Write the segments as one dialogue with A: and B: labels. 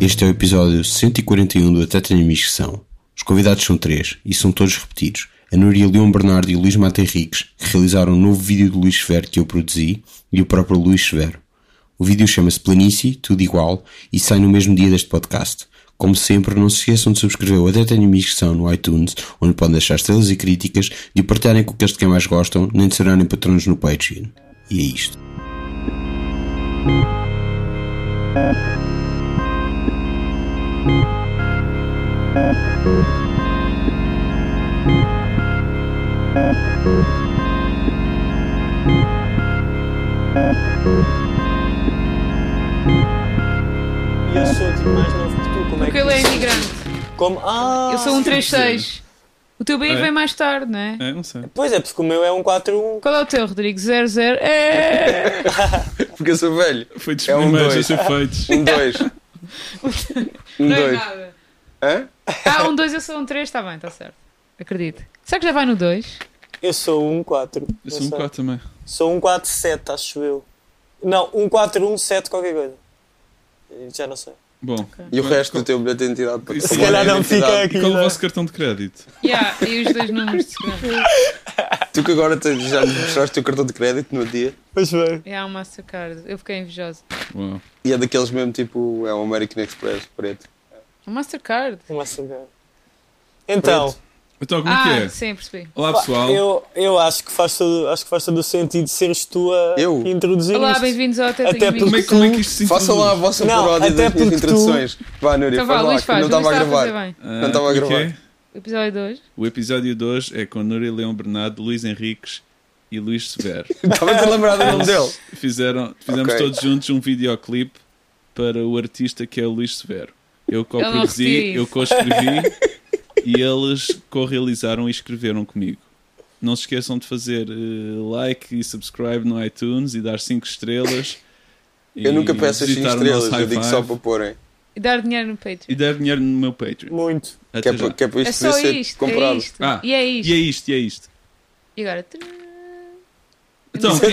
A: Este é o episódio 141 do Até Tenho Amigos que São. Os convidados são três, e são todos repetidos. A Núria Leão Bernardo e o Luís Mata Henriques, que realizaram um novo vídeo do Luís Severo que eu produzi, e o próprio Luís Severo. O vídeo chama-se Planície, tudo igual, e sai no mesmo dia deste podcast. Como sempre, não se esqueçam de subscrever o Até Tenho Amigos que São no iTunes, onde podem deixar estrelas e críticas, de o partilharem com aqueles de quem mais gostam, nem de serem patronos no Patreon. E é isto.
B: E eu sou tipo mais novo que tu, como é
C: Porque
B: que
C: ele é
B: tu...
C: imigrante.
B: Como... Ah,
C: Eu sou um 3-6. O teu BI
D: É.
C: vem mais tarde, não é?
D: É, não sei.
B: Pois é, porque o meu é um 4-1.
C: Qual é o teu, Rodrigo? 00? É!
E: Porque eu sou velho.
D: Feitos
E: É um
D: primeiros a
E: dois.
D: ser feitos.
E: Um dois. Um
C: Não é
E: dois.
C: nada.
E: Hã?
C: Ah, um 2 eu sou um 3, está bem, está certo. Acredito. Será que já vai no 2?
B: Eu sou um 4.
D: Eu sou um 4 também.
B: Sou um 4-7, acho eu. Não, um 4-1-7 qualquer coisa. Já não sei.
D: Bom.
E: E o
D: com-
E: resto
D: com-
E: do teu bilhete de identidade para
D: Se
E: provar
D: calhar
E: a
B: não
E: identidade.
B: fica aqui.
D: E qual é
B: Não.
D: o vosso cartão de crédito?
C: Yeah, e os dois números de segurança.
E: Tu que agora tens- já me mostraste o teu cartão de crédito no outro dia
B: Pois bem.
C: É, há um Mastercard. Eu fiquei invejosa.
D: Uau.
E: e é daqueles mesmo tipo. É um American Express preto.
C: Um Mastercard?
B: assim, Então,
D: Então, como
C: ah,
D: que é?
C: sim, percebi.
E: tá,
D: Olá, pessoal.
B: eu, eu acho, que faz todo, acho que faz todo o sentido seres tu a
E: Eu?
B: introduzir
C: Olá,
B: isto.
C: bem-vindos ao Até
B: Até
C: Tenho
B: porque-
D: Como, é,
C: Amigos.
D: como é que isto se
E: Façam lá a vossa
B: Não, até
E: paródia das minhas
B: porque tu-
E: introduções. Vá, Núria,
C: Então vá,
E: faz lá,
C: Luís
E: que eu
C: faz. Luís
E: não estava
C: está
E: a
C: a fazer
E: gravar.
C: bem.
D: Ah,
E: Não estava a
D: o que
E: gravar.
D: é?
C: O episódio 2.
D: O episódio de hoje é com Núria Leão Bernardo, Luís Henriques e Luís Severo.
E: Estava a te lembrar do nome dele.
D: Eles Fizeram, fizemos
E: Ok.
D: todos juntos um videoclipe para o artista que é o Luís Severo. Eu
C: não
D: co-produzi,
C: recebi
D: eu
C: isso.
D: co-escrevi e eles co-realizaram e escreveram comigo. Não se esqueçam de fazer eh, like e subscribe no iTunes e dar 5 estrelas.
E: Eu
D: E
E: nunca peço as 5
D: visitar o nosso
E: estrelas, eu
D: high
E: digo
D: five.
E: só para porem.
C: E dar dinheiro no Patreon.
D: E dar dinheiro no meu Patreon.
B: Muito.
E: Que
D: Até
E: é,
D: já.
E: para, que é para isto
C: É só
E: poder ser
C: isto, é
E: comprado.
C: isto.
D: Ah,
C: E é isto.
D: E é isto, e é isto.
C: E agora?
D: Então,
E: Isso é a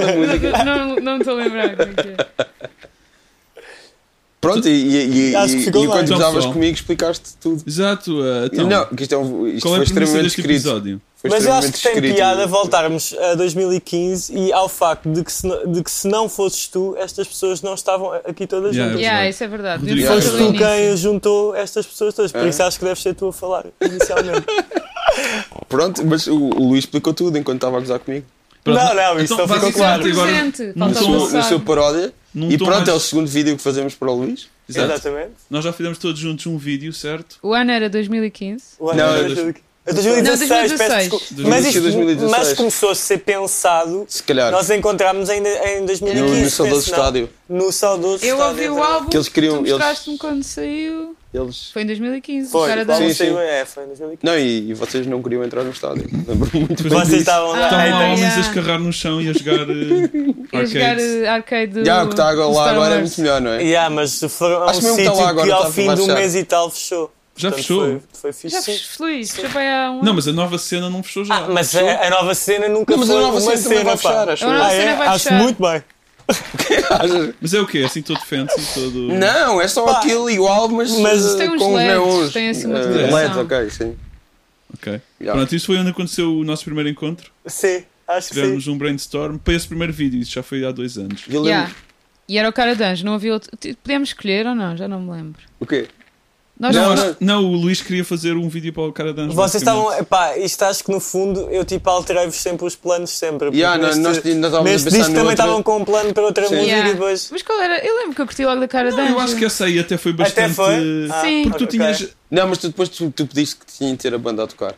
E: da música.
C: Não não me estou a lembrar como é que é.
E: Pronto, e, e, e,
B: Acho que
E: e,
B: ficou
E: e
B: bem.
E: quando
D: Então,
E: estavas
D: pessoal.
E: comigo explicaste tudo.
D: exato. ah, então,
E: não, que isto, é um, isto
D: qual é
E: foi
D: a premissa
E: extremamente
D: deste
E: escrito.
D: episódio?
E: Foi
B: Mas eu acho que
E: extremamente
B: tem
E: um escrito.
B: piada voltarmos a 2015 e ao facto de que se, no- de que se não fosses tu, estas pessoas não estavam aqui todas
D: Yeah,
B: juntas.
C: Yeah,
D: verdade.
C: isso é verdade.
D: Rodrigo,
C: Devíamos
E: foste
C: falar
B: Tu
C: do início.
B: quem juntou estas pessoas todas, por
E: É.
B: isso acho que deves ser tu a falar inicialmente.
E: Pronto, mas o, o Luís explicou tudo enquanto estava a gozar comigo.
D: Pronto,
B: Não, não, isso
D: então,
B: não ficou
C: Isso é um
B: claro.
D: basicamente agora-
C: presente.
D: não
C: Falta
D: tá
E: No
D: sou-
E: seu, no
C: almoçar.
E: seu paródia.
D: Num
E: E
D: tom
E: pronto, é o
D: mais-
E: segundo vídeo que fazemos para o Luís.
D: Exato.
B: Exatamente.
D: Nós já fizemos todos juntos um vídeo, certo?
C: O ano era 2015.
B: O ano
E: Não,
B: era
E: é
B: 2015. 2016, peço
C: 2016.
B: desculpa. Mas, isto-
E: 2016.
B: mas começou a ser pensado.
E: Se calhar.
B: Nós encontramos ainda em 2015.
E: No, no saudoso
B: penso, não.
E: estádio.
B: No saudoso
C: Eu
B: estádio.
C: ouvi
B: é
C: o
B: verdade.
C: álbum
E: Que eles queriam-
C: tu
E: eles-
C: mostraste-me quando saiu.
E: Eles...
C: Foi em 2015. o
B: Foi,
C: cara
B: foi,
C: da...
E: Sim,
B: foi,
E: sim.
B: é, foi em 2015.
E: Não, e, e vocês não queriam entrar no estádio. Lembro-me muito bem
B: Vocês
E: disso.
B: estavam lá. então,
C: Ah,
D: Estavam lá
C: yeah.
D: homens a escarrar no chão e a jogar eh,
C: Ia jogar
D: arcade.
C: eh, arcade do
E: Já, o que está agora
C: do
E: lá
C: Star
E: agora é
C: Wars.
E: muito melhor, não é?
B: Yeah, mas foram a um
E: Acho mesmo que
B: sítio
E: está lá agora, tá
B: que ao
E: está-
B: fim
E: vai
B: do
E: fechar.
B: mês e tal fechou.
D: Já
B: Portanto,
D: fechou?
B: Foi, foi fixe.
C: Já
B: sim.
C: fez feliz. Já vai há um
D: Não,
C: ano.
D: mas a nova cena não fechou já.
B: Ah, mas a, a nova cena nunca
E: Não, mas a
B: foi
E: nova
B: uma
E: cena também vai
B: pá.
E: fechar, acho
C: eu. A nova
B: Ah, é?
C: cena vai
B: acho
C: fechar.
B: muito bem.
E: eu.
D: Mas é o quê? Assim todo fancy, todo...
E: Não, é só
B: Pá.
E: aquilo igual, mas,
B: Mas-
E: eh,
B: Mas
C: tem uns
E: com os
C: LEDs,
E: neons.
C: tem assim uma
E: Eh,
C: decoração.
E: LED, ok, sim.
D: Ok.
E: Já.
D: Pronto, isso foi onde aconteceu o nosso primeiro encontro.
B: Sim, acho que sim.
D: Tivemos um brainstorm para esse primeiro vídeo. Isso já foi há dois anos.
E: E eu lembro-
C: Yeah. E era o cara de anjo. Não havia outro. T- Podíamos escolher ou não? Já não me lembro.
E: O quê?
C: Nós
E: Não,
D: Não,
E: não.
D: não, não, o Luís queria fazer um vídeo para o cara dançar.
B: Vocês estavam. Pá, isto acho que no fundo eu tipo alterei-vos sempre os planos, sempre. porque
E: Yeah, não,
B: neste,
E: nós- nós estávamos a
B: neste
E: pensar
B: disco
E: no
B: também
E: outro.
B: estavam com um plano para outra
E: Sim.
B: música
C: Yeah.
B: e depois.
C: Mas qual era? Eu lembro que eu curti logo da cara de anjo.
D: Eu acho que essa aí até foi bastante...
B: Até foi?
C: Ah, Sim.
D: Porque tu
B: ok.
D: tinhas...
E: Não, mas tu depois tu, tu pediste que tinha de ter a banda a tocar.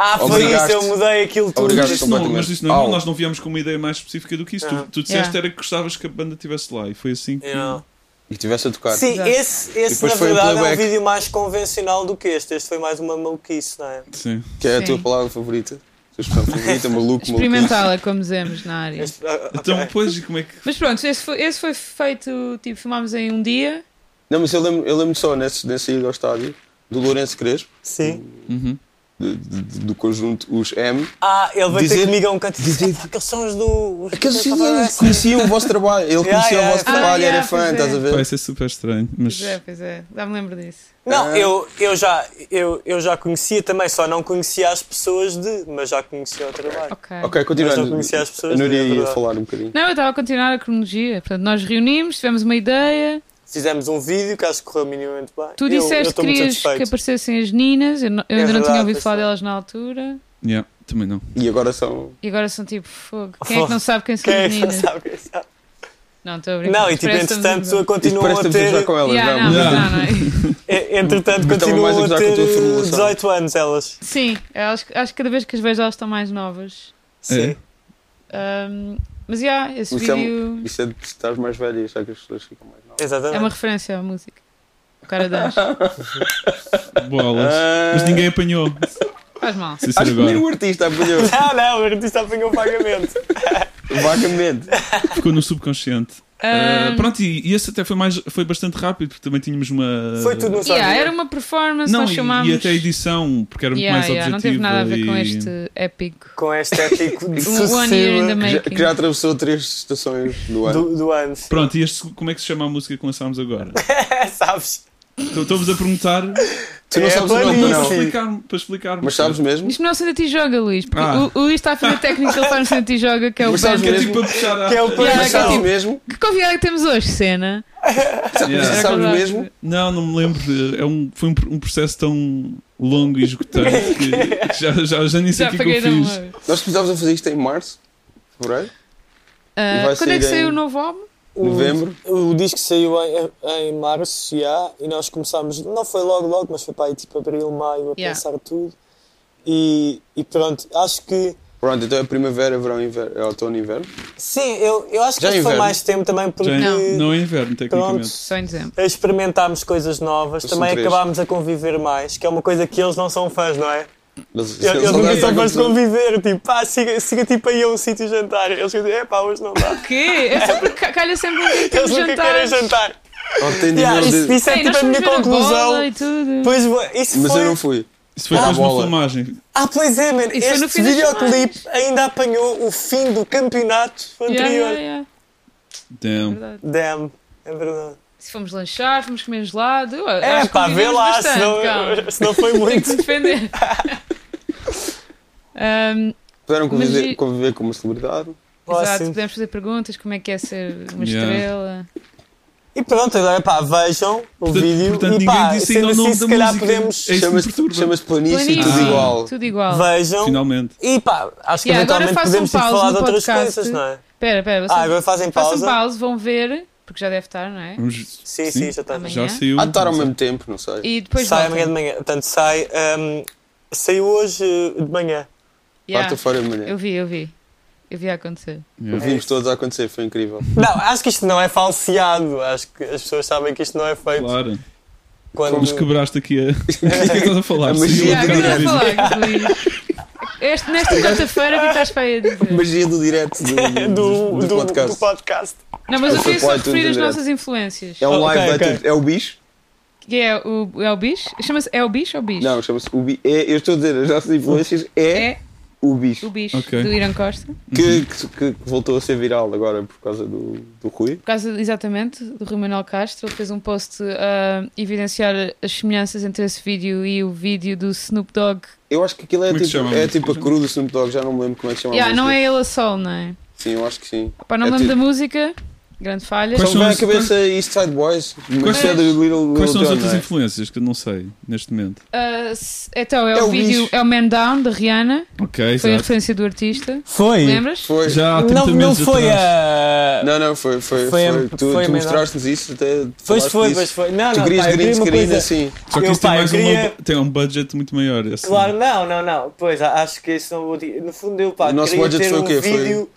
B: Ah, foi
E: Obrigaste.
B: isso, eu mudei aquilo tudo.
E: Obrigado.
D: Mas isso, não,
E: completamente.
D: mas isso não,
E: Au.
D: nós não viemos com uma ideia mais específica do que isso.
B: Ah.
D: Tu, tu disseste
C: Yeah.
D: era que gostavas que a banda estivesse lá e foi assim que.
B: Yeah.
E: E que tivesse a tocar.
B: Sim,
C: Exato.
B: esse,
E: E
B: esse
E: depois
B: na
E: foi um
B: verdade é um
E: playback.
B: vídeo mais convencional do que este. Este foi mais uma maluquice, não é?
D: Sim.
E: Que é a tua
C: Sim.
E: palavra favorita. A tua expressão favorita, é maluco, maluco.
C: Experimentá-la, como dizemos na área.
B: Este- ah, ok.
D: Então, depois, e como é que.
C: Mas pronto, esse foi, esse foi feito, tipo, filmámos em um dia.
E: Não, mas eu lembro, eu lembro só nesse, nesse ir ao estádio do Lourenço Crespo.
B: Sim.
D: Uhum.
E: de- de- de- do conjunto Os M.
B: Ah, ele veio ter
E: Dizer-
B: comigo a um canto e disse:
E: dizer-
B: "Epá, aqueles são os do. Os
E: Aqueles
B: que eu estava a ver."
E: conheciam o vosso trabalho, ele
B: Yeah,
E: conhecia
B: yeah,
E: o vosso
B: yeah.
E: trabalho,
C: Ah,
E: era
C: yeah,
E: fã,
C: pois é.
E: estás a ver?
D: Vai ser super estranho, mas
C: Pois é, pois é. Já me lembro disso.
B: Não,
E: Ah.
B: eu, eu, já, eu, eu já conhecia também, só não conhecia as pessoas de. Mas já conhecia o trabalho.
C: Ok.
E: Ok,
B: Mas não
E: continuando.
B: conhecia as pessoas,
E: a Núria
B: é
E: ia
B: verdade.
E: falar um bocadinho.
C: Não, eu estava a continuar a cronologia. Portanto, nós reunimos, tivemos uma ideia.
B: Fizemos um vídeo que acho que correu minimamente bem.
C: Tu
B: Eu- eu
C: disseste que
B: estou muito
C: querias que
B: satisfeito.
C: aparecessem as ninas. Eu, não- eu
B: É
C: ainda não tinha
B: verdade,
C: ouvido
B: pois
C: falar
B: não.
C: delas na altura.
D: yeah, também não.
E: E agora são.
C: E agora são tipo fogo. Quem é que não sabe quem são
B: Quem é
C: as
B: que não
C: ninas?
B: sabe quem sabe?
C: Não, estou a brincar.
B: Não, e tipo,
C: Parece que estamos a
B: entretanto,
C: ver.
E: Isto
B: continuam
E: parece
B: a
E: que estamos a
B: ter.
E: jogar com elas,
C: Yeah,
E: não?
C: não, mas
D: Não.
C: não, não. é.
B: E- Entretanto,
E: Mas estava mais
B: continuam
E: a
B: a
E: gozar com a
B: ter
E: tua formulação.
B: 18 anos elas.
C: Sim, eu acho, que- acho que cada vez que as vejo elas estão mais novas.
B: Sim.
C: Ahm, mas já, esse
E: Isso é um-
C: vídeo
E: Isso é de estar mais velha, já que as pessoas ficam mais novas.
C: é,
B: Exatamente.
C: uma referência à música. O cara dança.
D: Bolas.
E: Ah.
D: Mas ninguém apanhou.
C: Faz mal.
D: Sem ser
E: Acho que nem
D: agora.
E: o artista apanhou
B: Não, não, o artista apanhou vagamente.
E: vagamente.
D: Ficou no subconsciente. Ah,
B: Eh,
C: Ahm,
D: pronto, e, e esse até foi, mais, foi bastante rápido, porque também tínhamos uma.
B: Foi tudo num só
C: yeah,
B: dia.
C: era uma performance,
D: Não,
C: nós
D: e,
C: chamámos.
D: e até a edição, porque era muito
C: Yeah,
D: mais
C: yeah,
D: objetiva.
C: não teve nada a ver com
D: e-
C: este épico.
B: Com este épico de
C: Um One Year in
B: sucessiva
C: the
E: Que já-
C: Making.
E: que já atravessou três estações do ano.
B: do, do ano.
D: Pronto, e este, como é que se chama a música que lançámos agora?
B: É, Sabes?
D: Então, Estou-vos a perguntar
E: Tu não
B: É
E: sabes o nome,
B: planíssimo.
D: para
E: não.
D: explicar-me. Para explicar
E: Mas sabes mesmo?
C: Isto não é se ainda te joga, Luís, porque
D: Ah.
C: o, o Luís está a fazer técnica que ele faz no Santa Tijoga, que é o
E: Mas sabes
C: band-
D: que é
E: mesmo?
D: tipo para puxar a.
B: Que é o
C: Yeah,
E: Mas
C: que é
E: sabes
C: tipo-
E: mesmo?
C: Que convidado que temos hoje, cena?
D: Yeah.
E: Mas sabes
C: É
E: mesmo?
D: Não, não me lembro. de- É um, foi um, um processo tão longo e esgotante que já, já, já nem sei
C: Já um
D: o que é
C: paguei
D: que eu
C: da
D: fiz.
C: mão.
E: Nós começámos a fazer isto em março, fevereiro, E vai
C: Quando é que
E: sair em-
C: saiu o novo álbum?
E: novembro.
B: O, o disco saiu em, em março já, e nós começámos, não foi logo logo, mas foi para aí tipo abril, maio, a
C: Yeah.
B: pensar tudo. E, e pronto, acho que.
E: Pronto, então é primavera, verão, inverno, é outono e inverno.
B: Sim, eu, eu acho que isto
E: Já é
B: foi
E: inverno.
B: mais tempo também porque.
D: Já
C: Não.
D: não. não é inverno, tecnicamente.
B: Pronto.
C: Só em dezembro.
B: Experimentámos coisas novas,
E: São
B: também
E: três.
B: acabámos a conviver mais, que é uma coisa que eles não são fãs, não é?
E: Mas
B: Eu, eu
E: não
B: nunca sou
D: é
E: dá para
B: fãs de
E: acontecer.
B: conviver, tipo, pá, siga, siga tipo aí a um sítio jantar. Eles dizem, é pá, hoje não dá.
C: O quê? É só porque ca- calha sempre um dia que
B: Eles
C: temos
B: nunca querem
C: jantares.
B: jantar.
E: Não tem
B: Yeah,
E: nível
B: isso,
E: de-
B: isso é
C: Ei, nós
B: tipo a
C: fomos
B: minha
C: ver
B: conclusão.
C: bola e tudo.
B: Pois, bom, isso
E: Mas
B: foi.
E: eu não fui.
D: Isso foi
E: Ah,
D: depois de uma
E: bola.
D: filmagem.
B: Ah, pois é, man.
C: Isso foi no
B: Este
C: fim das
B: videoclipe ainda apanhou o fim do campeonato anterior.
C: Yeah, yeah, yeah.
D: Damn.
C: Verdade.
B: Damn, é verdade.
C: Se fomos lanchar, fomos comer gelado. eu
B: É
C: acho que
B: pá, vê
C: convivemos
B: lá,
C: bastante, calma.
B: senão, senão foi
C: Tem que
B: muito.
C: se defender. Ahm,
E: Puderam
C: Mas e-
E: conviver, conviver com uma celebridade.
C: exato,
B: Próximo.
C: podemos fazer perguntas, como é que é ser uma
D: Yeah.
C: estrela.
B: E pronto, agora pá, vejam o
D: Portanto-
B: vídeo
D: portanto,
B: e
D: ninguém
B: pá,
D: disse
B: sendo
D: ainda o
B: assim,
D: nome
B: se
D: da
B: calhar
D: música.
B: podemos.
D: É isso que me
E: Chamas-te
D: perturba.
E: chamas planície e
C: Planície,
E: é tudo
D: Ah.
E: igual.
C: tudo igual.
B: Vejam.
D: Finalmente.
B: E pá, acho que
C: Yeah, agora
B: eventualmente
C: façam
B: podemos ir
C: pausa
B: falar
C: no
B: de outras
C: podcast.
B: coisas, não é?
C: Espera, espera,
B: Ah,
C: vocês
B: agora fazem
C: façam
B: pausa.
C: pausa, vão ver, porque já deve estar, não é?
D: Vamos.
B: Sim, sim,
D: Sim.
B: já está.
C: Amanhã.
D: Já saiu.
E: Há
B: Ah, tá,
E: de Ah, estar ao mesmo tempo, não sei.
C: E depois
B: sai
C: voltam.
B: amanhã de manhã. Portanto, sai. hum, saiu hoje uh, de manhã.
C: Yeah.
E: Quarta-feira de manhã.
C: Eu vi, eu vi. Eu vi a acontecer.
D: Yeah.
E: é Vimos todos a acontecer, foi incrível.
B: Não, acho que isto não é falseado. Acho que as pessoas sabem que isto não é feito.
D: Claro.
B: Quando...
D: Mas quebraste aqui a. O que é que estás a falar?
E: A
D: Saiu
E: magia
D: um
C: Yeah, o que é que
D: bocado
C: estás
D: ao
C: a
D: vivo.
C: falar, Luís? Este- Nesta quarta-feira, o que estás para aí a dizer?
E: Magia do direto do, do-
B: do,
E: do
B: do-
E: podcast.
B: do podcast.
C: Não, mas eu queria só
E: Foi para o iTunes
C: referir
E: em
C: as
E: direto.
C: nossas influências.
E: É um
B: Oh,
E: live
B: ok,
E: do
B: ok.
E: iTunes. É o bicho?
C: Que é o, é o bicho? Chama-se É o bicho ou bicho?
E: Não, chama-se o bicho. É, eu estou a dizer, as nossas influências é,
C: É
E: o bicho.
C: o bicho
D: Ok.
C: do Irã Costa.
E: Que, que- que voltou a ser viral agora por causa do, do Rui.
C: Por causa, exatamente, do Rui Manuel Castro. Ele fez um post a evidenciar as semelhanças entre esse vídeo e o vídeo do Snoop Dogg.
E: Eu acho que aquilo é,
D: Como é que se
E: tipo,
D: chama a
E: é
D: música?
E: tipo a cru do Snoop Dogg, já não me lembro como é que chama
C: Yeah,
E: a música.
C: não é ele a sol, não é?
E: Sim, eu acho que sim.
C: Pá, não me
E: É
C: lembro da
E: tipo-
C: música. Grande falha.
E: Só
D: Quais
E: me
D: são
E: vem à
D: as-
E: cabeça East Side Boys, mas é do
D: Quais são
E: Little, Little
D: as
E: John,
D: outras
E: não é?
D: influências que eu não sei neste momento?
C: Ah, se- então, é,
E: É
C: o,
E: o
C: vídeo,
E: bicho.
C: é o Man Down da Rihanna.
D: Ok,
C: Foi a
D: exato.
C: referência do artista.
B: Foi.
C: Lembras?
E: Foi.
D: Já há 30
B: Não, não
D: meses
B: foi eh, a.
D: atrás.
E: Não, não, foi. foi,
B: Foi a-
E: foi. Tu,
B: foi a
E: tu
B: menor.
E: mostraste-nos isso até.
B: Pois
E: falaste
B: foi,
E: disso.
B: pois foi. Não,
E: Tu
B: não,
E: querias
B: pá, eu
E: green
B: queria uma
E: screen
B: coisa-
E: assim.
D: Só que
B: Eu,
D: isso tem,
B: pá, eu
D: mais
B: queria-
D: uma, tem um budget muito maior. assim. Esse.
B: Claro, não, não, não. Pois, a- acho que isso não. No fundo, eu pá,
E: O nosso
B: queria
E: budget
B: ter
E: foi o
B: um
E: quê? Foi-
B: vídeo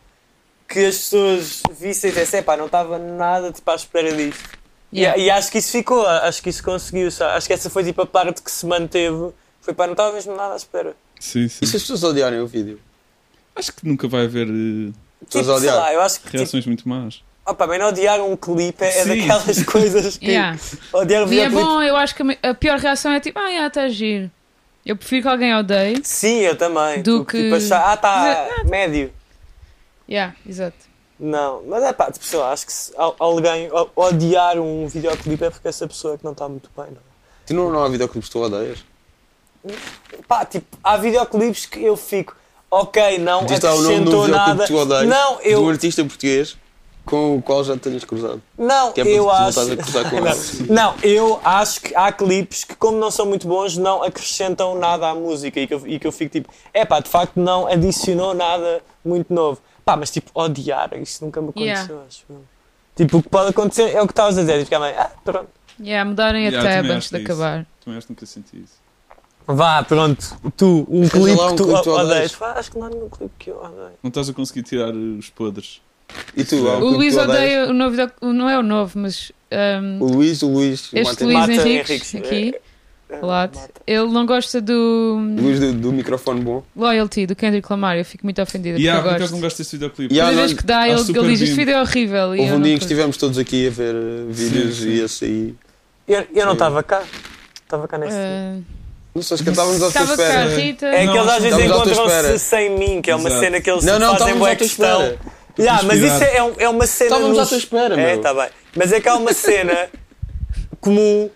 B: que as pessoas vissem e dissessem, pá, não estava nada tipo à espera disto. E,
C: Yeah.
B: e acho que isso ficou, a- acho que isso conseguiu. sabe? Acho que essa foi tipo a parte que se manteve. Foi pá, não estava mesmo nada à espera.
D: Sim, sim.
E: E se as pessoas odiarem o vídeo?
D: Acho que nunca vai haver eh,
E: Pessoas
B: Tipo,
E: a
B: sei
E: odiar.
B: lá, eu acho que tipo,
D: reações muito más.
B: opa, mas não odiar um clipe é, é
D: Sim.
B: daquelas coisas que
C: Yeah.
B: odiar o
C: E é
B: videoclipe.
C: bom, eu acho que a me- a pior reação é tipo, ah, já está giro. Eu prefiro que alguém odeie.
B: Sim, eu também.
C: Do
B: Do que...
C: que-
B: Tipo, achar, ah, tá médio.
C: Yeah, exato.
B: Não, mas é pá, tipo, sei lá, acho que se al- alguém o- odiar um videoclipe é porque essa pessoa é que não está muito bem, não
E: Tu não, não há videoclipes que tu odeias?
B: é? Pá, tipo, há videoclipes que eu fico, ok, não
E: Diz lá o nome do
B: acrescentou
E: videoclipe
B: nada.
E: que tu odeias.
B: Não,
E: De um
B: eu,
E: artista português com o qual já te tenhas cruzado.
B: não,
E: Que é para
B: eu
E: tu
B: acho.
E: voltares a cruzar com ele.
B: Não, eu acho que há clipes que, como não são muito bons, não acrescentam nada à música e que eu, e que eu fico tipo, é pá, de facto não adicionou nada muito novo. Pá, mas tipo, odiar, isso nunca me aconteceu,
C: Yeah.
B: acho. eu. Tipo, o que pode acontecer é o que estavas a dizer, e ficar meio, ah, pronto.
C: Yeah, mudarem
D: Yeah,
C: a tab
D: também
C: antes
D: acho
C: de
D: isso.
C: acabar.
D: Também acho que nunca senti isso.
B: Vá, pronto, tu, um clipe
E: lá um
B: que tu,
E: clipe que tu
B: o-
E: odeias.
B: odeias. Vá, acho que não há nenhum clipe que eu odeio.
D: Não estás a conseguir tirar uh, os podres.
E: E tu, há um
D: O
E: clipe
C: O
E: que
C: Luís
E: tu odeias?
C: odeia o novo. doc- o- Não é o novo, mas. um,
E: O Luís, o Luís, o
C: este
E: Martin-
C: Luís
B: Mata
C: Henriques,
B: Henriques,
C: aqui,
B: É,
C: lado,
B: mata.
C: ele não gosta do
E: Luís do, do microfone bom.
C: Loyalty, do Kendrick Lamar. Eu fico muito ofendida
D: E há, por
C: porque eu
D: acaso
C: gosto.
D: não gosto desse videoclipe.
E: Yeah.
C: Cada
E: Ah,
C: vez
E: não,
C: que dá,
D: há
C: ele,
D: super
C: ele diz:
D: bimbo."
C: Este vídeo é horrível. E
E: Houve
C: eu não
E: um dia em que
C: curto.
E: estivemos todos aqui a ver eh, vídeos
D: sim.
E: e esse aí.
B: Eu, eu não estava cá, estava cá nesse dia.
C: Ah,
E: Não sei, acho que estávamos à tua
C: Estava cá,
E: espera.
C: Rita.
B: É que
D: Não,
B: eles às vezes
E: estamos à tua espera.
B: encontram-se sem mim, que é uma
D: Exato.
B: cena que eles
E: Não, não,
B: fazem
E: estávamos
B: boa
E: à tua
B: questão.
E: espera.
B: Yeah, mas
D: inspirado.
B: isso é, é um- é uma cena.
E: Estávamos à
B: nos-
E: tua espera,
B: É,
E: meu.
B: tá bem. Mas é que há uma cena comum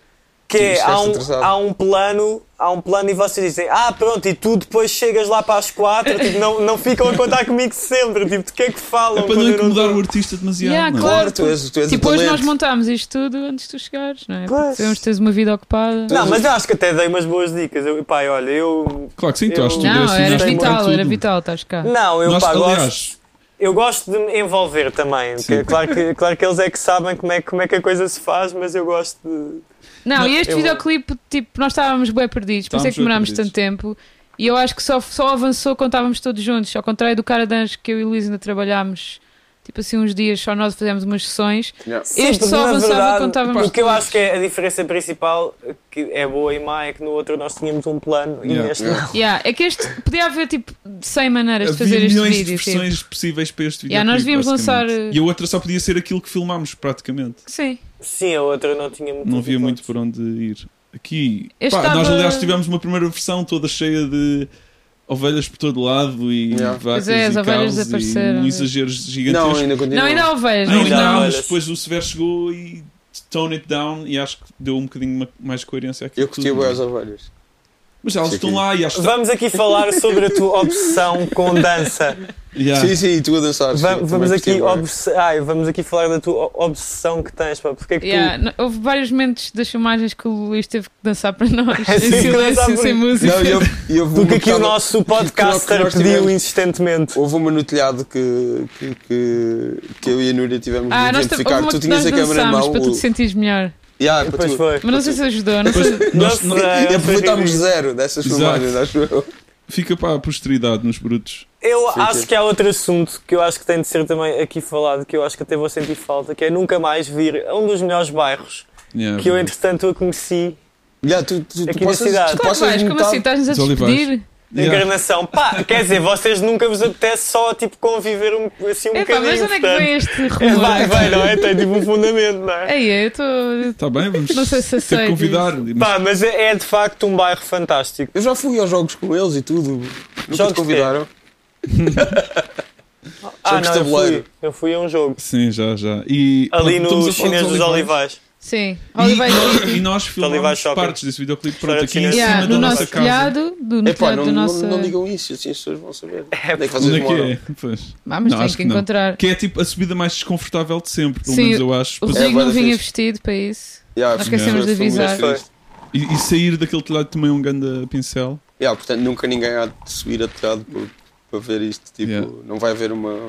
B: que é,
E: Estiveste
B: há um,
E: atrasado.
B: há um plano. Há um plano e vocês dizem, ah pronto, e tu depois chegas lá para as quatro, tipo, não, não ficam a contar comigo sempre, tipo, de que é que falam?
D: É para
B: quando
D: não
B: eu não
D: incomodar
B: tô?"
D: o artista demasiado.
C: Yeah,
D: não é?
C: claro.
E: Claro, tu és, tu és
C: Tipo,
E: o
C: hoje
E: talento.
C: nós montámos isto tudo antes de tu chegares, não é?
B: Pois.
C: Porque Sabemos que tens uma vida ocupada.
B: Não, mas eu acho que até dei umas boas dicas. Eu, pá, olha, eu.
D: Claro que sim, tu
B: Eu-
D: acho que tu
C: Não,
D: deste-
C: era
D: deste um bocado
C: vital, era
D: tudo.
C: vital, estás cá.
B: Não, eu
D: Nós,
B: pá, gosto.
D: aliás,
B: Eu gosto de me envolver também.
D: Sim.
B: que- claro, que, claro que eles é que sabem como é, como é que a coisa se faz, mas eu gosto de.
C: Não,
D: Não,
C: e este
B: eu-
C: videoclipe, tipo, nós estávamos bem perdidos, por isso é que demorámos
D: Estávamos bué
C: tanto tempo. E eu acho que só, só avançou quando estávamos todos juntos, ao contrário do cara de anjo que eu e o Luís ainda trabalhámos, tipo assim, uns dias, só nós fizemos umas sessões. Este
B: porque,
C: só
B: na
C: avançava
B: verdade,
C: quando estávamos
B: O que eu
C: juntos.
B: acho que é a diferença principal, que é boa e má, é que no outro nós tínhamos um plano e
D: Yeah.
B: neste não.
C: Yeah, é que este, podia haver tipo 100 maneiras de
D: havia
C: fazer este
D: milhões de
C: vídeo. tipo.
D: versões possíveis para este vídeo.
C: Yeah, nós devíamos lançar, eh,
D: E a outra só podia ser aquilo que filmámos, praticamente.
C: Sim,
B: Sim, a outra não um tinha muito.
D: Não havia muito
B: por
D: por onde ir. Aqui,
C: Este
D: pá,
C: estava-
D: nós aliás tivemos uma primeira versão toda cheia de ovelhas por todo lado e
E: Yeah.
D: vacas
C: Pois é, as
D: e
C: ovelhas
D: caos e
C: desapareceram.
D: um exagero gigantesco.
E: Não, ainda continua.
C: não, ainda há ovelhas,
D: Não,
C: não,
D: ainda
B: Ainda
D: há,
B: há
D: mas
B: olhas.
D: depois o Sever chegou e tone it down e acho que deu um bocadinho ma- mais coerência aqui.
E: Eu curti bem as ovelhas.
D: Mas elas
E: Sim,
D: estão
E: sim.
D: lá e acho que.
B: Vamos aqui falar sobre a tua obsessão com dança.
D: Yeah.
E: Sim, sim, e tu a dançar. sim,
B: Tá. Va-
E: também
B: vamos,
E: curti
B: aqui
E: bué.
B: obs- ai, vamos aqui falar da tua o- obsessão que tens, pá. Porque é que
C: Yeah,
B: tu.
C: n- Houve vários momentos das filmagens que o Luís teve que dançar para nós, em
B: Sim, dançar
C: silêncio,
B: por-
C: sem música.
E: Não, e eu, e eu
B: Porque aqui é o
E: gostava-
B: nosso
E: que
B: podcaster
E: nós
B: pediu
E: tivemos-
B: insistentemente.
E: Houve uma no telhado que, que, que, que eu e a Núria tivemos
C: Ah, nós
E: de
C: tam-
E: identificar.
C: houve uma
E: Tu
C: que
E: tinhas é
C: nós
E: a câmera em
C: dançámos
E: mão.
C: para tu
E: o-
C: te sentires melhor.
E: Yeah, para
B: Depois
E: tu-
B: foi.
C: Mas não sei se ajudou, não sei.
D: Depois, nós,
B: Não sei.
E: E
B: foi
E: aproveitámos
B: ridículo.
E: zero dessas
D: Exato.
E: filmagens, acho eu.
D: Fica para a posteridade nos brutos.
B: Eu
E: Sim,
B: acho
E: sim.
B: que há outro assunto que eu acho que tem de ser também aqui falado, que eu acho que até vou sentir falta, que é nunca mais vir a um dos melhores bairros
D: Yeah,
B: que eu, entretanto, a conheci,
E: Yeah, tu, tu, tu
B: Aqui na
E: passas,
B: cidade.
E: tu
C: Claro que
E: passas
C: vais, como
E: metade-
C: assim? Estás-nos a
D: Os olivais.
C: despedir?
D: Yeah.
B: encarnação. Pá, quer dizer, vocês nunca vos apetece só, tipo, conviver um, assim um
C: Epá,
B: bocadinho.
C: mas onde é que
B: portanto.
C: vem este
B: É, vai,
C: rumor?
B: vai, não é? Tem tipo um fundamento, não é?
C: Ei, eu estou.
D: Tá bem, vamos
C: Não sei se
D: ter que
C: aceito
D: convidar. Mas
B: Pá, mas é, é de facto um bairro fantástico.
E: Eu já fui aos jogos com eles e tudo.
B: Jogos
E: Nunca te
B: de quê?
E: convidaram.
B: Ah, não,
E: de
B: eu fui,
E: tabuleiro.
B: eu fui a um jogo.
D: Sim, já, já. E,
B: Ali
D: pronto, estamos
B: no
D: a falar
B: chinês dos Olivais.
C: Sim,
D: E,
C: olivais.
D: e nós
B: Olivais
D: filmámos
B: Shopping.
D: partes desse videoclipe pronto,
B: Restaurante
D: aqui em
B: chinês.
C: Yeah,
D: cima
C: no
D: da
C: nosso
D: nossa casa.
C: telhado, do, no
E: Epá,
C: telhado
E: não,
C: do
E: não,
C: nosso.
E: não digam isso, assim as pessoas vão saber.
B: É,
E: Onde é que
D: Onde
E: vocês
D: é que
E: moram?
D: é? Pois.
C: Ah, mas
D: Não,
C: tem
D: acho
C: que
D: que não.
C: encontrar.
D: Que é tipo a subida mais desconfortável de sempre, pelo
C: Sim,
D: menos eu acho.
C: O
D: Para-
B: É.
C: Rodrigo não
E: bué da
C: vinha
E: fixe.
C: vestido para isso.
E: Yeah,
C: Nós
E: porque
C: esquecemos
E: foi-
C: de
E: foi muito
C: avisar.
E: triste.
D: E, e sair daquele telhado também é um grande pincel.
E: Yeah, portanto, nunca ninguém há de subir a telhado por- para ver isto. Tipo,
D: Yeah.
E: não vai haver uma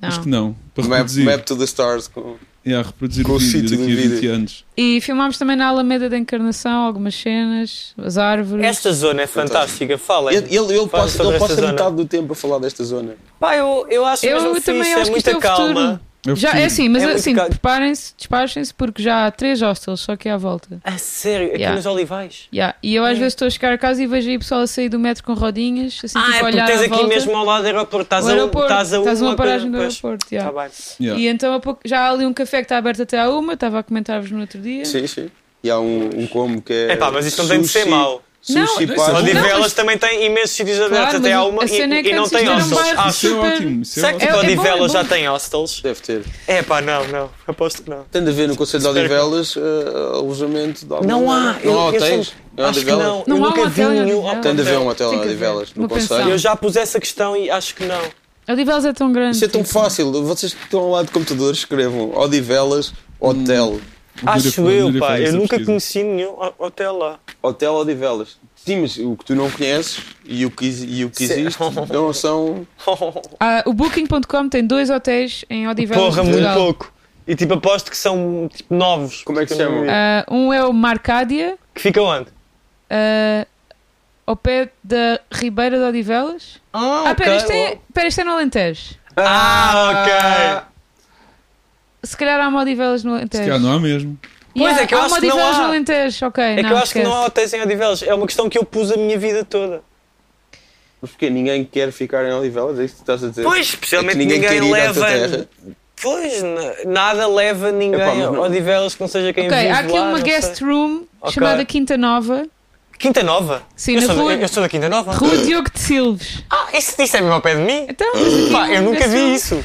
D: Acho
C: Não.
D: que não. Para
E: map,
D: reproduzir.
E: map to the stars com
D: Yeah, reproduzir
E: Com
D: o
E: o
D: vídeo
E: sítio do
D: daqui a 20
E: vídeo.
D: anos.
C: E filmámos também na Alameda da Encarnação algumas cenas, as árvores.
B: Esta zona é fantástica, falem.
E: Ele, ele, ele
B: Fala
E: passa,
B: sobre
E: ele
B: esta
E: passa
B: zona.
E: metade do tempo a falar desta zona.
B: Pá, eu, eu acho
C: Eu
B: mesmo
C: também
B: fixe,
C: acho que
B: é
C: isto é
B: muita
C: o
B: calma.
C: futuro.
D: É o
C: Já,
D: futuro.
C: é assim, mas
B: É muito
C: assim,
B: caro.
C: preparem-se, despachem-se, porque já há três hostels só aqui à volta.
B: A sério, aqui
C: Yeah.
B: nos Olivais.
C: Yeah. E eu
B: É.
C: às vezes estou a chegar a casa e vejo aí pessoal a sair do metro com rodinhas, assim,
B: Ah,
C: tipo
B: é
C: a
B: porque
C: olhar
B: tens
C: à
B: aqui
C: volta.
B: mesmo ao lado do aeroporto. Estás
C: O
B: a, um-
C: aeroporto,
B: estás a
C: estás uma paragem do
B: coisa-
C: aeroporto.
B: Pois,
C: yeah.
B: tá bem.
D: Yeah.
C: E então há pouco- já há ali um café que está aberto até à uma, estava a comentar-vos no outro dia.
E: Sim, sim. E há um, um combo que é.
B: É pá, mas isto não tem de ser
E: sushi-
B: mau.
E: Sushi
D: Não,
E: bar.
D: isso é bom.
B: Odivelas também tem imensos sítios abertos,
C: Claro,
B: até
C: mas
B: há
C: o-
B: uma
C: a
B: e,
C: cena é
B: e
C: que
B: não
C: antes
B: tem
C: isto era um
B: hostels.
C: bairro
B: Acho.
D: Isso é
C: super-
D: ótimo. Isso é
B: Será que
D: ótimo.
B: o
C: É- é bom, é
B: Odivelas já
C: bom.
B: tem hostels?
E: Deve ter.
B: É pá, não, não. Aposto que não.
E: Tem de haver no Conselho de Odivelas eh, alojamento de alguma
B: Não há.
E: maneira.
B: eu-
E: Não há
B: eu sou-
E: hotéis? Em
B: Acho que
E: Odivelas?
B: não.
C: Não
B: eu
C: há
B: nunca
C: um
B: vi
C: hotel em
B: nenhum
C: Odivelas.
E: Tem de haver um hotel
C: Tem
E: em
C: que haver.
E: Odivelas, no
C: Uma
E: Conselho.
C: pensão.
B: Eu já pus essa questão e acho que não.
C: Odivelas é tão grande.
E: Isso é tão fácil. Vocês que estão ao lado de computadores escrevam Odivelas, hotel.
B: Acho
D: Dura-
B: eu,
D: dura
B: pá.
D: fazer
B: Eu
D: essa
B: nunca
D: pesquisa.
B: conheci nenhum ho- hotel lá.
E: Hotel Odivelas. Sim, mas o que tu não conheces e o que, exi- e o que
B: Sim.
E: existe não são.
C: Ah, o Booking.com tem dois hotéis em Odivelas.
B: Porra,
C: de
B: muito
C: Portugal.
B: pouco. E tipo, aposto que são tipo, novos.
E: Como é que se
B: Porque eu não-
E: chama?
C: Ah, um é o Marcádia,
B: Que fica onde?
C: ah, ao pé da Ribeira de Odivelas.
B: Ah,
C: Ah, pera, isto é, pera, isto é no Alentejo.
B: Ah, ok.
C: Se calhar há uma Odivelas no Alentejo.
D: Se calhar não há mesmo.
B: Pois é que eu
C: há
B: acho
C: uma
B: que não
C: Odivelas
B: há.
C: no Alentejo, ok.
B: É que
C: não,
B: eu acho que não há
C: esquece.
B: hotéis em Odivelas. É uma questão que eu pus a minha vida toda.
E: Mas porquê? Ninguém quer ficar em Odivelas? É isso que tu estás a dizer?
B: Pois,
E: É que
B: especialmente
E: ninguém, quer ir à tua terra.
B: Pois, n- nada leva ninguém
E: Epá, mas não-
B: a Odivelas que não seja quem
C: Ok,
B: vive
C: há aqui
B: lá,
C: uma
B: não
C: guest
B: sei.
C: room
B: Ok.
C: chamada Quinta Nova,
B: Quinta Nova?
C: Sim,
B: eu,
C: na
B: sou,
C: rua-
B: eu, eu sou da Quinta Nova?
C: Rua Diogo de Silves.
B: Ah, isso, isso é mesmo ao pé de mim?
C: Então, mas aqui
B: Pá,
C: é
B: eu
C: um
B: nunca
C: guest room.
B: vi isso.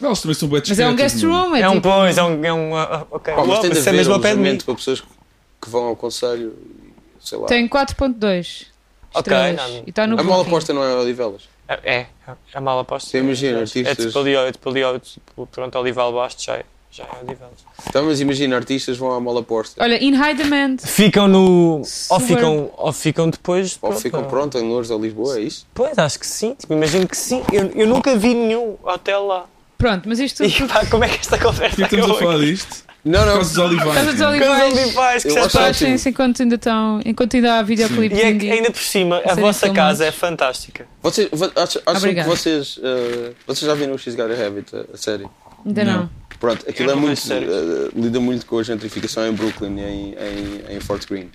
D: Eles também são bem
C: Mas é um guest room, é,
B: É um
C: tipo-
B: pois, é um. É um ah, ah, ok,
E: Pá, mas
B: Uau,
E: tem de
B: isso é
E: haver um
B: mesmo ao pé de mim.
E: alojamento para pessoas que vão ao Conselho e sei lá.
C: Tem 4.2
B: um Ok,
C: estrelas.
B: não.
C: e está no
E: A mala
C: Booking.
E: aposta não é Odivelas.
B: É, é, é mal aposta.
E: Sim,
B: é,
E: imagina,
B: é
E: artistas.
B: tipo ali, é tipo ali, é tipo, pronto, Olival Bastos já é, já é Olival.
E: Então, mas imagina, artistas vão à mala aposta.
C: Olha, in high demand.
B: Ficam no. Ou
C: Super.
B: ficam, ou ficam depois.
E: Ou ficam pronto em Lourdes ou Lisboa, é isso?
B: Pois, acho que sim. Tipo, imagino que sim. Eu, eu nunca vi nenhum hotel lá.
C: Pronto, mas isto tudo.
B: E pá, como é que esta conversa
D: Porquê estamos a
B: acabou?
D: falar disto?
E: Não,
D: Por
E: não.
D: causa dos olivais.
C: Estás a
D: cara.
B: Coisas
C: desolivais.
B: Olivais, que
E: Eu
B: já
E: acho
B: está-
C: Baixem-se enquanto ainda estão. Enquanto ainda há videoclipe.
B: E é que
C: ninguém-
B: ainda por cima, a
C: serem
B: vossa
C: filmados.
B: casa é fantástica.
E: Vocês, vo- acham, acham que
C: Obrigada.
E: vocês, eh, vocês já viram o She's Got a Habit, a, a série?
C: Ainda não.
D: Não.
E: Pronto, aquilo é
B: não
E: muito,
B: vejo séries.
E: eh, lida muito com a gentrificação em Brooklyn e em, em, em Fort Greene.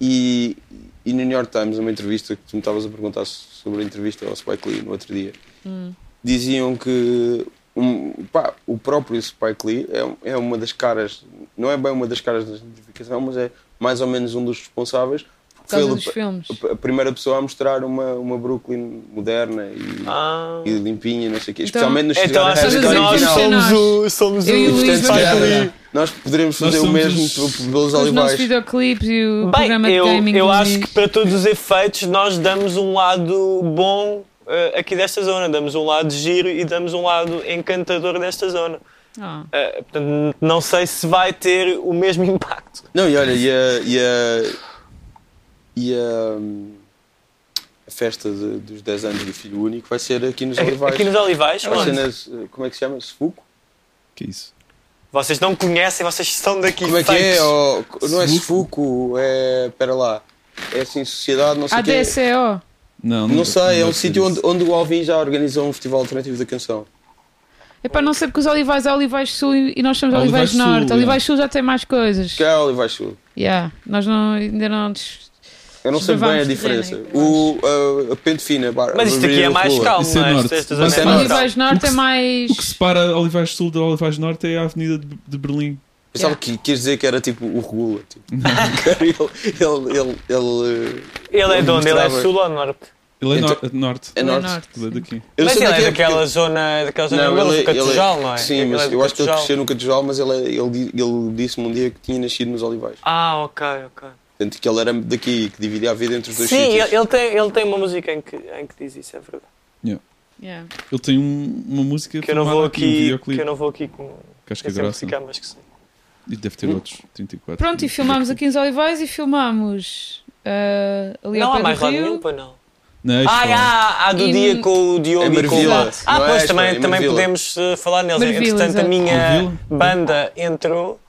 E: E, e no New York Times, numa entrevista que tu me estavas a perguntar sobre a entrevista ao Spike Lee no outro dia,
C: Hum.
E: diziam que um- pá, o próprio Spike Lee é, é uma das caras, não é bem uma das caras da gentrificação, mas é mais ou menos um dos responsáveis.
C: Por
E: Foi
C: causa
E: ele
C: dos filmes.
E: a- a primeira pessoa a mostrar uma, uma Brooklyn moderna e,
B: Ah.
E: e limpinha, não sei o quê.
C: Então-
E: Especialmente nos
B: Então
E: Cigar
B: acho que
C: Estás a dizer
B: nós
C: que isto
B: somos
C: é
B: é?
C: nós.
B: o. Somos
C: Eu e o
B: o.
C: Luís
E: Portanto, se
C: vamos-
E: calhar,
C: Yeah.
E: nós poderemos
D: Nós
E: fazer o
D: somos
E: mesmo
D: os-
E: pelos
C: Os nossos
E: olivais.
C: videoclipes e o programa
B: Bem,
C: de
B: eu,
C: gaming.
B: eu
C: do
B: acho
C: Luís.
B: que para todos os efeitos nós damos um lado bom eh, aqui desta zona. Damos um lado giro e damos um lado encantador desta zona.
C: Ah.
B: Eh, portanto, n- não sei se vai ter o mesmo impacto.
E: Não, e olha, e a. E a, e a, hum, a festa de- dos 10 anos do Filho Único vai ser aqui nos olivais.
B: Aqui nos Olivais,
E: Vai
B: onde?
E: ser nas, eh, como é que se chama? Sefuco?
D: Que isso?
B: vocês não conhecem, vocês são daqui.
E: Como é que
B: fakes.
E: é? Ou- não é
D: Sefuco?
E: Sefuco, é. Pera lá. É assim, sociedade, não sei o quê.
C: ADSEO.
D: Não,
E: Não sei, é um
D: deve ser
E: sítio
D: isso.
E: onde, onde o Alvin já organizou um festival alternativo da canção.
C: É para não ser porque os Olivais há Olivais Sul e e nós somos Olivais,
D: Olivais Sul, é.
C: Norte.
D: yeah.
C: Olivais Sul já tem mais coisas.
E: Que é Olivais Sul.
C: Yeah. Nós não, ainda não. des-
E: Eu não sei
C: Vamos
E: bem a
C: fazer,
E: diferença.
C: né?
E: O, a- a Pente Fina, bar,
B: Mas isto aqui é mais
E: Rua.
B: calmo,
D: Isso é
B: não é?
D: norte.
B: Esta- esta
D: Mas
B: zona
E: é
B: mais
E: norte.
B: calma.
C: Olivais Norte é mais.
D: O que separa Olivais Sul da Olivais Norte é a Avenida de, de Berlim.
E: Pensava
C: Yeah.
E: que quis dizer que era tipo o Regula. Tipo. ele, ele, ele, ele, eh,
B: Ele é de onde? Ele é
E: Mostrava.
B: sul ou norte?
D: Ele é
E: Então-
D: nor- norte.
E: é
C: Não
E: norte.
D: Ele é daqui.
E: Eu não
B: Mas
E: sei
B: ele é
E: daqui,
B: daquela
E: porque-
B: zona, daquela zona não, do Catujal, não é?
E: Sim,
B: Ele
E: mas
B: é do
E: eu acho que ele
B: Catujal.
E: cresceu no Catujal, mas ele, é- ele, di- ele disse-me um dia que tinha nascido nos Olivais.
B: Ah, ok, ok.
E: Portanto, que ele era daqui, que dividia a vida entre os dois
B: Sim,
E: sítios.
B: ele, ele tem, ele tem uma música em que, em que diz isso, é verdade.
C: Yeah.
D: Ele tem um- uma música
B: Que eu não vou
D: filmada um
B: aqui,
D: videoclipe,
B: que eu não vou aqui com
D: que acho que é
B: essa
D: graça.
B: música, mas que sim.
D: E deve
B: Hum.
D: ter outros 34.
C: Pronto, e filmámos aqui nos Olivais e filmámos ah, ali
B: Não
C: ao
B: há
C: pé
B: mais
C: do
B: lado
C: Rio.
B: nenhum, para não.
D: Não, isto
B: Ah,
D: é-
B: há, há do
C: E-
B: dia com o Diogo
E: É
B: e com o
E: Marvila,
B: Lá. Ah,
E: não é
B: pois,
E: esta,
B: também,
E: é
B: também
E: Marvila.
B: podemos eh, falar neles.
C: Marvila,
B: Entretanto, a
C: exato.
B: minha
D: Marvila?
B: banda entrou.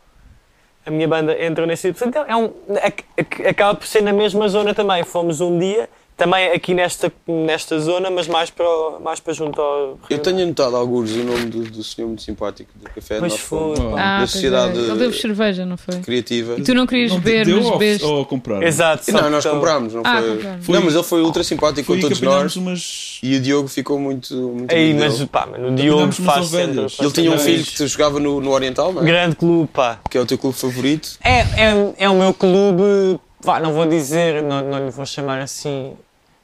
B: A minha banda entrou nesse tipo. Então, é um, ac- ac- acaba por ser na mesma zona também. Fomos um dia, também aqui nesta, nesta zona, mas mais para, o- mais para junto ao Rio.
E: Eu tenho anotado alguns o nome do, do senhor muito simpático do café.
B: Pois
E: nós fomos.
B: foi.
D: Ah.
C: Ah,
E: Da
C: pois
E: sociedade-
C: é. Ele deu cerveja, não foi?
E: Criativa.
C: E tu não querias
D: Não te
C: beber,
D: deu
C: mas
D: ou-
C: bebeste.
D: ou compraram?
B: Exato. só
E: Não, nós
B: que-
E: comprámos, não
C: Ah,
E: foi...
C: compraram.
E: Não, mas ele foi ultra simpático
D: Foi
E: com
D: que
E: todos
D: apanhámos
E: nós.
D: umas...
E: E o Diogo ficou muito. muito
B: Aí,
E: amigo
B: mas
E: dele.
B: pá, mano, o Diogo
D: Combinámos
B: faz
D: umas ovelhas.
B: sempre-
E: Ele tinha um
B: faz
E: filho
B: sempre-
E: que jogava no, no Oriental, não é?
B: Grande clube, pá. um,
E: Que é o teu clube favorito.
B: É, é, é o meu clube Vá, não vou dizer, não, não lhe vou chamar assim.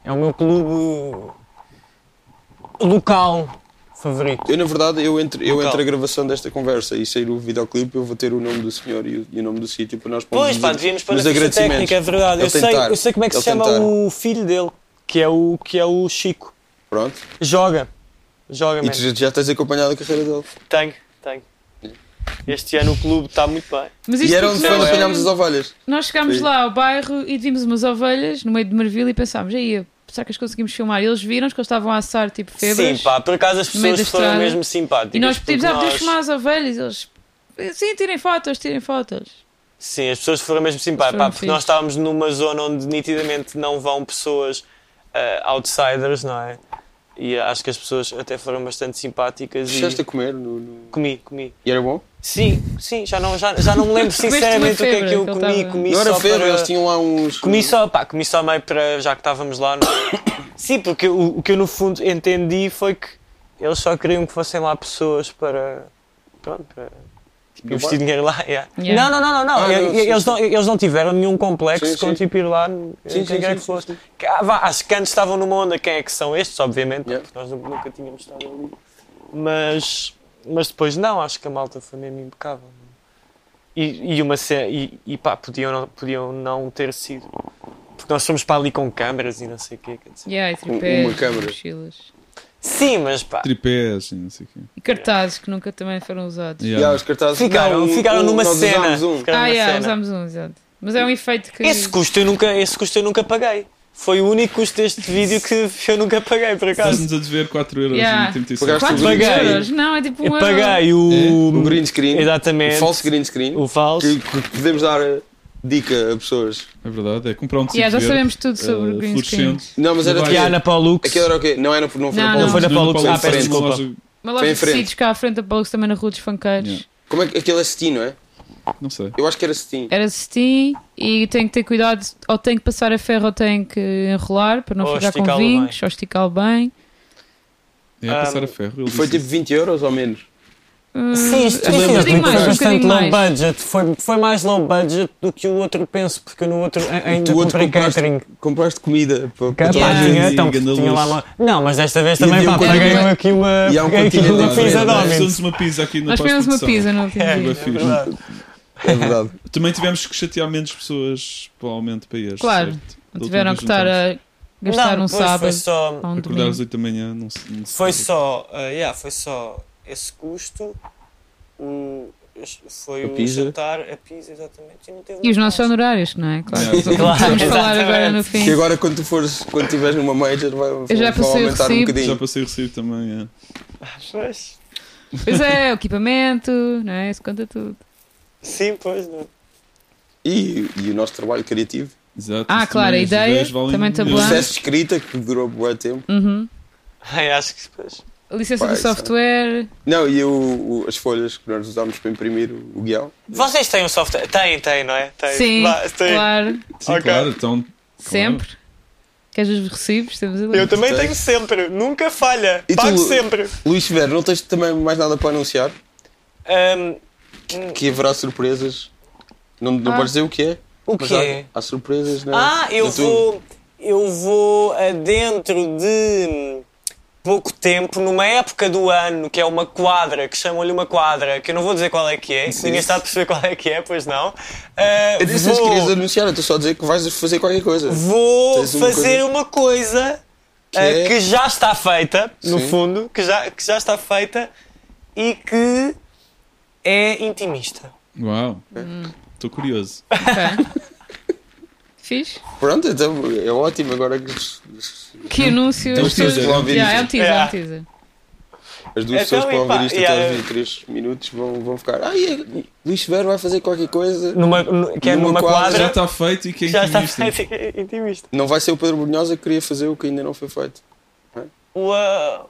B: É o meu clube local favorito.
E: Eu, na verdade, eu entre, eu
B: Local.
E: entre a gravação desta conversa e sair o videoclipe, eu vou ter o nome do senhor e o, e o nome do sítio para nós
B: Pois,
E: nos-
B: pá, devíamos pôr na
E: nos
B: ficha
E: agradecimentos.
B: técnica, é verdade.
E: Ele
B: Eu sei,
E: tentar.
B: eu sei como é que se
E: Ele
B: chama
E: tentar.
B: o filho dele, que é o, que é o Chico.
E: Pronto.
B: Joga. Joga
E: E
B: mesmo.
E: tu já- já tens acompanhado a carreira dele.
B: Tenho, tenho. Este ano o clube está muito bem.
C: Mas
E: E
C: isto
E: era
C: porque
B: um
E: onde foi
C: nós-
E: nós apanhámos as ovelhas.
C: Nós chegámos
E: Sim.
C: lá ao bairro e vimos umas ovelhas no meio de Marvila e pensámos, aí, será que as conseguimos filmar? E eles viram que eles estavam a assar tipo febras.
B: Sim, pá, por acaso as
C: no meio
B: pessoas
C: da
B: foram
C: estrada.
B: mesmo simpáticas.
C: e nós pedimos, ah,
B: porque
C: podemos
B: nós-
C: filmar as ovelhas? Eles, sim, tirem fotos, tirem fotos.
B: Sim, as pessoas foram mesmo simpáticas,
C: Foram
B: pá, porque nós
C: fixe.
B: estávamos numa zona onde nitidamente não vão pessoas eh, outsiders, não é? E acho que as pessoas até foram bastante simpáticas
E: Deixaste a
B: e
E: comer no, no-
B: comi, comi.
E: E era bom?
B: Sim, sim, já não, já, já não me lembro
C: uma
B: sinceramente o que é que eu
C: febre,
B: comi,
C: que ele
B: comi
E: não
B: só
E: era febre,
B: para...
E: eles tinham lá uns...
B: Comi só, pá, comi só meio para. já que estávamos lá. não é? Sim, porque o, o que eu no fundo entendi foi que eles só queriam que fossem lá pessoas para. pronto, para. tipo,
E: No
B: investir
E: bar?
B: dinheiro lá. yeah.
C: Yeah.
B: Não, não, não, não, não.
E: Ah,
B: E-
E: não,
B: e-
E: sim,
B: eles,
E: sim.
B: não eles não tiveram nenhum complexo
E: Sim,
B: com
E: sim.
B: tipo ir lá.
E: Sim,
B: quem
E: sim,
B: quer
E: sim,
B: que
E: sim,
B: fosse.
E: sim.
B: Que- ah, vá, acho que antes estavam numa onda quem é que são estes, obviamente,
E: Yeah.
B: porque nós nu- nunca tínhamos estado ali. Mas, mas depois não, acho que a malta foi mesmo impecável. E, e uma ce- e, e pá, podiam não, podiam não ter sido. Porque nós fomos para ali com câmaras e não sei o quê. Quer dizer.
C: Yeah, e
E: uma
C: tripés,
E: câmara.
C: tipo mochilas.
B: Sim, mas pá.
D: Tripés e não sei o quê.
C: E cartazes que nunca também foram usados.
E: E
D: Yeah.
E: há os cartazes.
B: Ficaram,
E: Não, um-
B: ficaram
E: um-
B: numa
E: nós
B: cena.
E: usámos um.
B: Ficaram
C: ah,
B: numa
C: yeah,
B: cena.
C: usámos um, exato. Mas é um efeito que.
B: Esse custo, eu nunca, esse custo eu nunca paguei. Foi o único custo deste vídeo que eu nunca paguei, por acaso.
D: Estás-nos a dever 4 euros
C: Yeah.
D: e 37
E: Pagaste
C: Quatro
E: Paguei.
C: euros? Não, é tipo um
B: Eu
C: euro.
B: paguei o.
E: O green screen.
B: Exatamente.
E: É? Um O falso green screen.
B: O falso.
E: Que, que podemos dar eh, dica a pessoas.
D: É verdade, é comprar um tecido
C: Yeah, já
D: verde,
C: sabemos tudo sobre
B: É,
D: eh,
C: o green screen.
D: fluorescente.
E: Não, mas era... tipo,
D: Vai.
B: Que a Ana Paulux.
E: Aquilo era o quê? Não era... Não foi
C: Não,
E: na
C: não.
E: Paulux.
B: Foi na
D: Não,
B: Paulux.
D: Paulux,
B: Ah, peço
D: foi
B: desculpa.
D: numa loja-
C: Uma loja de
E: em frente.
C: tecidos cá à frente da Polos, também na Rua dos Funkeiros.
D: Yeah.
E: Como é que... Aquilo é cetim, não é?
D: Não sei.
E: Eu acho que era cetim.
C: Era cetim e tem que ter cuidado, ou tem que passar a ferro ou tem que enrolar para não
B: Ou
C: ficar com
B: esticá-lo
C: vincos, ou esticá-lo bem.
D: É a
B: Ah,
D: passar a ferro. ele
E: E foi
D: disse
E: tipo 20 euros ou menos.
C: Hum,
B: Sim, isto
E: é
C: acho que
B: foi
C: um bocadinho mais, um
B: bastante
C: bocadinho
B: low
C: mais.
B: budget. Foi, foi mais low budget do que o outro, penso, porque no outro a- ainda
E: Tu outro
B: comprei
E: compraste,
B: catering.
E: compraste comida para, para
B: Capaz,
E: toda a
C: Yeah.
E: gente.
B: tinha, então,
D: Ganda
B: tinha lá
D: luz.
B: uma- Não, mas desta vez também
E: havia
B: pá,
E: um
B: paguei
C: continente.
B: aqui uma,
E: E há um
B: paguei aqui
E: continente
B: uma
E: à
B: pizza
E: frente,
B: de
E: não é?
D: Nós
B: homens.
D: fizemos uma pizza aqui na
C: Nós comemos uma
D: pós-produção.
C: pizza no último
B: É,
C: dia.
D: Bué
B: é
D: fixe.
B: verdade.
E: É verdade.
D: Também tivemos que chatear menos pessoas, provavelmente, para este.
C: Claro.
D: certo? Da
C: Não
D: última
C: tiveram
D: vez
C: que estar a gastar
B: Não,
C: um
B: depois Foi
C: sábado
B: só,
C: ou um
D: Acordar às
C: domingo.
D: 8 da manhã, não se. não se-
B: foi só, ah, yeah, foi só esse custo, o, foi
E: A
B: o
E: pizza.
B: jantar, a pizza, exatamente. E, não teve
C: E os
B: mais
C: nossos
B: nada.
C: honorários, não é? Claro.
D: Yeah.
C: Vamos
B: Claro,
C: falar agora no fim.
E: E agora quando tu fores, quando estiveres numa major, vai, vai-
C: já
E: vai
C: passei o
E: aumentar um
C: recibo.
E: bocadinho.
D: Já passei o recibo também, é.
B: Pois,
C: Pois é, o equipamento, não é? Isso conta tudo.
B: Sim, pois, não.
E: E, e o nosso trabalho criativo.
D: Exato.
C: Ah,
D: isso
C: claro,
D: também,
C: a
D: as
C: ideia,
D: ideias valem
C: também
D: milhões.
E: O
C: Claro. tabulamos.
E: processo de escrita que durou bom tempo.
C: Uhum.
B: Ai, acho que pois.
C: A licença
E: Pá,
C: do
E: isso é-
C: software.
E: Não, e o- o- as folhas que nós usámos para imprimir o, o guião.
B: Vocês têm um software? Têm, têm, não é? Têm.
C: Sim,
B: Vá, têm.
C: claro.
D: Sim,
B: Ok.
D: claro, então.
C: Sempre. Queres os recibos? Temos ali.
B: Eu também
E: Tens.
B: tenho sempre, nunca falha,
E: E tu,
B: pago
E: Lu-
B: sempre.
E: Luís Severo, não tens também mais nada para anunciar?
B: Ahm,
E: Que haverá surpresas. Não, não
C: Ah.
E: podes dizer o que é.
B: o
E: mas
B: quê?
E: Há, há surpresas na.
B: Ah, eu
E: na tua-
B: vou. Eu vou ah, dentro de hum, pouco tempo, numa época do ano, que é uma quadra, que chamam-lhe uma quadra, que eu não vou dizer qual é que é, ninguém está a perceber qual é que é, pois não. Ah,
E: Eu disse É que
B: vou-
E: querias anunciar, eu estou só a dizer que vais fazer qualquer coisa.
B: vou
E: Tens uma
B: fazer uma coisa
E: Que
B: eh,
E: é?
B: que já está feita, no
E: Sim.
B: fundo, que já, que já está feita e que é intimista.
D: Claro. Uau.
C: Hum.
D: Estou curioso.
C: Ok. Fiz?
E: Pronto, então é ótimo agora que as
C: Que anúncio.
D: Então,
C: as pessoas-
E: teaser, é um
C: Yeah, é um
E: teaser.
C: teaser, é um
B: Yeah.
C: teaser.
E: as duas
B: Então,
E: pessoas que vão
B: epá,
E: ouvir isto
B: yeah.
E: até aos 23 minutos vão, vão ficar. Ah, e é- Luís Severo vai fazer qualquer coisa.
B: Numa, nu- que é
E: Numa
B: numa,
E: quadra,
D: Já
B: quadra,
D: está feito e quem
B: já está
D: entrevista?
B: feita e que é intimista.
E: Não vai ser o Pedro Brunhosa que queria fazer o que ainda não foi feito.
B: Uau!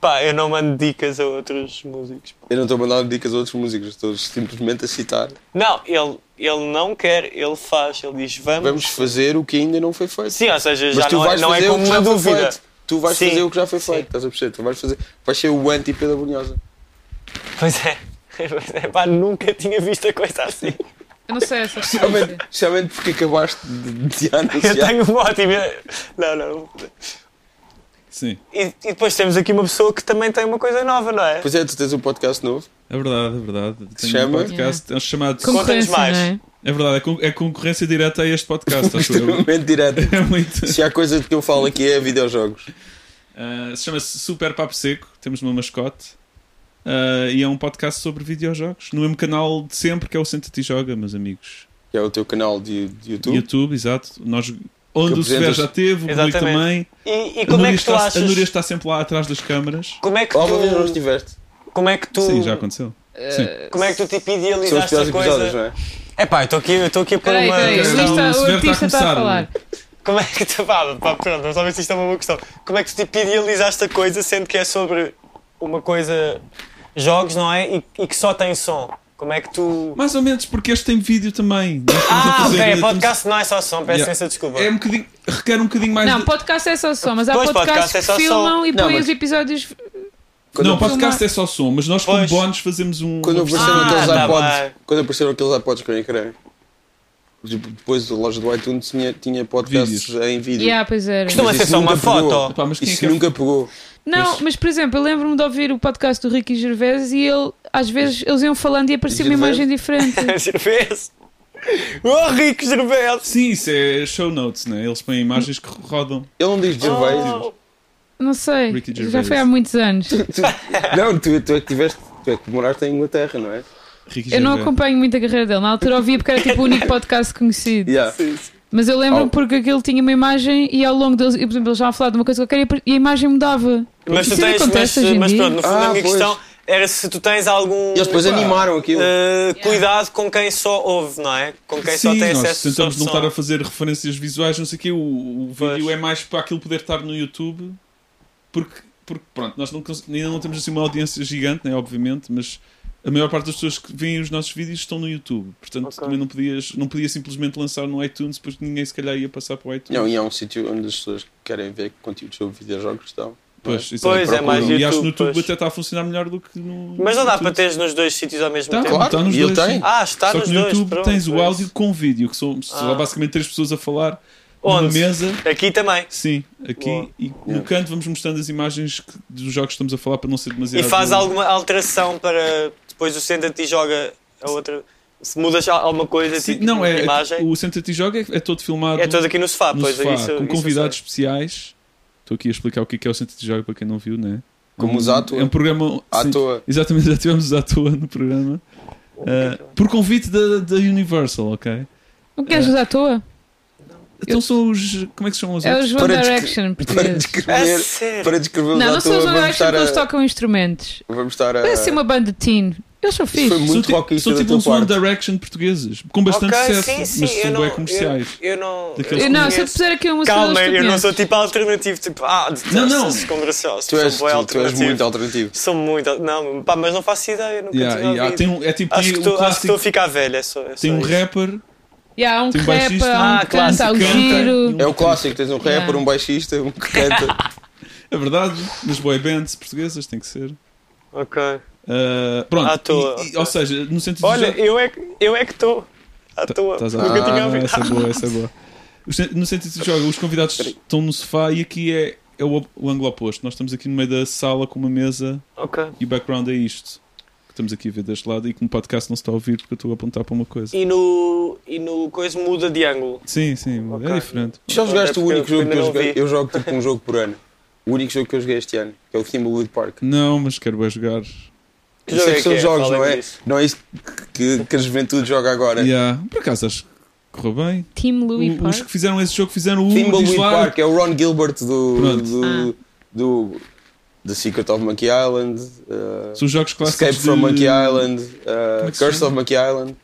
B: Pá, eu não mando dicas a outros músicos.
E: Eu não estou a mandar dicas a outros músicos, estou simplesmente a citar.
B: Não, ele, ele não quer, ele faz, ele diz vamos.
E: Vamos fazer o que ainda não foi feito.
B: Sim, ou seja,
E: Mas
B: já
E: tu
B: não, é-
E: vais
B: não é
E: fazer o
B: como
E: que já
B: uma
E: foi
B: dúvida.
E: feito. Tu vais
B: Sim.
E: fazer o que já foi
B: Sim.
E: feito, estás a perceber? Tu vais, fazer, vais ser o anti-Pedro Brunhosa.
B: Pois é. Pois é, pá, nunca tinha visto a coisa assim.
C: Eu não sei essa
E: Especialmente,
C: referência.
E: especialmente porque acabaste de, de
B: Eu
E: anunciar.
B: tenho um ótimo. Não, não.
D: Sim,
B: E, e depois temos aqui uma pessoa que também tem uma coisa nova, não é?
E: Pois é, tu tens um podcast novo.
D: é verdade, é verdade. Tenho
E: chama?
D: um podcast, é um chamado.
C: Concorrência,
B: mais.
C: não é?
D: É verdade, é, con- é concorrência direta a este podcast, acho eu.
E: Extremamente direto.
D: É muito.
E: Se há coisa de que eu falo aqui é videojogos.
D: Uh, se chama-se Super Papo Seco, temos uma mascote. Uh, e é um podcast sobre videojogos. No mesmo canal de sempre, que é o Senta-te e Joga, meus amigos.
E: Que é o teu canal de, de YouTube.
D: YouTube, exato. Nós, onde o
E: apresentas-
D: Sever já teve, o Rui
B: Exatamente.
D: também.
B: E, e
D: a,
B: como
D: Núria
B: é que tu
D: está, a Núria
B: achas?
D: está sempre lá atrás das câmaras.
B: Como é que
E: Lá uma vez não
B: tu.
E: estiveste.
B: Como é que tu.
D: Sim, já aconteceu.
E: Eh,
D: Sim.
B: Como é que tu tipo
E: São os
B: idealizaste
E: piores
B: a
E: episódios, não
B: coisa?
E: é?
B: É pá, eu estou aqui, eu estou aqui a pôr
C: Peraí,
B: uma.
C: peraí, o
D: Não,
C: artista-
D: o
C: o
D: Sever
C: artista está
D: está a
C: a
D: começar,
C: falar.
B: Como é que tu. Pá, pá, pronto, vamos lá ver se isto é uma boa questão. Como é que tu tipo idealizaste a coisa sendo que é sobre uma coisa. jogos, não é? E, e que só tem som. Como é que tu.
D: Mais ou menos, porque este tem vídeo também. Nós estamos a
B: Ah,
D: fazer-
B: ok,
D: estamos-
B: podcast não é só som, peço
D: Yeah.
B: imensa desculpa.
D: É um bocadinho, requer um bocadinho mais.
C: Não,
D: de-
C: podcast é só som, mas há
B: Pois, podcast
C: podcasts
B: é só
C: que filmam e
E: Não,
C: põem
E: mas-
C: os episódios.
E: Quando,
D: não,
E: apare-
D: podcast é só som, mas nós com
B: Pois.
D: bónus fazemos um.
E: quando apareceram
B: Ah,
E: aqueles
B: tá
E: iPods.
B: bem.
E: Quando apareceram aqueles iPods que eu nem creio. tipo, Depois a loja do iTunes tinha, tinha podcasts em vídeo.
C: Yeah, pois era.
B: Costuma
E: Mas
B: é ser
E: isso
B: só uma
E: nunca pegou.
B: foto.
D: Epá, mas quem é
E: Isso
D: que é-
E: nunca pegou.
C: Não, mas por exemplo, eu lembro-me de ouvir o podcast do Ricky Gervais e ele, às vezes, eles iam falando e aparecia uma
E: Gervais?
C: imagem diferente.
B: Gervais. Oh, Rico Gervais.
D: Sim, isso é show notes, né? Eles põem imagens que rodam.
E: Ele não diz Gervais.
B: Oh.
C: Não sei,
D: Ricky
C: já
D: Gervais.
C: foi há muitos anos.
E: Não, tu, tu é que tiveste. Tu é que moraste em Inglaterra, não é?
D: Ricky
C: Eu não
D: Gervais.
C: acompanho muito a carreira dele. Na altura ouvia porque era tipo o único podcast conhecido.
E: Yeah.
C: Mas eu lembro-me
E: Oh.
C: porque aquilo tinha uma imagem e ao longo deles, e, por exemplo, eles já a falar de uma coisa qualquer e a imagem mudava.
B: Mas tu
C: Isso ainda
B: tens, mas,
C: acontece hoje em
B: mas
C: dia?
B: pronto, no fundo
E: Ah,
B: a minha
E: pois.
B: questão era se tu tens algum
E: E eles depois
B: eh,
E: animaram aquilo.
B: cuidado com quem só ouve, não é? Com quem só
D: Sim,
B: tem
D: nós
B: acesso só
D: tentamos não
B: som.
D: estar a fazer referências visuais, não sei o quê. O, o
B: Pois.
D: vídeo é mais para aquilo poder estar no YouTube, porque, porque pronto, nós não, cons- ainda não temos assim uma audiência gigante, né, obviamente, mas a maior parte das pessoas que veem os nossos vídeos estão no YouTube. Portanto,
B: Ok.
D: também não podias não podia simplesmente lançar no iTunes, pois ninguém se calhar ia passar para o iTunes.
E: Não, e é um sítio onde as pessoas que querem ver conteúdos sobre videojogos estão.
D: Pois, isso
B: Pois, é
D: procuram.
B: mais
D: E acho que
B: YouTube,
D: no YouTube
B: pois.
D: até está a funcionar melhor do que no.
B: Mas não dá para
D: YouTube.
B: teres nos dois sítios ao mesmo
D: Tá,
B: tempo.
E: Claro,
D: está nos
E: e ele
D: dois,
E: tem.
D: sim.
B: Ah, está
D: Só
B: nos
D: que no
B: dois.
D: YouTube
B: pronto, é
D: tens o
B: pois.
D: áudio com vídeo, que são são
B: Ah.
D: basicamente três pessoas a falar numa
B: Onde?
D: mesa.
B: Aqui também.
D: Sim, aqui
B: Boa.
D: e no canto vamos mostrando as imagens que- dos jogos que estamos a falar para não ser
B: E
D: demasiado.
B: faz alguma alteração para depois o senta-te e joga a outra. Se mudas a- alguma coisa,
D: Sim,
B: tipo,
D: não, é,
B: imagem.
D: o Senta Ti Joga é, é todo filmado
B: É todo aqui no sofá,
D: no
B: pois
D: sofá,
B: isso, é
D: com
B: isso
D: convidados especiais. Estou aqui a explicar o que é que é o Senta Ti Joga para quem não viu, né?
E: Como
D: Um-
E: os à toa.
D: É um programa.
E: À
D: sim,
E: toa.
D: Exatamente, já tivemos os à toa no programa. Ah, por convite da, da Universal, ok?
C: Não queres usar é à toa?
D: Então são os. Como é que se chamam os
C: É
D: outros?
C: os One
E: Para
C: Direction
E: Para
C: portugueses.
B: É
E: descrever.
B: sério.
E: Para
C: Não,
E: descrever os
C: não
E: à
C: são
E: toa,
C: os One
E: vamos
C: Direction
E: estar
C: que eles
E: a.
C: tocam instrumentos.
E: Vamos estar a.
C: Parece ser uma banda teen. Eles são
E: Isso foi
C: fixe.
E: muito
D: são, ti-
E: rockista
D: são
E: da
D: tipo
E: tua
D: uns One
E: parte.
D: Direction portugueses, com bastante
B: Ok,
D: sucesso,
B: sim, sim,
D: mas
B: eu
D: são
B: não-
D: bem comerciais.
B: Eu, eu não.
D: Daqueles
B: eu
D: que-
C: Não, se eu te
B: conheço.
C: puser aqui uma música
B: Calma,
C: deles, tu
B: eu não sou
C: conheces.
B: tipo alternativo, tipo, ah, detesto
D: Não, não.
B: esses comerciais,
E: Tu és,
B: sou bué
E: tu, tu és
B: alternativo.
E: muito alternativo.
B: Sou muito, al- não, pá, mas não faço ideia, nunca
D: Yeah,
B: tive
D: yeah,
B: ouvido.
D: tem um- é tipo,
B: acho,
D: tem
B: que
D: um
B: estou- acho que
D: clássico,
B: estou a ficar velho, é só, é só
D: tem um
B: isso.
D: rapper,
C: Yeah, há um
D: Tem um
C: rap,
D: baixista,
C: há um
B: ah,
C: que canta, há o
D: clássico, canta.
C: giro.
E: É o clássico, tens um rapper,
C: Yeah.
E: um baixista, um que canta.
D: é verdade, nas boy bands portuguesas tem que ser.
B: Ok.
D: Ah, pronto,
B: À toa,
D: e- e-
B: ok.
D: ou seja, no sentido
B: Olha,
D: de
B: eu é, que- eu é que estou à toa,
D: estás a-
B: nunca tinha
E: Tá- Ah,
B: ouvido.
D: essa é boa, essa é boa. Os- No sentido de jogo, os convidados estão no sofá e aqui é, é o, o ângulo oposto. Nós estamos aqui no meio da sala com uma mesa
B: Ah, Ok.
D: e o background é isto. Que estamos aqui a ver deste lado e que no podcast não se está a ouvir porque eu estou a apontar para uma coisa.
B: E no, e no coisa muda de ângulo.
D: Sim, sim,
B: Ok.
D: é diferente.
E: Já jogaste o
B: É porque
E: único
B: eu
E: jogo que eu
B: primeiro não
E: joguei?
B: vi.
E: Eu jogo tipo um jogo por ano. O único jogo que eu joguei este ano, que é o Thimbleweed Park.
D: Não, mas quero bem jogar.
B: Que
E: Isso
B: jogo
E: é
B: é que
E: que são
B: é?
E: jogos,
B: Falem
E: não é?
B: disso.
E: Não é isso que, que a juventude joga agora.
D: Yeah. Por acaso acho que correu bem.
C: Team Louis
D: O- os
C: Park.
D: que fizeram esse jogo fizeram o
E: Thimbleweed
D: dislike.
E: Park é o Ron Gilbert do.
D: Um Pronto.
C: Ah.
E: do. do. The Secret of Monkey Island. uh,
D: São os jogos clássicos.
E: Escape from
D: de
E: Monkey Island. uh,
D: Como é que se
E: Curse
D: chama? Ah,
E: of Monkey Island.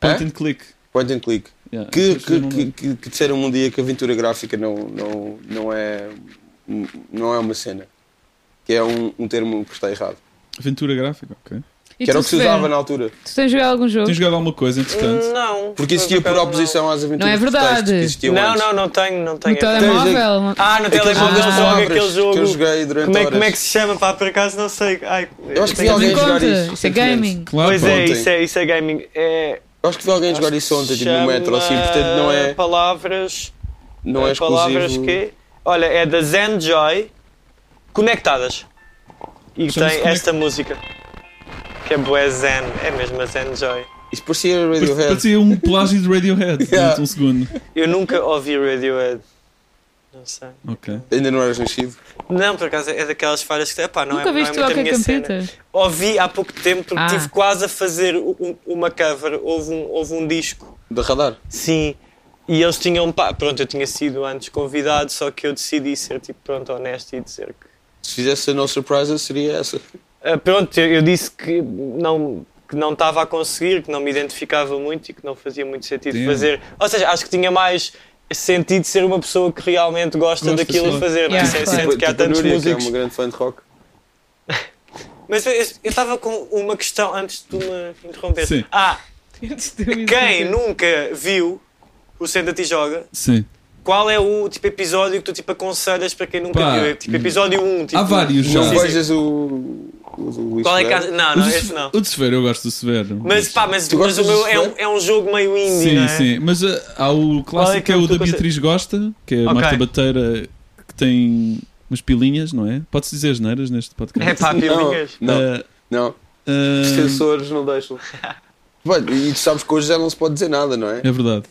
D: Point
E: Hã?
D: and click.
E: Point and click.
D: Yeah,
E: que,
D: esses eu
E: que,
D: não-
E: que, que, que disseram um dia que a aventura gráfica não, não, não, é, não é uma cena. Que é um, um termo que está errado.
D: é. Aventura gráfica, ok.
C: E
E: que era
C: tu,
E: o que se
C: Severo?
E: usava na altura.
C: Tu tens jogado algum jogo?
D: Tens jogado alguma coisa, entretanto?
E: Hum,
B: Não.
E: Porque existia por
B: acaso
E: oposição às aventuras
C: Não é verdade.
E: de texto que existiam
B: Não,
E: antes.
B: não, não tenho, não
C: No
B: tenho.
C: telemóvel?
B: Ah, no
E: Aqueles
B: telemóvel
C: Ah.
E: jogos das
B: joga
E: palavras
B: aquele jogo.
E: que eu joguei durante
B: como, é,
E: horas.
B: como é que se chama? Pá, por acaso não sei. Ai,
E: Eu acho que vi
B: tenho-
C: Não
E: alguém jogar
C: conta.
E: isso,
C: Isso é gaming.
D: Claro,
B: Pois
D: pá.
B: é,
E: ontem.
B: isso é, isso é gaming. É,
E: Eu acho que vi alguém
B: Acho
E: jogar
B: que
E: isso ontem,
B: se
E: tipo no metro ou assim,
B: chama
E: portanto não é,
B: Palavras.
E: não é exclusivo.
B: Palavras que. Olha, é da Zen Joy Conectadas. E
D: Chama-se
B: tem
D: Conec-
B: esta música. Que é Boé Zen. É mesmo a Zen Joy.
E: Isso parecia
D: Parecia
E: Radiohead.
D: parecia um plágio de Radiohead durante
E: Yeah.
D: um segundo.
B: Eu nunca ouvi Radiohead. Não sei.
D: Ok.
E: Ainda não eras nascido.
B: Não, por acaso é daquelas falhas que. Epá, não
C: Nunca
B: é, não é
C: viste
B: muito
C: o
B: a
C: OK
B: minha cena.
C: Computer?
B: Ouvi há pouco tempo porque
C: Ah.
B: estive quase a fazer u- u- uma cover. Houve um, houve um disco.
E: Da radar.
B: Sim. E eles tinham. Pá, pronto, eu tinha sido antes convidado, só que eu decidi ser tipo, pronto, honesto e dizer que.
E: Se fizesse a No Surprises seria essa. Tipo,
B: Ah, pronto, eu, eu disse que não que não estava a conseguir, que não me identificava muito e que não fazia muito sentido
D: Damn.
B: fazer. Ou seja, acho que tinha mais sentido ser uma pessoa que realmente gosta
D: Gosta,
B: daquilo
D: sim.
B: a fazer, não é?
C: Yeah,
B: Sendo-
C: claro.
B: sendo que há
E: Tipo a
B: tantos
E: Núria, que é
B: músicos.
E: uma grande fã de rock.
B: Mas eu eu estava com uma questão antes de tu me interromper.
D: Sim.
B: Ah, quem
C: Quem?
B: nunca viu o Senta-te e Joga,
D: Sim.
B: qual é o tipo episódio que tu tipo aconselhas para quem nunca
D: Pá,
B: viu? É, Tipo episódio 1. Tipo,
D: Há vários já.
E: Não
B: Sim, sim.
E: vejas o, o do Luís
B: Qual é que há- Não,
E: Ferreira?
D: Mas
B: não,
D: o
B: esse
D: Se-
B: não.
D: O de Severo, eu gosto do Severo.
B: Mas pá, mas,
E: Tu
B: mas
E: gostas
B: o meu
E: de
B: é um,
E: Shrek?
B: é um jogo meio indie,
D: Sim,
B: não é?
D: sim. Mas uh, há
B: Qual é
D: o clássico
B: que
D: que
B: é
D: é
B: o
D: o
B: que tu
D: da Beatriz Gosta, que é a
B: Ok.
D: Marta Bateira, que tem umas pilinhas, não é? Podes dizer as neiras neste podcast?
B: É pá, pilinhas.
E: Não,
D: Uh,
E: não.
D: uh,
E: Os sensores não deixam. Bem, e tu sabes que hoje já não se pode dizer nada, não é?
D: é verdade.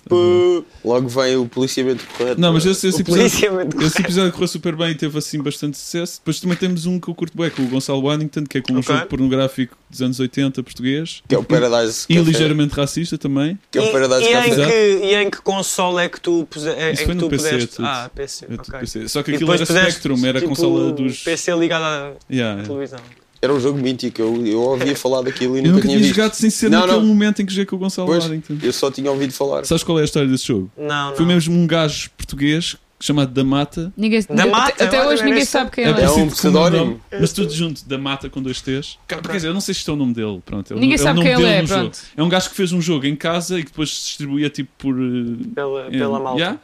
E: Logo vem o policiamento correto. é?
D: Não, mas tipo, esse,
B: O
D: esse
B: é
D: episódio.
B: policiamento
D: Esse episódio correu super bem e teve assim bastante sucesso. Depois também temos um que eu curto bem, com o Gonçalo Waddington, que é com um
B: Ok.
D: jogo pornográfico dos anos 80 português
E: Que é o Paradise
D: e
E: Café.
D: ligeiramente racista também.
E: Que é o
B: e,
E: Paradise
B: e
E: Café.
B: em
D: Exato.
B: que, e em que console é que tu, puse, é, em
D: Isso
B: que
D: foi
B: tu
D: no PC
B: puseste?
D: tudo.
B: Ah, PC,
D: Eu
B: ok.
D: pensei- Só que
B: E
D: aquilo era
B: depois puseste,
D: Spectrum, era
B: tipo,
D: a consola dos. É.
B: PC ligado à
D: Yeah, yeah.
B: televisão.
E: Era um jogo mítico, eu, eu ouvia falar daquilo e
D: Eu nunca
E: tinha
D: tinha
E: visto.
D: jogado sem ser
E: Não,
D: naquele
E: não.
D: momento em que joguei com o Gonçalo
E: Pois,
D: Waddington.
E: eu só tinha ouvido falar.
D: Sabes qual é a história desse jogo?
B: Não, não.
D: Foi mesmo um gajo português chamado Da Mata.
C: Ninguém,
B: Da
C: até-
B: mata,
C: até
B: olha,
C: hoje
B: era
C: ninguém
B: esse-
C: sabe quem
D: É,
C: ela é.
E: um
D: parecido com o meu
E: pseudónimo.
D: nome, Mas tudo junto, Da Mata com dois T's. Cara, quer dizer, eu não sei se é o nome dele. Pronto, é o
C: Ninguém
D: nome- é o
C: sabe
D: nome
C: quem ele
D: dele
C: é,
D: no jogo.
C: pronto.
D: É um gajo que fez um jogo em casa e que depois se distribuía tipo por. eh,
B: Pela,
D: eh,
B: pela malta.
D: yeah.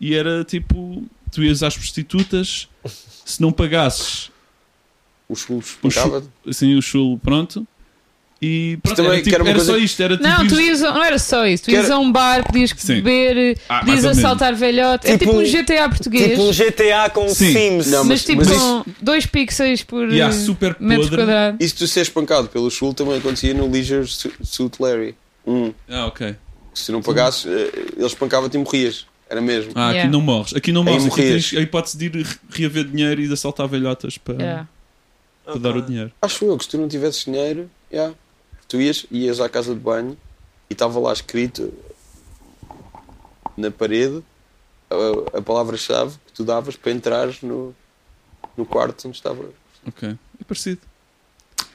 D: E era tipo: tu ias às prostitutas, se não pagasses
E: Os clubes
D: O chu-
E: pagava
D: assim o chulo, pronto. E pronto,
E: também
D: era, tipo-
E: que era uma
D: era
E: coisa
D: só
E: que-
D: isto. Era tipo
C: Não, tu
D: ias-
C: ias a- não era só isso. Tu ias
E: Quer-
C: a um bar, podias
D: Sim.
C: beber,
D: Ah, mais
C: podias
D: ou menos.
C: assaltar velhote. é
B: Tipo
C: tipo
B: um-
C: um GTA português,
B: Tipo um GTA com
D: Sim.
B: Sims.
E: Não,
C: mas,
E: mas-
C: tipo
E: mas
C: com dois pixels por
D: Yeah,
C: eh,
D: super
C: metro
D: podre.
C: quadrado.
E: Isso de ser espancado pelo Shul também acontecia no Leisure Su- Suit Larry. Um,
D: Ah, ok.
E: se não pagasses, eh, ele espancava-te e morrias. Era mesmo.
D: Ah, aqui
C: Yeah.
D: não morres. Aqui não
E: Aí
D: morres. Aqui
E: morrias.
D: tens a hipótese de ir re- reaver dinheiro e de assaltar velhotas para,
C: Yeah.
B: Ok.
D: para dar o dinheiro.
E: Acho eu que se tu não tivesses dinheiro, yeah, tu ias, ias à casa de banho e estava lá escrito na parede a, a palavra-chave que tu davas para entrares no, no quarto onde estava.
D: Ok. É parecido.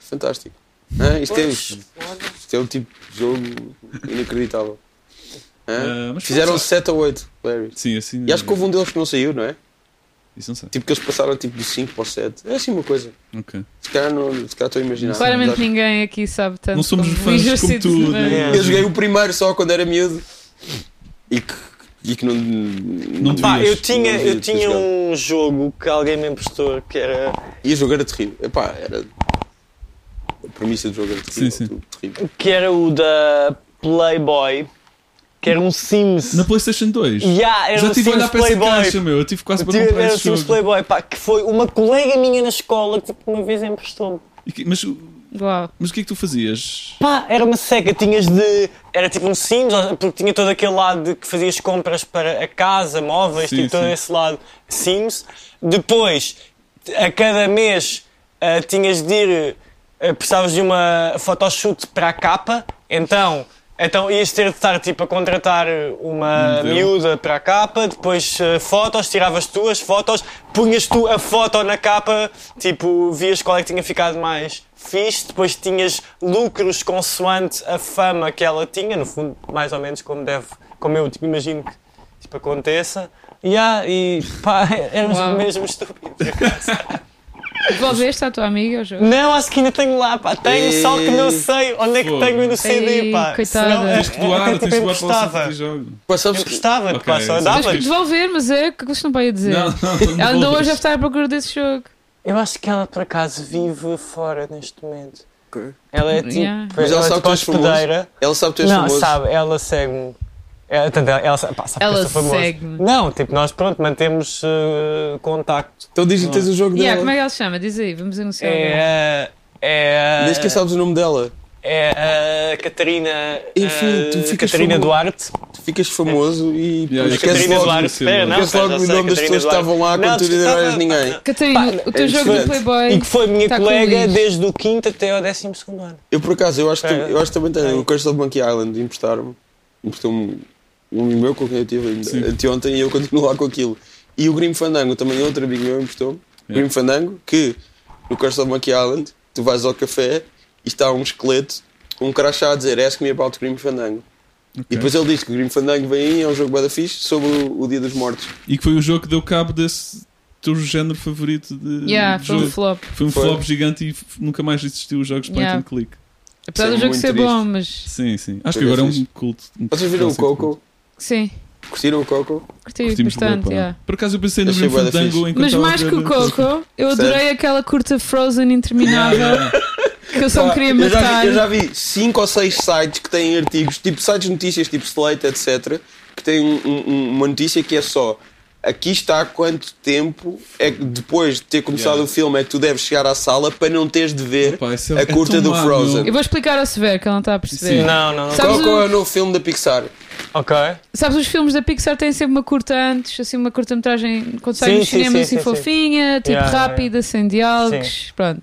E: Fantástico. Ah, isto, é,
B: Pois,
E: isto
B: olha.
E: é um tipo de jogo inacreditável. Ah,
D: Ah, mas
E: fizeram
D: pronto,
E: 7 ou 8, Larry.
D: Sim, assim.
E: E acho que houve um deles que não saiu, não é?
D: Isso não sei.
E: Tipo que eles passaram tipo do 5 para o 7. É assim uma coisa.
D: Ok.
E: Se calhar, não, se calhar estou a imaginar.
C: Claramente
E: Mas acho-
C: ninguém aqui sabe tanto.
D: Não somos
C: como
D: fãs
C: Leisure
D: como
C: Suit
D: tu,
C: Larry.
D: né?
E: Eu joguei o primeiro só quando era miúdo. E que, e que não. Não
D: devias.
B: Pá, eu
D: Não
B: tinha,
E: devia
B: eu
E: ter
B: tinha
E: jogado.
B: um jogo que alguém me emprestou que era.
E: E o jogo era terrível. Epá, era. A premissa do jogo era terrível.
D: Sim, sim.
E: tudo terrível.
B: que era o da Playboy, que era um Sims.
D: Na PlayStation 2.
B: Yeah, era
D: Já
B: um
D: tive a
E: assim
D: olhar
B: Sims
D: para essa
B: Playboy.
D: caixa, meu. Eu tive quase para comprar
B: Era o
D: esse
B: Sims
D: jogo.
B: Playboy, pá, que foi uma colega minha na escola que tipo, uma vez emprestou-me.
D: E que- Mas,
C: Uau.
D: mas o que é que tu fazias?
B: Pá, era uma seca, tinhas de. Era tipo um Sims, porque tinha todo aquele lado de que fazias compras para a casa, móveis,
D: Sim,
B: tipo todo
D: sim.
B: esse lado Sims. Depois, a cada mês, ah, tinhas de ir. ah, precisavas de uma photoshoot para a capa, então. Então ias ter de estar tipo, a contratar uma
D: modelo.
B: miúda para a capa, depois ah, fotos, tiravas tu as fotos, punhas tu a foto na capa, tipo, vias qual é que tinha ficado mais fixe, depois tinhas lucros consoante a fama que ela tinha, no fundo, mais ou menos como deve, como eu tipo, imagino que tipo, aconteça. Yeah, e pá, éramos
C: Uau.
B: mesmo estúpidos.
C: Devolveste à tua amiga o jogo?
B: Não, acho que ainda tenho lá, pá. Tenho, só que não sei onde é que
D: Fogo.
B: tenho no CD,
C: Ei,
B: pá.
C: coitada.
B: Senão,
D: Tens que doar,
B: até, tipo,
D: tens que doar para o
B: emprestava.
D: centro de jogo.
E: Pá, sabes que-
B: Emprestava,
D: Ok,
B: pá, só
D: sim.
C: Tens
B: dava
C: que devolver, mas é que custa não para ir dizer.
D: Ah, Não, não, não.
C: Ela andou
D: devolves.
C: hoje a estar à procura desse jogo.
B: Eu acho que ela, por acaso, vive fora neste momento.
E: Ok.
B: Ela é tipo.
C: Yeah.
E: Mas ela
B: é
E: sabe
B: tipo
E: que tu és famoso?
B: hospedeira.
E: Ela sabe que tu és
B: Não,
E: famoso.
B: sabe, ela segue-me. Ela, tanto ela, ela, sabe- pá, sabe que
C: Ela
B: eu sou famoso.
C: segue-me.
B: Não, tipo, nós pronto, mantemos eh, contacto.
E: Então diz-lhe que tens o jogo
C: Yeah, como
E: dela.
C: é que ela se chama? Diz aí, vamos anunciar. agora.
B: É. É.
E: Diz que sabes o nome dela.
B: É a Catarina.
E: Enfim,
B: eh,
E: tu ficas
B: Catarina
E: famoso.
B: Duarte.
E: Tu ficas famoso e
D: Yeah,
E: depois
D: yeah.
E: esqueces
B: Catarina
D: logo
E: logo,
D: de
B: Duarte.
D: cima.
B: Espera, não,
E: esqueces
B: pá,
E: logo
B: já
E: o
B: sei,
E: nome das
B: Catarina
E: pessoas que
B: Duarte.
E: estavam lá
B: Não,
E: quando tu
B: tu
E: não eras
B: estava-
E: ninguém.
C: Catarina,
B: Pá,
C: o teu
E: é
C: jogo do
E: diferente.
C: Playboy.
B: E que foi minha
C: tá com o
B: colega
C: Luís.
B: desde o 5 até ao 12 ano.
E: Eu por acaso, eu acho que,
B: Espera.
E: eu acho que também tenho
B: Ei.
E: o Crystal Monkey Island emprestaram-me. Emprestou-me um amigo meu com quem eu tive
D: Sim.
E: anteontem e eu continuo lá com aquilo. E o Grim Fandango também, é outro amigo meu emprestou-me.
D: Yeah.
E: Grim Fandango, que no Crystal Monkey Island, tu vais ao café e está um esqueleto, um crachá a dizer Ask me about Grim Fandango. E depois ele diz que o Grim Fandango vem aí, é um jogo bada fixe sobre o, o Dia dos Mortos.
D: E que foi o jogo que deu cabo desse teu género favorito de,
C: Yeah,
D: de
C: foi um
D: jogo.
C: flop.
D: Foi um
E: Foi.
D: flop gigante e f- nunca mais existiu os jogos point
C: Yeah.
D: and click.
C: Apesar
E: Sim,
C: do jogo
E: muito
C: ser
E: triste.
C: bom, mas.
D: Sim, sim. Acho
E: Foi
D: que agora é um
E: fixe.
D: culto. um
E: Vocês viram o
D: clássico culto.
E: Coco?
C: Sim,
E: Curtiram o Coco?
C: curti
D: Curtimos bué,
C: bastante.
D: pá.
C: yeah.
D: Por acaso eu pensei no
E: Achei
D: Grim
E: bué da
D: Fandango
E: fixe.
D: enquanto
C: Mas
D: estava a
C: mais
D: ver-
C: que o Coco, eu adorei aquela curta Frozen interminável
D: Yeah,
C: que eu só me
E: Pá,
C: Então queria
E: eu, já
C: matar.
E: vi, eu já vi cinco ou seis sites que têm artigos, tipo sites de notícias, tipo Slate, etc., que têm um- um- uma notícia que é só aqui está quanto tempo é que depois de ter começado
D: Yeah.
E: o filme é que tu deves chegar à sala para não teres de ver
D: Opa, isso é-
E: a
D: é
E: curta
D: tão
E: do
D: mau,
E: Frozen.
C: Eu vou explicar ao Severo que ele não está a perceber.
D: Sim.
B: Não, não, não.
C: Sabe- Sabes
E: Coco
C: o-
E: é o novo filme da Pixar.
B: Ok.
C: Sabes, os filmes da Pixar têm sempre uma curta antes, assim, uma curta-metragem quando sai
B: Sim,
C: nos
B: sim,
C: cinemas
B: sim, sim,
C: assim
B: sim.
C: fofinha, tipo
B: Yeah, yeah,
C: rápida, sem diálogos. Pronto.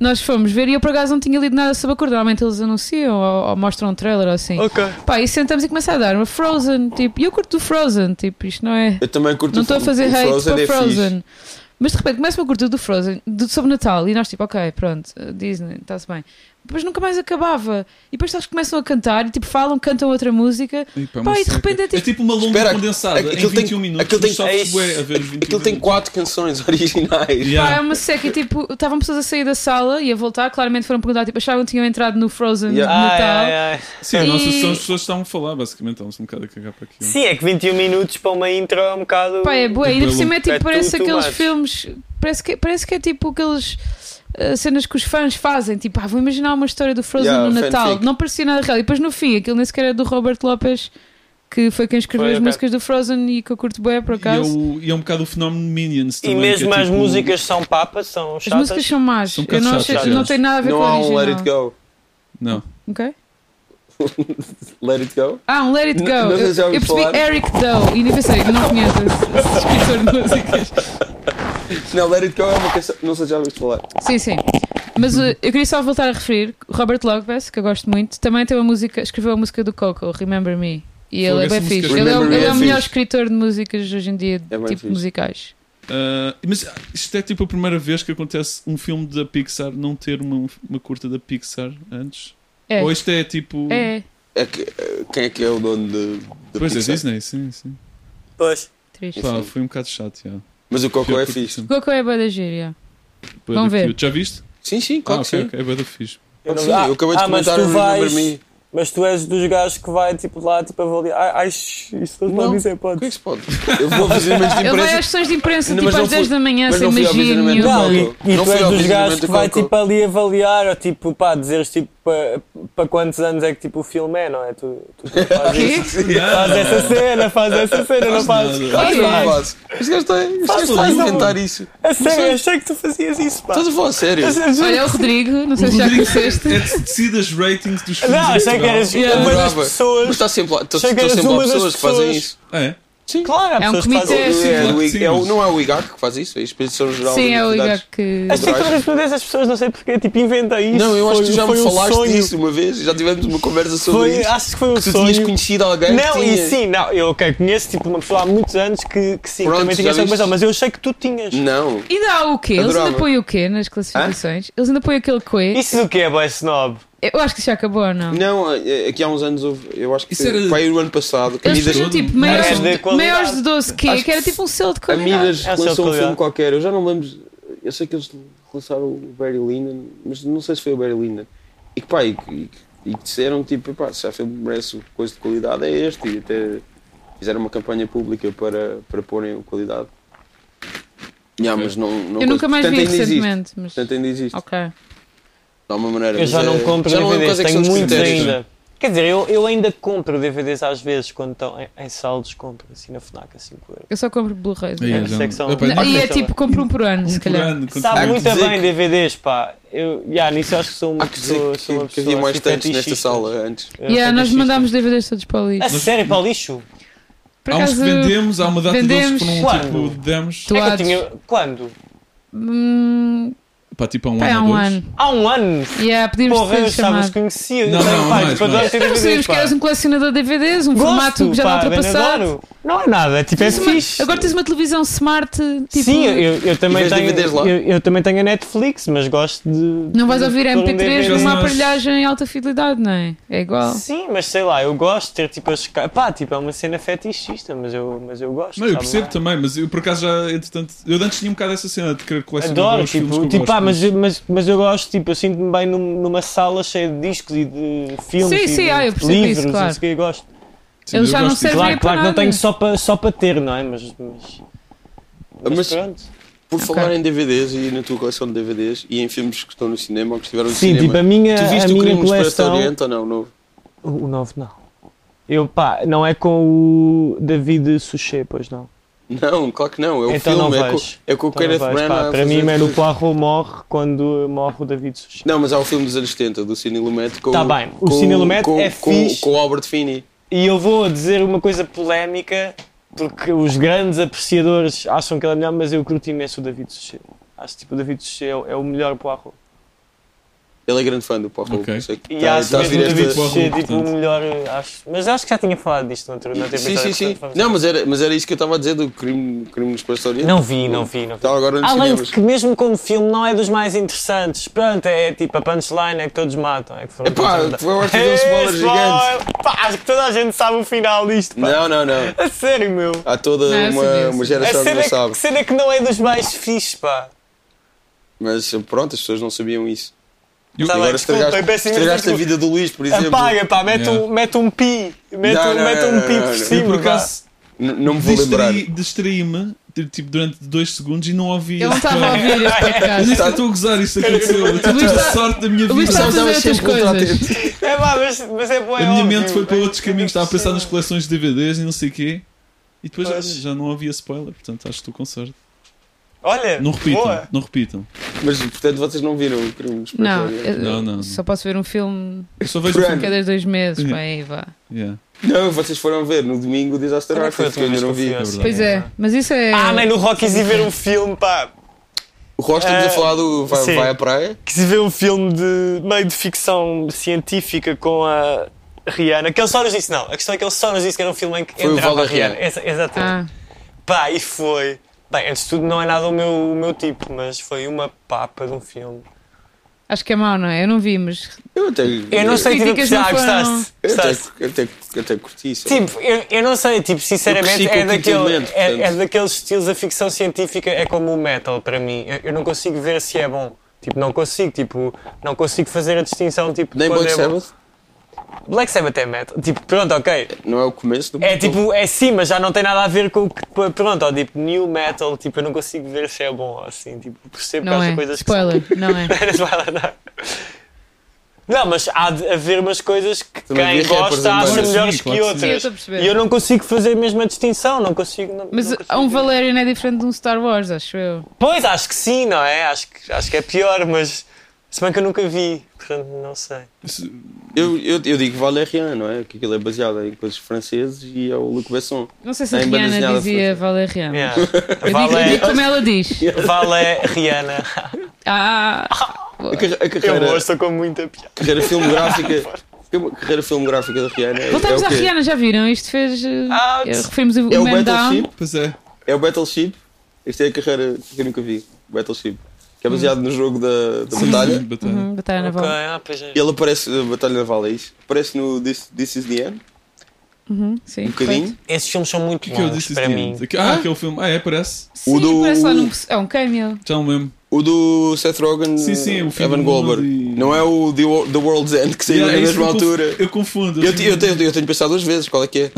C: Nós fomos ver e eu por acaso não tinha lido nada sobre a curta. Normalmente eles anunciam ou, ou mostram um trailer ou assim.
B: Ok.
C: Pá, e sentamos e começa a dar uma Frozen, tipo, e eu curto do Frozen, tipo, isto não é.
E: Eu também curto
C: Não
E: o
C: estou a
E: filme.
C: fazer
E: O
C: hate
E: Frozen
C: para
E: é fixe.
C: Frozen. Mas de repente começa uma curta do Frozen, do, sobre Natal, e nós tipo, ok, pronto, Disney, está-se bem. Depois nunca mais acabava. E depois eles começam a cantar e tipo falam, cantam outra música.
D: Ih, pá,
C: Pá,
D: uma
C: e de
D: seca.
C: repente é tipo-
D: uma longa
E: Espera, é
D: condensada em
E: aquilo
D: 21
E: tem-
D: minutos.
E: aquilo
D: mas
E: tem-
D: sofres
B: é isso.
D: bué a ver os 21
E: Aquilo tem
D: minutos.
E: quatro canções originais.
D: Yeah.
C: Pá, é uma seca e tipo, estavam pessoas a sair da sala e a voltar, claramente foram perguntar, tipo, achavam que tinham entrado no Frozen de
E: Yeah.
C: Natal.
B: Ai, ai, ai.
D: Sim, a nossa
C: E-
D: sessão as pessoas estavam a falar, basicamente. Estavam-se um bocado a cagar para aquilo.
B: Sim, é que 21 minutos para uma intro é um bocado.
C: Pá, é boa, e ainda por
D: Pelo-
C: cima é tipo,
B: é
C: parece
B: too- too
C: aqueles
B: much.
C: filmes, parece que, parece que é tipo aqueles ah, cenas que os fãs fazem, tipo, ah, vou imaginar uma história do Frozen
E: Yeah,
C: no Natal,
E: fanfic.
C: não parecia nada real, e depois no fim, aquilo nem sequer era do Robert Lopes, que foi quem escreveu
B: Foi,
C: as
B: ok.
C: músicas do Frozen e que eu curto bem, por
D: E é,
C: acaso.
D: o- e é um bocado o fenómeno Minions
B: E
D: também.
B: mesmo
D: que é
B: as
E: um-
D: tipo-
B: músicas são papas, são
C: As
B: chatas.
C: músicas são más,
D: São um
C: eu
D: bocado
C: não,
D: chatas,
C: achei- não
D: chatas.
C: tem nada a ver
E: Não
C: com a
E: há um
C: original.
E: Let It Go.
D: Não.
C: Ok?
E: Let It Go?
C: Ah, um Let It Go.
E: Não, não sei
C: Eu,
E: se já ouvi
C: eu percebi
E: falar.
C: Eric Doe e nem pensei, não conheço esse, esse escritor de músicas.
E: Não, Let It Go é uma canção. Não sei se já ouviste falar.
C: Sim, sim. Mas uh, eu queria só voltar a referir que o Robert Logbass, que eu gosto muito, também tem uma música, escreveu a música do Coco, Remember Me. E
D: Fogo,
C: ele é
D: essa
C: bem
D: música
C: fixe.
D: é
C: Ele é, o-
E: Remember Me
C: ele é
E: é
C: o melhor
E: fixe.
C: escritor de músicas hoje em dia,
E: É bem
C: de tipo
E: fixe.
C: musicais.
D: Ah, mas ah, isto é tipo a primeira vez que acontece um filme da Pixar não ter uma, uma curta da Pixar antes.
C: É.
D: Ou isto é tipo.
C: É,
E: É que, eh, quem é que é o dono de. de
D: Pois é,
E: Pixar?
D: Disney, sim, sim.
B: Pois.
C: triste.
D: Pá,
E: Sim.
D: foi um bocado chato, já.
E: Mas o Coco é
D: Porque-
E: fixe.
C: O Coco é boa da gíria.
D: Bué
C: Vão
D: da
C: ver.
D: cute. Já viste?
E: Sim, sim, claro
D: ah,
E: que
D: ok,
E: sim.
D: ok. É bué da fixe.
E: Claro que
B: não-
E: sim.
B: Ah,
E: eu acabei de
B: ah, mas
E: comentar um
B: tu
E: o Remember
B: vais-
E: Me.
B: Mas tu és dos gajos que vai tipo lá tipo avaliar. Ai, ai shh, isso não pode
E: Não.
B: dizer,
E: O que é que
B: pode.
E: se pode? Eu vou a visivelmente de
C: Ele vai às
E: imprensa.
C: sessões de imprensa
E: Não,
C: tipo
E: mas não
C: às
E: fui-
C: 10 da manhã,
E: mas
C: sem
E: não fui ao
C: magia
E: visionamento
C: nenhuma.
E: do
B: Não, e,
E: Coco.
B: e
E: Não
B: tu
E: fui
B: és
E: ao
B: dos gajos
E: visivelmente
B: que
E: do
B: vai
E: Coco.
B: tipo ali avaliar, ou tipo, pá, dizeres tipo para pa quantos anos é que tipo o filme é, não é? Tu, tu fazes,
C: Quê?
B: isso. faz essa cena, faz essa cena, não fazes.
D: nada.
E: Mas não
C: Ai,
E: faço. Este gajo está- este gajo está a
B: é Faz, não.
E: inventar isso.
B: A sério, eu achei que tu fazias isso, pá.
E: Estás a falar a sério?
C: Olha, é o Rodrigo, não sei
D: O
C: se já
D: Rodrigo
C: conheceste.
D: é de decide as ratings dos filmes.
B: Não,
D: em
B: achei que
D: Portugal.
B: eras
C: Yeah.
B: uma das
E: Brava. Mas tá-
B: pessoas.
E: está sempre lá. Estão
B: Chega
E: estão
B: a
E: sempre lá
B: uma das
E: pessoas que fazem
B: pessoas.
E: isso.
D: Ah, é?
B: Claro, há
C: É um
B: pessoas que
C: comitê.
B: fazem-
C: Sim,
E: É,
D: claro
E: o
D: que
E: I-
D: sim,
E: é o-
D: mas-
E: não é o IGAC que faz isso, é a Expedição Geral
C: Sim,
E: de
C: é o Igor
E: Atividades.
C: que.
B: Acho que é que todas as vezes as pessoas, não sei porquê, tipo, inventa isto.
E: Não, eu acho
B: foi,
E: que tu já
B: foi
E: me
B: um
E: falaste
B: sonho.
E: disso uma vez, já tivemos uma conversa sobre
B: Foi,
E: isso.
B: acho que foi um
E: Que tu
B: sonho.
E: tinhas conhecido alguém que
B: Não, e
E: tinha.
B: sim, não, eu ok, conheço tipo uma pessoa há muitos anos que, que sim, que
E: Pronto,
B: também tinha
E: já
B: essa
E: viste?
B: conversação, mas eu achei que tu tinhas.
E: Não.
C: Ainda há o quê? Eles ainda
E: Adorava.
C: põem o quê nas classificações? Eles ainda põem aquele quê?
B: Isso do que é, boy snob?
C: Eu acho que isso já acabou, ou não?
E: Não, eh, aqui há uns anos houve, eu acho que
D: Isso
E: foi
D: era-
E: foi o ano passado, que a
C: Eles
E: Midas,
C: faziam tipo
D: Não,
C: maiores
B: mas de
C: de,
B: qualidade.
C: maiores de 12 quê?
E: Acho
C: que era tipo um selo de
E: a
C: qualidade.
E: Midas
B: É a sua
E: lançou um
B: qualidade.
E: filme qualquer, eu já não lembro, eu sei que eles lançaram o Barry Lyndon, mas não sei se foi o Barry Lyndon. E que pá, e, que- e que- e que disseram tipo, pá, se há filme que merece coisa de qualidade é este, e até fizeram uma campanha pública para, para porem o qualidade. Yeah, mas não, não
C: Eu nunca mais
E: Portanto,
C: vi
E: ainda existe.
C: recentemente, mas.
E: Portanto, ainda existe.
C: Ok.
E: de alguma maneira.
B: Eu
E: mas
B: já
E: é-
B: não compro
E: já não é uma
B: DVDs,
E: coisa que
B: tenho
E: são
B: muitos
E: discutida.
B: ainda. Quer dizer, eu, eu ainda compro DVDs às vezes quando estão em, em saldos, compro assim na FNAC a 5 euros.
C: Eu só compro Blu-rays.
D: Aí,
B: É,
D: já-
B: secção-
D: Opa,
B: Não,
D: não-
C: E é
B: Marca,
C: tipo, compro um por ano, se
D: um por
C: calhar.
D: ano, quando- tipo,
B: Sabe
E: que
B: muito
E: dizer
B: bem
E: que-
B: DVDs, pá. Eu, yeah, nisso eu acho que sou uma
E: Há que dizer
B: pessoa. sou uma
E: que, que
B: pessoa
E: havia mais
B: assim,
E: tantos nesta
B: fetichista.
E: sala antes.
B: Eu
D: É,
C: E yeah, nós
B: fetichista.
C: mandámos DVDs todos para o
B: A
C: lixo.
B: sério, para o lixo?
C: Por
D: Há uns
C: acaso,
D: que vendemos, há uma data
C: vendemos.
D: de outros que
B: Claro.
D: foram tipo, demos.
C: Tu
B: É que eu
C: ates.
B: tinha. Quando?
C: hum,
D: Pá, tipo há um
C: pá, há
D: ano.
C: um
D: ou dois.
C: ano.
B: Há um ano!
C: Yeah, podíamos
B: Porra,
C: ter
B: eu estava
C: chamado.
B: desconhecido.
D: Não, não,
B: pá,
D: mais,
B: eu adoro
D: mais.
B: ter
C: Já
B: DVDs,
C: percebemos que
B: pá.
C: eras um colecionador de DVDs, um formato que já
B: pá,
C: está
B: bem
C: ultrapassado.
B: adoro. Não é nada, é tipo, é fixe.
C: Agora tens uma televisão smart, tipo.
B: Sim, eu, eu também
E: vês
B: tenho.
E: DVDs lá?
B: Eu, eu também tenho a Netflix, mas gosto de.
C: Não vais
B: de
C: ouvir
B: pôr um
C: MP3
B: DVD.
C: numa
D: Nós-
C: aparelhagem em alta fidelidade, não é? É igual.
B: Sim, mas sei lá, eu gosto de ter tipo as. ca- Pá, tipo, é uma cena fetichista, mas eu, mas eu gosto. tá
D: Não, eu
B: sabe
D: percebo
B: lá?
D: também, mas eu por acaso já, entretanto, eu antes tinha um bocado essa cena de querer colecionar
B: Adoro,
D: os filmes que
B: tipo,
D: eu
B: tipo
D: gosto,
B: ah, mas, mas, mas eu gosto, tipo, eu sinto-me bem num- numa sala cheia de discos e de filmes
C: Sim,
B: e
C: sim,
B: de
C: ah, eu percebo isso,
B: livros, e não
C: claro.
B: sei o que eu gosto.
D: Sim,
C: Eles
D: eu
C: já não
D: gosto disso.
C: servem.
B: Claro,
C: para
B: claro que não
C: nada.
B: tenho só para só para ter, não é? Mas, mas, Ah, mas,
E: Mas-
B: pronto.
E: Por
C: Ok.
E: falar em DVDs e na tua coleção de DVDs e em filmes que estão no cinema ou que estiveram no
B: Sim, tipo,
E: cinema,
B: a minha,
E: tu viste
B: a
E: o
B: minha
E: Crime Expresso do
B: coleção.
E: Oriente ou não? Novo?
B: O 9 não. Eu, pá, não é com o David Suchet, pois não.
E: Não, claro que não. É o
B: Então
E: filme,
B: não
E: é com,
B: vejo.
E: é com o
B: Então não
E: Kenneth
B: vais,
E: Branagh.
B: pá,
E: a
B: para mim,
E: fazer
B: mano, o
E: tudo.
B: Poirot morre quando morre o David Suchet.
E: Não, mas há o filme dos anos 70, do Cine Lumet. com-
B: Tá bem, o
E: com-
B: Cine Lumet
E: com-
B: é
E: com-
B: fixe.
E: Com o Albert Finney.
B: E eu vou dizer uma coisa polémica, porque os grandes apreciadores acham que ele é melhor, mas eu curto imenso o David Suchet. Acho que tipo, o David Suchet é o- é o melhor Poirot.
E: Ele é grande fã do Poirot.
D: Ok.
E: por isso é que
B: E
E: tá-
B: acho
E: tá a
B: mesmo
E: vir
B: o David
E: esta-
D: Poirot,
B: Suchet tipo, o
D: portanto.
B: melhor, eh, acho. Mas acho que já tinha falado disto no outro, no outro
E: Sim, sim,
B: episódio,
E: sim.
B: portanto,
E: Não, mas era, mas era isso que eu estava a dizer do crime, crime no Expresso do Oriente.
B: Não vi, não vi, não vi.
E: Está Tá agora nos
B: Além de
E: cinemas.
B: que, mesmo como filme, não é dos mais interessantes. Pronto, é tipo a punchline é que todos matam. É que foram
E: Epá,
B: todos matados.
E: tu agora fizeste um spoiler
B: Ei,
E: gigante.
B: spoiler! Pá, acho que toda a gente sabe o final disto. Pá.
E: Não, Ah, não, não.
B: A sério, meu.
E: Há toda
C: Não, eu sabia,
E: uma,
B: A
C: sabia.
E: uma geração que
B: cena, é
E: não
B: que,
E: sabe.
B: que cena que não é dos mais fixes, pá.
E: Mas pronto, as pessoas não sabiam isso.
D: Eu-
B: Tá
E: Agora
B: bem, desculpa,
E: estragaste,
B: eu peço imensa
E: estragaste a
B: desculpa.
E: vida do Luís, por exemplo.
B: Apaga, pá, mete, um,
D: Yeah.
B: mete um pi. Mete,
E: Não,
B: um-
E: não,
B: mete
E: não,
B: um pi
E: não,
B: por
E: não.
D: Eu, por
B: cima, pá.
D: acaso
E: N- Não me vou lembrar.
D: distraí- distraí-me distraí tipo, durante dois segundos e não ouvi.
C: Ele não
D: esse
C: estava a
D: plano.
C: ouvir este
D: Eu nem
C: podcast.
D: sequer estou a gozar, isto aconteceu. Eu tive
C: Luís
D: a
C: está-
D: sorte da minha
C: Luís
D: vida.
C: está a fazer
E: Estavas
C: outras
E: sempre ultra
C: coisas.
B: É pá, mas, mas é bom, é
D: A minha
B: óbvio.
D: mente foi para outros caminhos, estava a pensar nas
B: Sim.
D: coleções de DVDs e não sei o quê. E depois já,
B: Pois.
D: já não havia spoiler, portanto acho que estou com sorte.
B: Olha,
D: Não repitam,
B: boa.
D: não repitam.
E: Mas portanto vocês não viram o crime no Expresso
C: Não,
E: do
B: é-
E: Oriente.
C: eu-
D: Não, não.
C: só posso ver um filme
D: Eu só vejo.
E: Por
D: o
E: ano.
D: filme.
C: cada dois meses,
D: Yeah.
C: pá, aí vá.
D: Yeah.
E: Não, vocês foram ver no domingo o Disaster
B: Quando é que foi a
E: Artist, que um
B: última
E: eu ainda
B: vez
E: não
B: que eu
E: vi.
B: fui ao cinema?
C: Pois é, mas isso é.
B: Ah, mãe, no Rockies e ver um filme, pá.
E: O Ross estamos
B: Eh,
E: a falar do vai,
B: sim.
E: vai à praia.
B: que se vê um filme de meio de ficção científica com a Rihanna, que ele só nos disse, não, a questão é que ele só nos disse que era um filme em que
E: Foi o
B: entrava
E: Val
B: a
E: da
B: Rihanna.
E: Rihanna.
B: Exa- exatamente.
C: Ah,
B: Pá, e foi. Bem, antes de tudo não é nada o meu, o meu tipo, mas foi uma papa de um filme.
C: acho que é mau, não é? Eu não vi, mas.
E: Eu até.
B: Eu não sei, tipo,
C: críticas
B: já
C: não foram-
B: gostaste?
E: Eu até,
B: Gostaste?
E: eu até, eu até curti isso.
B: Tipo, eu, eu não sei, tipo, sinceramente,
E: Eu cresci
B: é,
E: com o Quinto
B: daquele,
E: Elemento,
B: é,
E: portanto.
B: é daqueles estilos, a ficção científica é como o metal para mim. Eu, eu não consigo ver se é bom. Tipo, não consigo, tipo, não consigo fazer a distinção, tipo, de
E: Nem
B: quando
E: Black
B: é bom.
E: Sabbath.
B: Black Sabbath é metal. Tipo, pronto, ok.
E: Não é o começo do
B: É tipo, é sim, mas já não tem nada a ver com o que. Pronto, ó, tipo, new metal, tipo, eu não consigo ver se é bom assim, tipo, percebo que
C: Não
B: há
C: é.
B: coisas
C: Spoiler, não é.
B: que. Spoiler, não. Não, mas há de haver umas coisas que quem
E: Também havia rappers
B: gosta
E: em
B: acha
E: bandas.
B: melhores
D: Sim,
B: que
D: claro que sim.
C: Sim,
B: outras.
C: eu estou a perceber.
B: e eu não consigo fazer mesmo a distinção, não consigo. Não,
C: Mas
B: não consigo.
C: um Valerian é diferente de um Star Wars, acho eu.
B: Pois, acho que sim, não é? Acho que, acho que é pior, mas. Se bem que eu nunca vi, portanto, não sei.
D: Isso-
E: Eu, eu, eu digo Valerian, não é? Que aquilo é baseado em coisas francesas e é o Luc Besson.
C: Não sei se a
E: Nem bandas
C: Rihanna
E: nada
C: dizia
E: francesas.
C: Valerian.
B: Yeah.
C: Eu digo, eu
B: É. Vale,
C: digo como ela diz.
B: vale é Rihanna.
C: Ah,
E: A, carre- a
B: Eu
E: carreira,
B: gosto com muita piada.
E: carreira filmográfica. a carreira filmográfica da Rihanna. é-
C: voltamos
E: é o
C: à
E: quê?
C: Rihanna, já viram? Isto fez. eh,
B: Out.
C: eu- Referimos o
E: É o
C: Man Down.
E: Battleship.
D: Pois é.
E: É o Battleship. Esta é a carreira que eu nunca vi. Battleship. Que é baseado no jogo da, da batalha.
D: Batalha.
C: Uhum, Batalha
B: Ok,
C: naval.
B: ah, pois é.
E: Ele aparece na Batalha Naval, é isso? Aparece no This, This Is The End,
C: Uhum, sim,
E: um bocadinho.
B: Esses filmes são muito
D: O que eu
B: bons
D: disse
B: para
D: isto
B: mim.
D: antes? Aqui- Ah, aquele filme. Ah, é, parece. Então
C: Sim,
E: do-
C: parece lá num. É um cameo.
D: Já não lembro.
E: O do Seth Rogen,
D: Sim, sim, o filme
E: Evan
D: do
E: Goldberg.
D: Woody.
E: Não é o The, Wo- The World's End que saiu
D: Yeah, é
E: na
D: isso
E: mesma
D: eu conf-
E: altura.
D: Eu confundo.
E: Eu, te- eu, tenho, eu tenho pensado duas vezes qual é que é.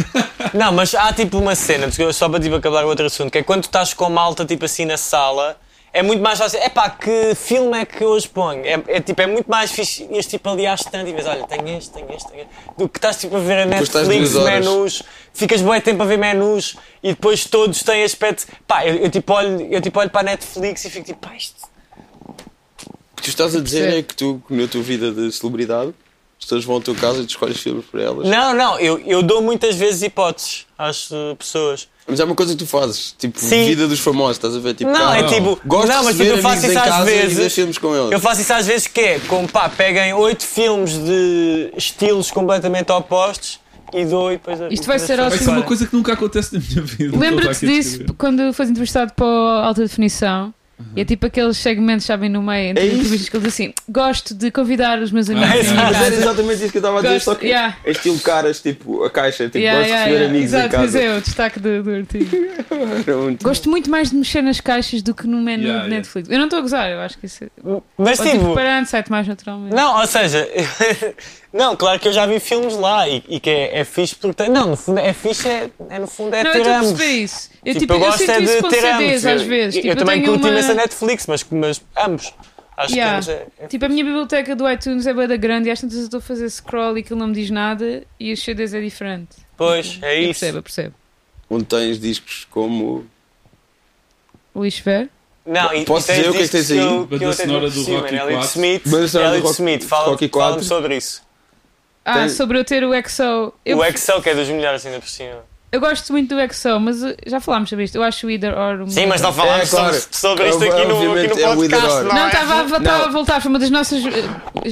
B: Não, mas há tipo uma cena, só para tipo, acabar o outro assunto, que é quando tu estás com malta tipo assim na sala, É muito mais fácil. É pá, que filme é que hoje ponho? É, é tipo, é muito mais fixe este tipo ali à estante e vês, olha, tenho este, tenho este, tenho este. Do que estás tipo a ver a
E: estás
B: Netflix,
E: duas horas.
B: menus, ficas bem tempo a ver menus e depois todos têm aspecto. Pá, eu, eu tipo, olho, eu tipo olho para a Netflix e fico tipo, pá, isto.
E: O que tu estás a dizer é que tu, na tua vida de celebridade, as pessoas vão ao teu caso e tu escolhes filmes para elas.
B: Não, não, eu, eu dou muitas vezes hipóteses às eh, pessoas.
E: Mas é uma coisa que tu fazes, tipo,
B: Sim.
E: vida dos famosos, estás a ver? Tipo,
B: Não,
E: cara,
B: é tipo-
E: Gosto
B: não,
E: de
B: mas
E: receber
B: tipo, eu faço
E: amigos
B: isso
E: em
B: às
E: casa
B: vezes.
E: E ver filmes com eles.
B: Eu faço isso às vezes que é, como pá, peguem oito filmes de estilos completamente opostos e dou e depois...
C: Isto vai
B: depois
C: ser
B: as pessoas
D: Vai ser
C: Sim.
B: escolhem.
D: uma coisa que nunca acontece na minha vida.
C: Lembra-te
D: Estou aqui a
C: disso
D: descrever.
C: quando foste entrevistado para a alta definição?
B: Uhum.
C: E é tipo aqueles segmentos, sabem, no meio, entre
E: É isso.
C: entrevistas que ele diz assim: gosto de convidar os meus amigos.
D: Ah,
C: a
D: exato.
C: minha
E: Mas era
C: casa."
E: exatamente isso que eu estava a dizer,
C: Gosto-
E: só que
C: yeah.
E: é estilo caras, tipo, a caixa, tipo,
C: Yeah,
E: gosto
C: yeah,
E: de receber
C: yeah.
E: amigos
C: Exato,
E: em casa. um tipo,
C: pois é, o destaque do, do artigo.
E: Era muito-
C: Gosto muito mais de mexer nas caixas do que no menu
D: Yeah,
C: de
D: yeah.
C: Netflix. Eu não estou a gozar, eu acho que isso é.
B: Mas
C: Ou tipo,
B: tipo...
C: parando, sai-te mais naturalmente.
B: Não, ou seja, não, claro que eu já vi filmes lá e, e que é, é fixe porque tem, não, no fundo é fixe, é, é no fundo é
C: Não, eu
B: ter
C: estou a
B: ambos.
C: perceber isso. Eu,
B: Tipo,
C: tipo,
B: eu
C: eu
B: gosto
C: sinto
B: é
C: isso
B: de
C: com
B: ter ambos.
C: CDs às
B: eu,
C: vezes.
B: eu
C: Tipo,
B: também
C: tenho
B: curti
C: uma...
B: imenso a Netflix, mas, mas ambos. Acho
C: Yeah.
B: que ambos é, é
C: Tipo, a minha biblioteca do iTunes é bué da grande e às tantas eu estou a fazer scroll e aquilo não me diz nada e os CDs é diferente.
B: Pois, é
C: eu
B: isso.
C: percebo, eu percebo.
E: Onde tens discos como.
C: Luís Ver?
B: Não, e,
E: Posso
B: e tens
E: dizer o que é que
B: discos
E: tens aí?
B: eu- que
D: Banda
B: eu até
D: sonora
B: tive
D: do
B: por cima,
D: Rocky
B: Elliot
D: IV.
B: Smith,
E: Banda sonora do
B: Elliot
E: Rocky-
B: Smith,
E: do
B: fala-
E: Rocky IV.
B: fala-me sobre isso.
C: Ah,
E: Tem-
C: sobre eu ter o EXO. Eu,
B: O Excel que é dos melhores ainda por cima.
C: eu gosto muito do EXO, mas uh, já falámos sobre isto. Eu acho o Either or um o
B: Sim, mas não
E: falámos
B: falámos
E: É, claro.
B: sobre, sobre isto
E: É,
B: aqui no, aqui
E: obviamente,
B: no
E: é o Wither
B: podcast,
E: Or.
B: não
C: Não,
B: é?
C: estava a, estava
E: Não.
C: a voltar. Foi uma das nossas uh,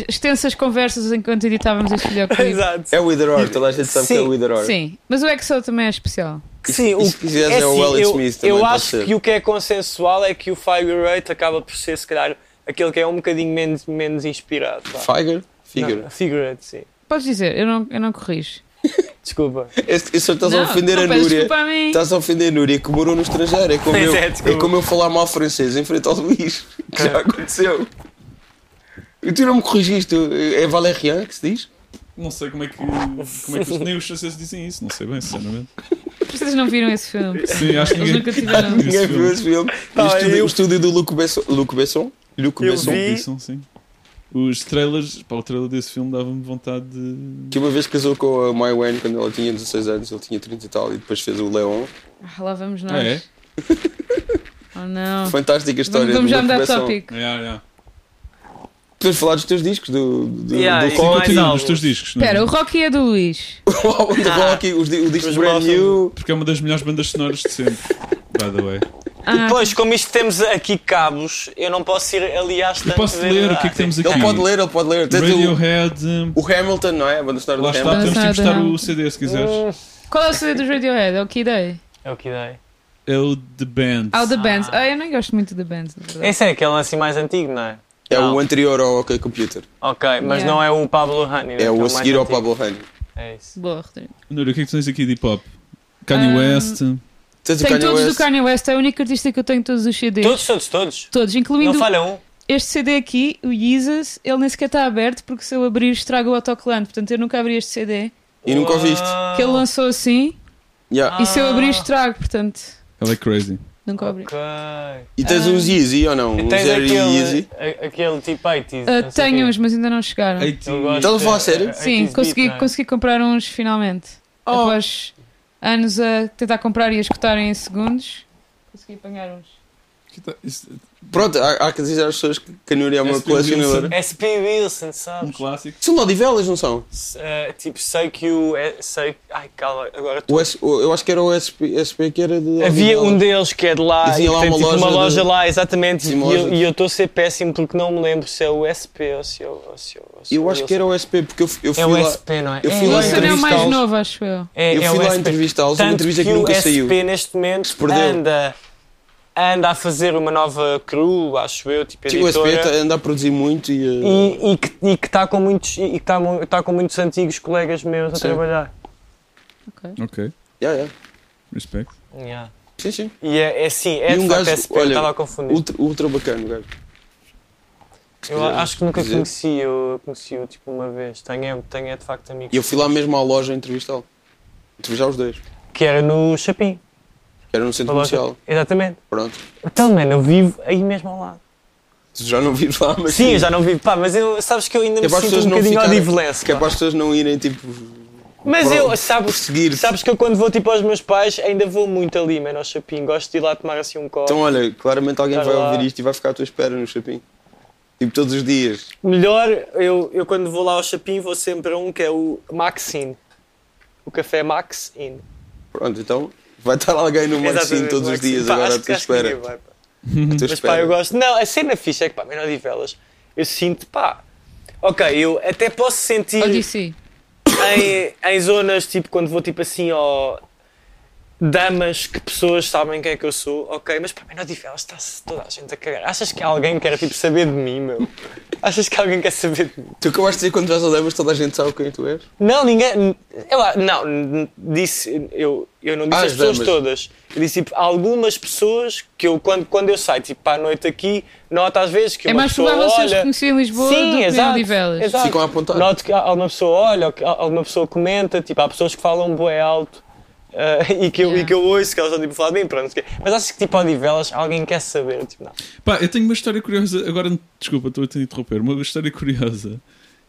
C: extensas conversas enquanto editávamos este videoclipe.
B: Exato.
E: É o Wither Or, toda a gente sabe
B: Sim.
E: que é o Wither Or.
C: Sim, mas o EXO também é especial.
B: Sim,
E: e se quiseres é o
B: assim,
E: Elliot
B: eu,
E: Smith também,
B: Eu
E: pode
B: acho
E: ser.
B: que o que é consensual é que o Fire Rate acaba por ser, se calhar, aquele que é um bocadinho menos, menos inspirado. vá.
E: Figer? Figure.
B: Não, Figurate, sim.
C: Podes dizer, eu não, eu não corrijo.
B: Desculpa.
E: Este, isso estás
C: não,
E: a ofender
C: não
E: a
C: peço
E: Núria.
C: Desculpa a mim.
E: Estás a ofender a Núria que morou no estrangeiro. É como,
B: Pois
E: eu,
B: é, desculpa. É.
E: é como eu falar mal francês em frente ao Luís. Que já aconteceu. E tu não me corrigiste. É Valérian que se diz?
D: Não sei como é que. Como é que os- nem os franceses dizem isso, não sei bem, sinceramente.
C: Vocês não viram esse filme?
D: Sim, acho que
C: Eles
D: ninguém.
C: nunca tiveram.
D: Esse
E: Ninguém viu
D: filme.
E: esse filme.
B: Tá,
E: o, estúdio,
B: eu-
E: o estúdio do Luc Besson. Luc Besson? Luc
B: Eu
E: Besson.
B: vi.
D: Dizem, sim. Os trailers, para o trailer desse filme dava-me vontade de.
E: Que uma vez casou com a Mai Wen quando ela tinha 16 anos, ele tinha 30 e tal, e depois fez o Leon.
C: Ah, lá vamos nós.
D: Ah, é?
C: Oh não.
E: Fantástica história.
C: Vamos, vamos
E: do
C: já
E: Luc
C: mudar de
E: Besson.
C: tópico.
D: Yeah, yeah.
E: Podemos falar dos teus discos, do, do,
B: Yeah,
E: do
B: e-
E: Rock,
B: Mais
D: Continua
B: algo.
D: nos teus discos, não é?
C: Espera, o Rocky é do Luís.
E: do Rock, Ah. os di- o disco
B: Os
E: brand
B: Blossom.
E: new.
D: Porque é uma das melhores bandas sonoras de sempre. By the way.
C: Ah,
B: Pois, como isto temos aqui cabos, eu não posso ir ali às
D: Eu
B: tantas
D: posso
B: vezes.
D: ler o que é
B: Ah,
D: que temos aqui.
E: Ele pode ler, ele pode ler. Tens o-
D: Radiohead. hum,
E: O Hamilton, não é? A banda sonora do
D: Lá está,
E: Hamilton.
D: temos de
C: Dançada,
D: emprestar
C: não.
D: o CD se quiseres.
C: Qual é o CD dos Radiohead? É o que dei?
B: É o que dei.
D: É o The Band.
C: Ah, o The Bands. Ah, eu não gosto muito do The Bands, na verdade.
B: Esse é aquele lance mais antigo, não é?
E: É
B: Não.
E: o anterior ao OK Computer.
B: Ok, mas
C: Yeah.
B: não é o Pablo Honey.
E: É o a seguir ao Pablo Honey.
B: É isso.
C: Boa, Rodrigo.
D: Núria, o que é que tu tens aqui de hip hop? Kanye
C: Ahm,
D: West.
E: Tens o
C: Tenho
E: Kanye
C: todos
E: West.
C: do Kanye West, é o único artista que eu tenho todos os CDs.
B: Todos, todos, todos.
C: Todos, incluindo
B: Não falha um.
C: este CD aqui, o Jesus, ele nem sequer está aberto porque se eu abrir estraga o autocolante. Portanto, eu nunca abri este CD
E: E nunca ouviste.
B: Ah,
C: que ele lançou assim
E: Yeah.
C: e se eu abrir estrago, portanto,
D: Ela é crazy.
C: nunca abri.
B: Ok.
E: E tens uns Yeezy ou não?
B: E
E: Uns
B: tens
E: Jerry Yeezy.
B: aquele, a- aquele tipo 80s.
C: Ah,
B: não sei
C: tenho
B: quê.
C: uns, mas ainda não chegaram.
B: Eu gosto.
E: Estás a falar a sério?
C: Sim,
B: 80s
C: consegui,
B: beat, não é?
C: consegui comprar uns finalmente.
B: Oh.
C: Após anos a tentar comprar e a escutar em segundos, consegui apanhar uns.
E: Pronto, há, há que dizer às pessoas que que a Núria é uma
D: SP
E: colecionadora.
D: Wilson.
B: SP Wilson,
D: Um
B: sabes?
D: clássico.
E: São lodivelas, não são?
B: S- eh, tipo, sei que o. eh, sei, ai, calma, agora tu.
E: O S- o- eu acho que era o SP, SP que era de.
B: Havia
E: lodivelas.
B: um deles que é de lá,
E: E tinha
B: e
E: lá
B: tem
E: uma
B: tipo,
E: loja
B: uma
E: de-
B: loja lá, exatamente.
E: Sim,
B: E
E: uma
B: eu-
E: loja.
B: e eu estou a ser péssimo porque não me lembro se é o SP ou se é o. ou se é o- ou se é
E: Eu acho que era o SP, porque eu, f- eu fui
B: É o
E: lá.
B: SP, não é?
E: eu
B: É,
E: fui
B: é o
C: O
E: lá em
C: Wilson é o
E: entrevistá-los.
C: mais novo, acho eu.
B: É,
E: Eu
B: é
E: fui
B: o
E: lá
B: SP.
E: entrevistá-los, uma
B: Tanto
E: entrevista que
B: o
E: nunca
B: SP
E: saiu.
B: neste
E: Se
B: momento
E: perdeu.
B: anda, anda a fazer uma nova crew, acho eu, tipo
E: Sim, O SP
B: editora.
E: tá- anda a produzir muito e. uh,
B: E, e que e que está com muitos e que tá, mu- tá com muitos antigos colegas meus a
E: Sim.
B: trabalhar.
D: Ok,
E: yeah, yeah.
D: respeito.
B: Yeah.
E: Sim, sim.
B: E é, é sim, é
E: E
B: de
E: um
B: facto
E: gajo-
B: SP, eu
E: olha,
B: estava a confundir.
E: Ultra, ultra bacana, o gajo.
B: eu
E: quiser-
B: acho que nunca
E: quiser.
B: conheci, eu conheci-o tipo uma vez. Tenho, é- tenho é de facto amigos.
E: E eu fui lá mesmo à loja entrevistá-lo. Entrevistar os dois.
B: Que era no Chapim.
E: Era no centro
B: Uma loja-
E: comercial.
B: Exatamente.
E: Pronto.
B: Então, mano, eu vivo aí mesmo ao lado.
E: Tu já não vives lá, mas.
B: Sim, eu já não vivo. Pá, mas eu, sabes que eu ainda
E: Que é
B: me
E: para as
B: sinto
E: pessoas
B: um
E: não
B: bocadinho ao
E: ficarem-
B: divelance.
E: Que é para as pessoas não irem tipo.
B: Mas
E: Pro-
B: eu, sabes,
E: perseguir-te.
B: sabes que eu quando vou tipo aos meus pais ainda vou muito ali, mano, ao Chapim. Gosto de ir lá tomar assim um copo.
E: Então olha, claramente alguém
B: Para
E: vai
B: lá.
E: ouvir isto e vai ficar à tua espera no chapim. Tipo todos os dias.
B: Melhor, eu, eu quando vou lá ao Chapim vou sempre a um que é o Maxine. O café Maxine.
E: Pronto, então vai estar alguém no Maxine
B: Exatamente,
E: Um todos os
B: Maxine.
E: dias
B: Pá,
E: agora à
B: acho que-
E: tua
B: acho que ninguém
E: espera.
B: vai, pá.
E: À tua
B: Mas pá,
E: espera.
B: eu gosto. Não, a cena fixe é que pá, menor de velas. Eu sinto, pá. Ok, eu até posso sentir
C: Odyssey.
B: em, em zonas tipo quando vou tipo assim ao. Damas que pessoas sabem quem é que eu sou, ok, mas pá, menor de velas está-se toda a gente a cagar. Achas que alguém quer tipo saber de mim, meu? Achas que alguém quer saber de mim?
E: Tu acabaste de dizer quando vais ao Devas toda a gente sabe quem tu és?
B: Não, ninguém. Eu, a- não, n- disse. Eu, eu não disse as
E: Ah, as
B: pessoas
E: damas.
B: todas. Eu disse tipo, algumas pessoas que eu, quando, quando eu saio tipo, para a noite aqui, noto às vezes que
C: É
B: uma
C: mais
B: pessoa
C: provável seres
B: olha.
C: reconhecido em Lisboa do que em Odivelas.
B: exato.
E: Ficam a apontar.
B: Noto que alguma pessoa olha, ou que alguma pessoa comenta, tipo, há pessoas que falam bué alto. eh, e, que eu,
C: Yeah.
B: e que eu ouço que elas estão tipo, a falar de mim, pronto. não sei o quê. Mas acho que tipo, Odivelas, alguém quer saber, tipo, não.
D: Pá, eu tenho uma história curiosa. Agora, desculpa, estou a te interromper. Uma história curiosa.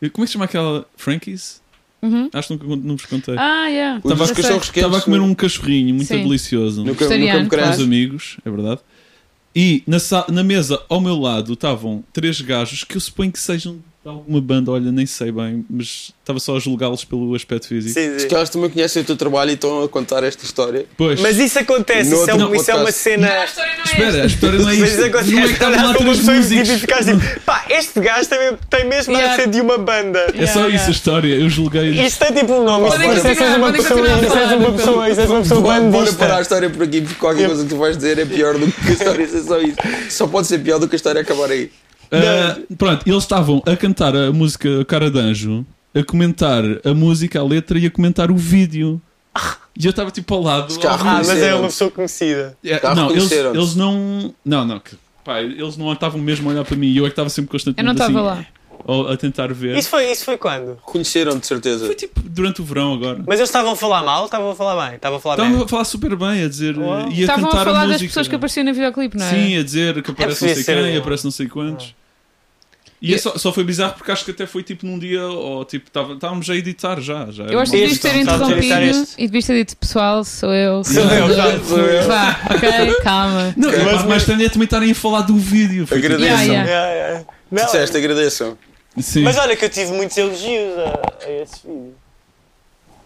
D: Eu- Como é que se chama aquela? Frankies?
C: Uhum.
D: Acho que nunca con- não vos contei.
C: Ah, yeah.
E: Os
D: Tava-
E: que são
C: Sei.
E: resquentes
D: Estava a comer um cachorrinho muito
C: Sim.
D: delicioso.
E: no campo, no
C: vegetariano,
E: campo grande.
D: Os amigos, é verdade. E na, sa- na mesa ao meu lado estavam três gajos que eu suponho que sejam de alguma banda, olha, nem sei bem, mas estava só a julgá-los pelo aspecto físico.
B: Sim,
E: Se
B: sim.
E: calhar também conhecem o teu trabalho e estão a contar esta história.
D: Pois,
B: Mas isso acontece,
E: No
B: isso é,
E: outro
B: um- isso é uma
E: podcast.
D: Ah,
B: cena.
C: A história não é
D: espera, a
C: esta.
D: história não é
B: Mas
D: isto.
B: isso
D: Não é que
B: acontece,
D: estavam lá
B: olhar para uma
D: três
B: pessoa e
D: músicos.
B: ficares tipo, pá, este gajo tem, tem mesmo a
C: Yeah.
B: ser de uma banda.
D: É só
C: Yeah,
D: isso a história, eu julguei.
B: Isto tem tipo um nome, isto
C: Podem
B: isto é só
C: continuar,
B: uma
C: podem
B: pessoa,
C: continuar a
B: isto é
C: falar.
B: uma pessoa, isto é uma pessoa
E: Bora, bora parar a
B: bandista.
E: história por aqui, porque qualquer coisa que tu vais dizer é pior do que a história ser só isso. Só pode ser pior do que a história acabar aí.
D: Ah, pronto, eles estavam a cantar a música Cara d'Anjo, a comentar a música, a letra e a comentar o vídeo. E eu estava tipo ao lado.
E: Escarro.
D: ao-
B: Ah, mas é
E: Conheceram.
B: uma pessoa conhecida.
D: É,
E: Já
D: não, eles,
E: reconheceram-te.
D: eles não. Não, não. que- pá, eles não estavam mesmo a olhar para mim e eu é que estava sempre
C: Eu não
D: constantemente
C: estava
D: assim,
C: lá.
D: ao- a tentar ver.
B: Isso foi, isso foi quando?
E: Conheceram, de certeza.
D: Foi tipo durante o verão agora.
B: Mas eles estavam a falar mal, estavam a falar bem, estavam a
C: Então,
B: falar
D: Estavam
B: bem.
D: a falar super bem, a dizer. eh,
B: Uau.
D: E a
C: Estavam
D: cantar
C: a falar das
D: música.
C: pessoas que apareciam no videoclipe, não é?
D: Sim, a dizer que aparece não
B: preciso
D: sei
B: ser
D: quem,
B: eu.
D: aparece não sei quantos. E
C: Eu-
D: é só, só foi bizarro porque acho que até foi tipo num dia, ou tipo, tava- estávamos a editar já. já
C: Eu acho que
B: Este,
C: devias ter
B: estamos a editar
C: interrompido
B: este.
C: e devias ter dito pessoal, sou eu.
B: Sou eu, já, sou eu.
C: Vá, ok, calma.
D: Não, é
E: Mas-
D: mas, mas, também também estarem a falar do vídeo. Foi tipo-
E: Agradeço.
C: Yeah, yeah.
B: Yeah, yeah. Não,
E: Disseste, agradeçam.
D: Sim.
B: mas olha que eu tive muitos elogios a, a esse vídeo.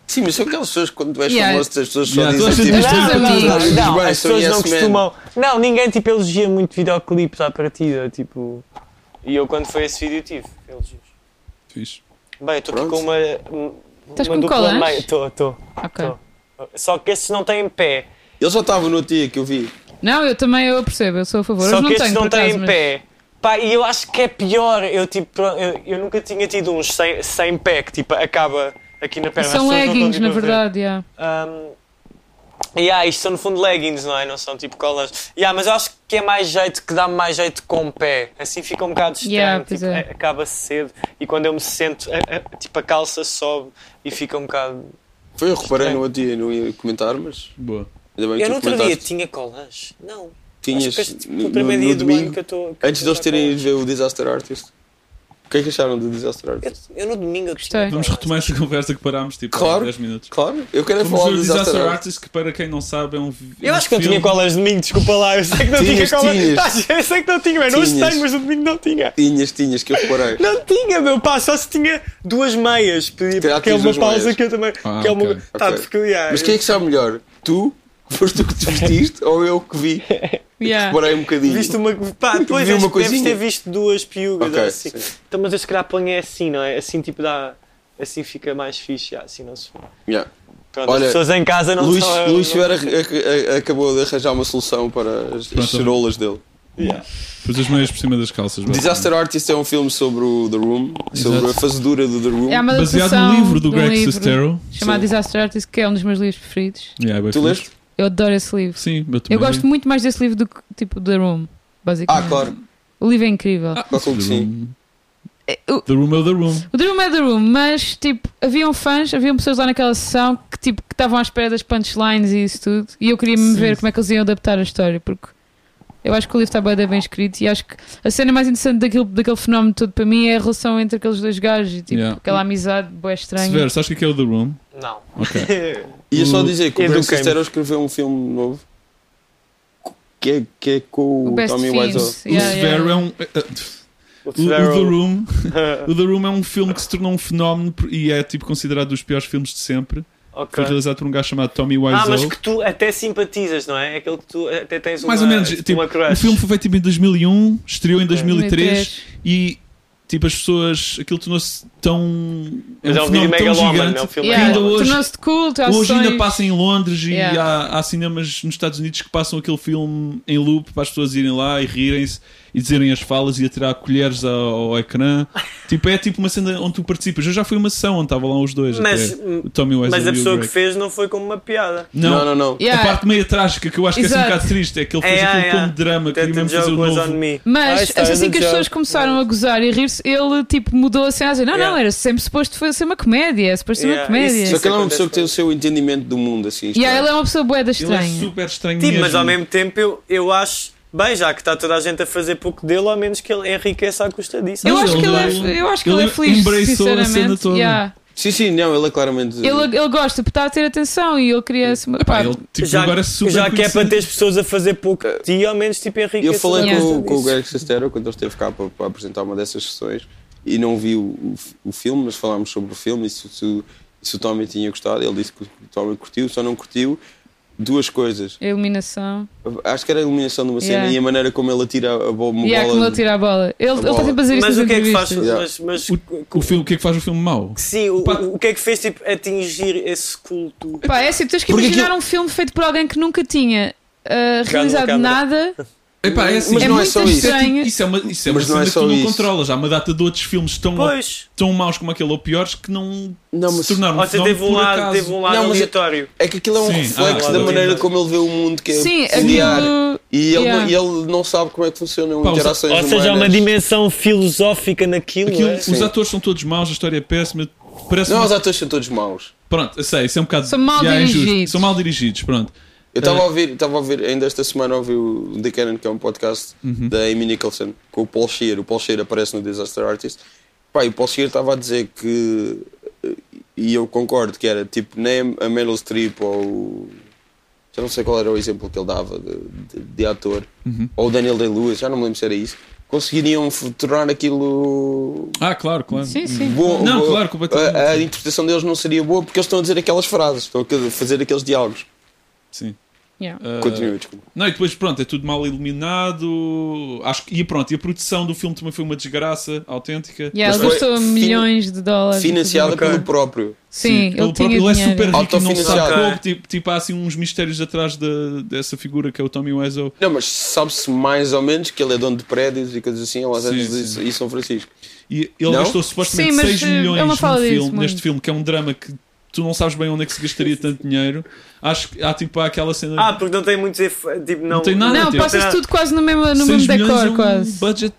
E: Sim, mas são aquelas pessoas que quando tu és
C: Yeah.
E: famoso, as pessoas só
D: Yeah, tu achas
E: dizem
D: Mas
E: tipo,
D: tem
B: não,
C: muitos
B: não,
C: amigos.
B: não,
E: Bem, é
B: as
E: são
B: pessoas
E: yes
B: não
E: men.
B: costumam. Não, ninguém tipo elogia muito videoclipes à partida, tipo. E eu quando foi esse vídeo tive elogios.
D: Fixe.
B: Bem, eu estou aqui com
E: Pronto.
B: uma.
C: Estás
B: uma
C: com
B: dupla
C: colãs?
B: meia. Estou, estou.
C: Ok.
B: Tô. Só que estes não têm pé.
E: Eles já estavam no dia que eu vi.
C: Não, eu também eu percebo, eu sou a favor.
B: Só
C: Hoje não
B: que estes
C: tenho,
B: não
C: por acaso,
B: têm
C: mas-
B: pé. Pá, e eu acho que é pior. Eu, tipo, pro- eu, eu nunca tinha tido uns sem, sem pé que tipo, acaba aqui na perna. As pessoas
C: São
B: não estão,
C: leggings,
B: tipo,
C: na
B: a ver.
C: verdade, yeah.
B: Ahm, e há, isto são no fundo leggings, não é? Não são tipo colas. E há, mas eu acho que é mais jeito, que dá-me mais jeito com o pé. Assim fica um bocado estranho.
C: Yeah, pois
B: tipo,
C: é.
B: a- acaba cedo. E quando eu me sento, a- a- tipo, a calça sobe e fica um bocado.
E: Foi, eu reparei
B: Estranho.
E: no dia, não ia comentar, mas
D: Boa.
E: ainda bem que
B: Eu
E: tu
B: no outro dia
E: comentaste.
B: tinha colas? Não. Acho que
E: Tinhas,
B: este,
E: no,
B: no primeiro
E: no
B: dia do ano
E: domingo,
B: que eu estou. que eu
E: antes
B: estou
E: deles terem
B: com-
E: ido ver o Disaster Artist. O que é que acharam do Disaster
B: Eu,
E: Artist?
B: eu no domingo eu
C: Gostei.
D: Vamos retomar esta conversa que parámos tipo há
E: Claro.
D: 10 minutos.
E: Claro, eu quero é
D: Vamos
E: falar
D: ver
E: do
D: o
E: Disaster,
D: Disaster
E: Artist.
D: Artist, que para quem não sabe é um vi-
B: Eu
D: um
B: acho que não
D: filme-
B: tinha colas de domingo, desculpa lá. Eu sei que não tinha
E: Tinhas,
B: colas.
E: tinhas.
B: Ah, Eu sei que não tinha, mano. Hoje
E: Tinhas.
B: tenho, mas no domingo não tinha.
E: Tinhas, tinhas, que eu reparei.
B: Não tinha, meu pá, só se tinha duas meias. Pedi,
E: calhar
B: que é
E: tinhas
B: uma
E: duas
B: pausa
E: meias.
B: que eu também.
D: Ah,
B: que é uma.
D: ok,
B: Tá,
E: ok.
B: porque, yeah,
E: Mas quem é que sabe melhor? Tu? Foste tu que te vestiste ou eu que vi?
C: Yeah.
E: Reparei um bocadinho.
B: Viste uma. Pá, depois
E: vi
B: deves,
E: uma
B: deves
E: coisinha.
B: ter visto duas piugas
E: Ok,
B: ou assim.
E: sim.
B: Então, mas eu se calhar ponho é assim, não é? Assim tipo dá. Assim fica mais fixe, já, assim não se.
E: Yeah.
B: Pronto,
E: Olha,
B: as pessoas em casa não
E: Luís,
B: são.
E: Luís
B: não...
E: Fera a- a- a- acabou de arranjar uma solução para as, as
D: Pronto.
E: cerolas dele.
B: Yeah.
D: Pôs as meias por cima das calças.
E: Disaster Artist é um filme sobre o The Room, sobre
D: Exato.
E: a fazedura do The Room.
C: É uma
D: Baseado
C: adaptação
D: no livro do
C: de um
D: Greg
C: livro
D: Sestero.
C: Chamado
E: Sim.
C: Disaster Artist, que é um dos meus livros preferidos.
D: Yeah, é bem
E: Tu
D: fixe.
E: leste?
C: Eu adoro esse livro.
D: Sim, eu também.
C: Eu gosto muito mais desse livro do que tipo The Room,
E: Ah,
C: basicamente.
E: claro. Ah.
C: O livro é incrível.
E: Calculo que sim.
C: o-
D: The Room é o The Room.
C: o Dream é The Room, mas tipo, haviam fãs, haviam pessoas lá naquela sessão que tipo, que estavam à espera das punchlines e isso tudo. E eu queria-me
D: Sim.
C: ver como é que eles iam adaptar a história, porque eu acho que o livro está bué da bem escrito. E acho que a cena mais interessante daquele, daquele fenómeno todo para mim é a relação entre aqueles dois gajos e tipo,
D: Yeah.
C: aquela amizade boa
D: Se
C: estranha.
D: ver, sabes o que é que é o The Room?
B: Não.
D: Ok.
E: E é só dizer que o
B: Eduquei-me.
E: Ben Stiller escreveu um filme novo que é, que é com
C: O
E: o,
C: Best
E: Tommy Wiseau.
C: Fiends.
D: O
C: yeah,
D: Severo
C: yeah.
D: é um.
B: O
D: O, o The
B: Sparrow.
D: Room, o The Room é um filme que se tornou um fenómeno por- e é tipo considerado dos piores filmes de sempre. Foi
B: Ok.
D: realizado por um gajo chamado Tommy Wiseau.
B: Ah, mas que tu até simpatizas, não é? É Aquele que tu até tens uma,
D: Mais ou menos,
B: uma
D: tipo,
B: crush.
D: o filme foi feito tipo, em 2001, estreou em 2003
C: 2003.
D: e tipo as pessoas, aquilo tornou-se tão é um
B: Mas é um vídeo
D: fenómeno tão
B: megalómano,
D: gigante.
B: não é um filme
C: Yeah,
D: ainda hoje-
C: Tornou-se de culto, há
D: Hoje ainda
C: sessões-
D: passa em Londres e
C: Yeah.
D: há, há cinemas nos Estados Unidos que passam aquele filme em loop para as pessoas irem lá e rirem-se e dizerem as falas e atirar colheres ao, ao ecrã. tipo, é tipo uma cena onde tu participas. Eu já fui a uma sessão onde estavam lá os dois.
B: Mas- hum,
D: até. o Tommy Wiseau
B: Mas
D: e
B: a
D: o
B: pessoa que
D: Drake.
B: fez não foi como uma piada.
D: Não,
E: Não, não, não.
C: Yeah.
D: A parte meio trágica que eu acho que é assim um
C: Exato.
D: bocado triste é que ele fez
B: É,
D: aquilo
B: é, é.
D: como drama,
B: That
D: queria mesmo fazer
B: joke
D: o
B: was
D: novo.
B: on me. I
C: Mas
B: started
C: assim que
B: the
C: as pessoas
B: joke.
C: começaram a gozar e a rir-se, ele tipo mudou a cena a dizer: Não, não,
B: Yeah.
C: era sempre suposto foi ser uma comédia, é suposto ser uma
B: Yeah,
C: comédia.
B: isso-
E: Só que ele é uma
B: acontece
E: pessoa que tem o seu entendimento do mundo, assim.
C: E aí
E: estranho.
C: ele é uma pessoa boeda
D: Ele é
C: estranha.
D: super estranho
B: Tipo,
D: mesmo.
B: mas ao mesmo tempo eu, eu acho. Bem, já que está toda a gente a fazer pouco dele, ao menos que ele enriqueça à custa disso.
C: Eu
D: Mas
C: acho, que ele
D: ele-
C: é, eu acho que ele,
D: ele
C: é feliz,
D: embraçou a cena
C: sinceramente.
D: toda.
C: Yeah.
E: Sim, sim, não, ele é claramente.
C: um- Ele, ele gosta, porque está a ter atenção e ele queria se uma.
D: Pá,
C: pá,
D: ele tipo, agora é super
B: já que é para
D: conhecido.
B: ter as pessoas a fazer pouco de ti, ao menos tipo enriqueça
E: Eu falei
C: Yeah.
E: com, o- com o Greg Sestero quando ele esteve cá para, para apresentar uma dessas sessões e não vi o, o, o filme, mas falámos sobre o filme e se, se- se o Tommy tinha gostado. Ele disse que o Tommy curtiu, só não curtiu duas coisas.
C: A iluminação.
E: Acho que era a iluminação de uma cena
C: Yeah.
E: e a maneira como ele atira a, a bo- uma
C: E yeah, como
E: bola.
C: ele tira a bola. Ele ele está
E: bola.
C: sempre a dizer isso
B: Mas
C: nas
B: o que é que faz?
C: entrevistas.
E: Yeah.
B: Mas, mas
D: O, filme, o que é que faz o filme mau?
B: sim, o,
D: Pá.
B: o- o que é que fez tipo, atingir esse culto?
C: Pá, é assim, tens que
E: Porque
C: imaginar
E: aquilo-
C: um filme feito por alguém que nunca tinha ah,
B: na
C: realizado
B: câmara.
C: nada.
D: Epá, é assim,
E: Mas
C: é
E: não é
C: muito
E: só isso.
C: estranho.
D: Isso é uma, isso é uma
E: Mas não
D: cena
E: é
D: que
E: só
D: tu não
E: isso.
D: controlas. Há uma data de outros filmes tão,
B: Pois,
D: tão maus como aquele ou piores que não
E: Não, mas-
D: se tornaram um
B: ou seja,
D: fenómeno
B: teve um
D: por
B: lado,
D: acaso.
B: teve um lado
E: Não, mas-
B: aleatório.
E: É que aquilo é um
D: Sim,
E: reflexo
D: ah,
E: da
D: claro.
E: maneira como ele vê o mundo, que é
C: Sim,
E: familiar.
C: aquilo.
E: E ele,
C: Yeah.
E: e ele não sabe como é que funcionam
D: Pá, os-
E: interações
B: Ou seja, há uma
E: humanas.
B: dimensão filosófica naquilo.
D: Aquilo-
B: é?
D: os atores são todos maus, a história é péssima. Parece
E: Não,
D: uma-
E: os atores são todos maus.
D: Pronto, eu sei, isso é um bocado.
C: São mal
D: é injusto.
C: dirigidos.
D: São mal dirigidos, pronto.
E: Eu estava
D: Eh.
E: a ouvir, estava a ouvir, ainda esta semana ouvi o The Cannon, que é um podcast
D: Uhum.
E: da Amy Nicholson, com o Paul Shear. O Paul Shear aparece no Disaster Artist. Pá, e o Paul Shear estava a dizer que, e eu concordo, que era tipo nem a Meryl Streep ou. Já não sei qual era o exemplo que ele dava de, de- de ator,
D: Uhum.
E: ou o Daniel Day-Lewis, já não me lembro se era isso, conseguiriam f- tornar aquilo.
D: Ah, claro, claro.
C: Sim, sim.
E: Bom,
D: Não,
E: bom.
D: claro, completamente.
E: a, a interpretação deles não seria boa porque eles estão a dizer aquelas frases, estão a fazer aqueles diálogos.
D: Sim.
C: Yeah.
D: Ah,
E: Continua, desculpa.
D: Não, e depois, pronto, é tudo mal iluminado. Acho que, e pronto, e a produção do filme também foi uma desgraça autêntica.
C: Yeah,
E: Mas
C: ele gastou
E: foi fin-
C: milhões de dólares.
E: financiada
B: Ok.
E: pelo próprio.
C: Sim,
D: Ele,
C: ele
D: próprio-
C: tinha
D: ele é
C: dinheiro.
D: super rico e não sabe
E: Autofinanciado.
D: como.
B: Ok.
D: Tipo, tipo, há assim uns mistérios atrás da- dessa figura que é o Tommy Wiseau.
E: Não, mas sabe-se mais ou menos que ele é dono de prédios e coisas assim em Los
D: Sim,
E: Angeles
D: sim.
E: e- e São Francisco.
D: E ele
E: Não?
D: gastou supostamente
C: Sim, mas,
D: 6
C: eh,
D: milhões
C: eu não
D: num
C: falo disso
D: filme,
C: muito.
D: neste filme, que é um drama que tu não sabes bem onde é que se gastaria tanto dinheiro. Acho que há tipo há aquela cena.
B: Ah, porque não tem muitos efeitos. Tipo, não,
D: Não tem nada,
C: Não,
D: tipo,
C: passas tudo quase no mesmo, no
D: 6
C: mesmo
D: milhões é
C: decor,
D: um
C: quase.
D: budget.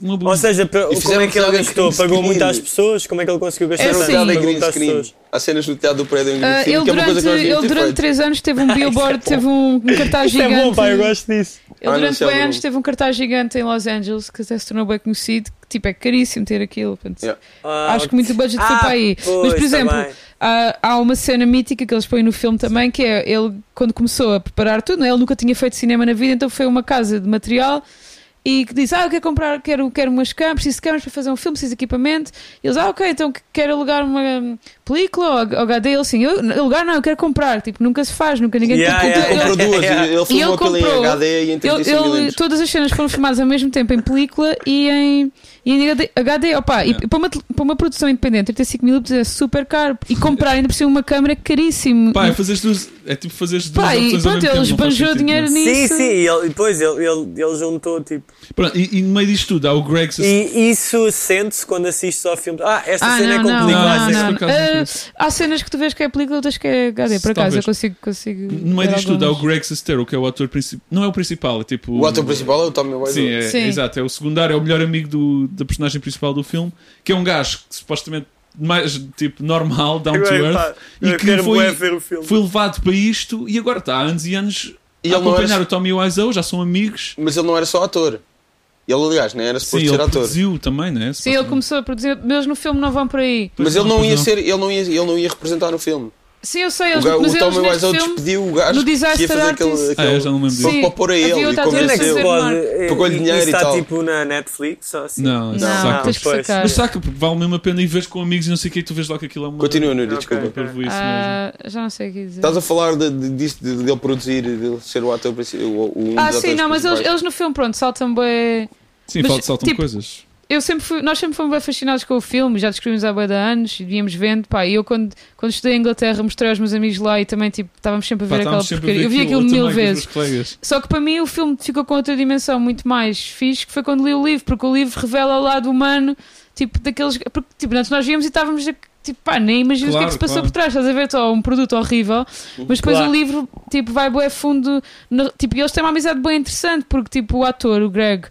D: Uma
B: Ou
D: boa.
B: seja, para- como
E: fizeram
B: é que ele
E: piada em
B: gastou?
E: green
B: Pagou
E: screen.
B: muito às pessoas? Como é que ele conseguiu gastar
C: É
E: Era um
C: assim.
B: tanto?
E: teatro em
B: Pagou
E: green
B: muito às
E: screen.
B: pessoas.
E: Há cenas no teatro do prédio em green
C: Ah,
E: screen,
C: ele
E: que é uma
C: durante,
E: coisa que nós
C: ele
E: devíamos ter
C: durante
E: feito.
C: três anos teve um billboard, teve um, um cartaz
B: Isso é
C: gigante.
B: bom, pá, eu gosto disso.
C: Ele
E: Ah,
C: durante
E: isso é
C: bem
E: bom.
C: anos teve um cartaz gigante em Los Angeles que até se tornou bem conhecido. Que, tipo, é caríssimo ter aquilo. portanto,
E: Yeah.
B: Ah,
C: Acho que muito budget foi
B: Ah,
C: para aí. Mas,
B: pois,
C: por
B: tá
C: exemplo,
B: bem.
C: há, há uma cena mítica que eles põem no filme também, que é ele, quando começou a preparar tudo, não é? ele nunca tinha feito cinema na vida, então foi a uma casa de material e que diz: Ah, eu quero comprar, quero, quero umas câmeras, preciso de câmeras para fazer um filme, preciso de equipamento. E eles, ah, ok, então que- quero alugar uma hum, película ou H- HD. Ele assim, eu, alugar não, eu quero comprar. Tipo, nunca se faz, nunca ninguém
B: Yeah,
C: tipo,
E: Ele
B: yeah,
C: ele-
E: comprou É duas,
B: Yeah.
E: ele
C: E ele
E: filmou aquilo
C: comprou-
E: em HD e em
C: ele-
E: 35
C: ele-
E: milímetros.
C: todas as cenas foram filmadas ao mesmo tempo em película e em, e em HD. HD, opa,
D: Yeah.
C: e para uma, tele- para uma produção independente, 35 mil é super caro. E comprar ainda por cima uma câmera é caríssimo.
D: Pá, é,
C: E-
D: fazeres duas, é tipo fazeres duas
C: pá, e
D: opções ao
C: pronto,
D: mesmo tempo,
C: ele
D: não faz
C: esbanjou
D: sentido
C: dinheiro
D: nenhum.
B: Sim,
C: nisso.
B: sim, e ele, depois ele, ele, ele juntou tipo.
D: Pronto, e, e no meio disto tudo há o Greg
B: E isso sente-se quando assistes ao filme. Ah, esta
C: Ah,
B: cena
C: não,
B: é
C: não,
B: complicada.
D: Não,
C: não,
D: isso é
C: não.
D: por causa
C: Ah,
D: do
C: há cenas que tu vês que é película, outras que é HD. Por acaso,
D: Talvez.
C: eu consigo. consigo
D: No meio
C: ver
D: disto tudo, há o
C: algumas.
D: Greg Sestero, que é o ator principal. Não é o principal, é tipo.
E: O ator principal é o Tommy Wiseau.
D: Sim, é,
C: Sim.
D: exato. É o secundário, é o melhor amigo do, da personagem principal do filme, que é um gajo que supostamente mais tipo normal, down
E: é,
D: to
B: Agora,
D: earth,
B: pá, é eu
D: e que
B: quero bué
D: foi,
B: ver o filme.
D: foi levado para isto e agora está há anos e anos
E: E
D: a
E: ele não é
D: acompanhar
E: era-
D: o Tommy Wiseau, já são amigos.
E: Mas ele não era só ator. Ele, aliás, nem era
D: Sim,
E: suposto
D: ele
E: ser ator.
D: produziu também, né?
C: Sim, ele começou a produzir, mas no filme não vão por aí.
E: Mas ele não
D: Pois
E: ia
D: não.
E: ser, ele não ia, ele não ia representar no filme.
C: Sim, eu sei,
E: O,
C: eles,
E: ga- o
C: mas eles
E: Tommy
C: neste
E: Wiseau
C: filme...
E: despediu o gajo
C: no
E: que ia fazer
C: Disaster
E: aquele.
C: Artist.
D: Ah, eu
E: aquele
D: já não me lembro
E: só
D: disso.
E: para pôr a
C: Havia
E: ele e
C: outra atriz
B: Onde é que
C: Sim.
B: se
E: convenceu.
B: pode.
E: Pagou-lhe
B: e-
E: dinheiro
B: isso
E: e
B: está
E: tal.
B: tipo na Netflix ou assim?
D: Não, isso
C: Não,
D: saca.
C: tens que
B: pois.
C: sacar.
D: Mas saca, porque vale mesmo a pena ir ver com amigos e não sei o que, tu vês lá que aquilo é uma.
E: Continua, né? Nuri,
B: Ok.
E: desculpa.
D: Eu pervo isso mesmo.
C: Ah, já não sei o que dizer.
E: Estás a falar de, de, disso, de, de ele produzir, de ele ser o ator principal. o- Um
C: Ah,
E: dos
C: sim,
E: atores
C: não, mas eles,
E: principais.
C: eles no filme, pronto, saltam bem.
D: Sim,
C: Mas,
D: falta saltam
C: tipo,
D: coisas.
C: Eu sempre fui, nós sempre fomos bem fascinados com o filme, já descobrimos há bué de anos e víamos vendo, pá, e eu quando, quando estudei em Inglaterra mostrei aos meus amigos lá e também, tipo, estávamos sempre a
D: Pá,
C: ver aquela
D: estávamos sempre a
C: porcaria.
D: ver
C: Eu vi aquilo
D: eu
C: mil
D: também com os
C: vezes.
D: meus colegas.
C: Só que para mim o filme ficou com outra dimensão muito mais fixe, que foi quando li o livro, porque o livro revela o lado humano, tipo, daqueles. Porque, tipo, antes nós víamos e estávamos. a- Tipo, pá, nem imaginas o que é que
D: Claro,
C: se passou
D: claro.
C: por trás, estás a ver só um produto horrível, mas depois
B: Claro.
C: o livro, tipo, vai bué fundo, no- tipo, e eles têm uma amizade bem interessante, porque, tipo, o ator, o Greg,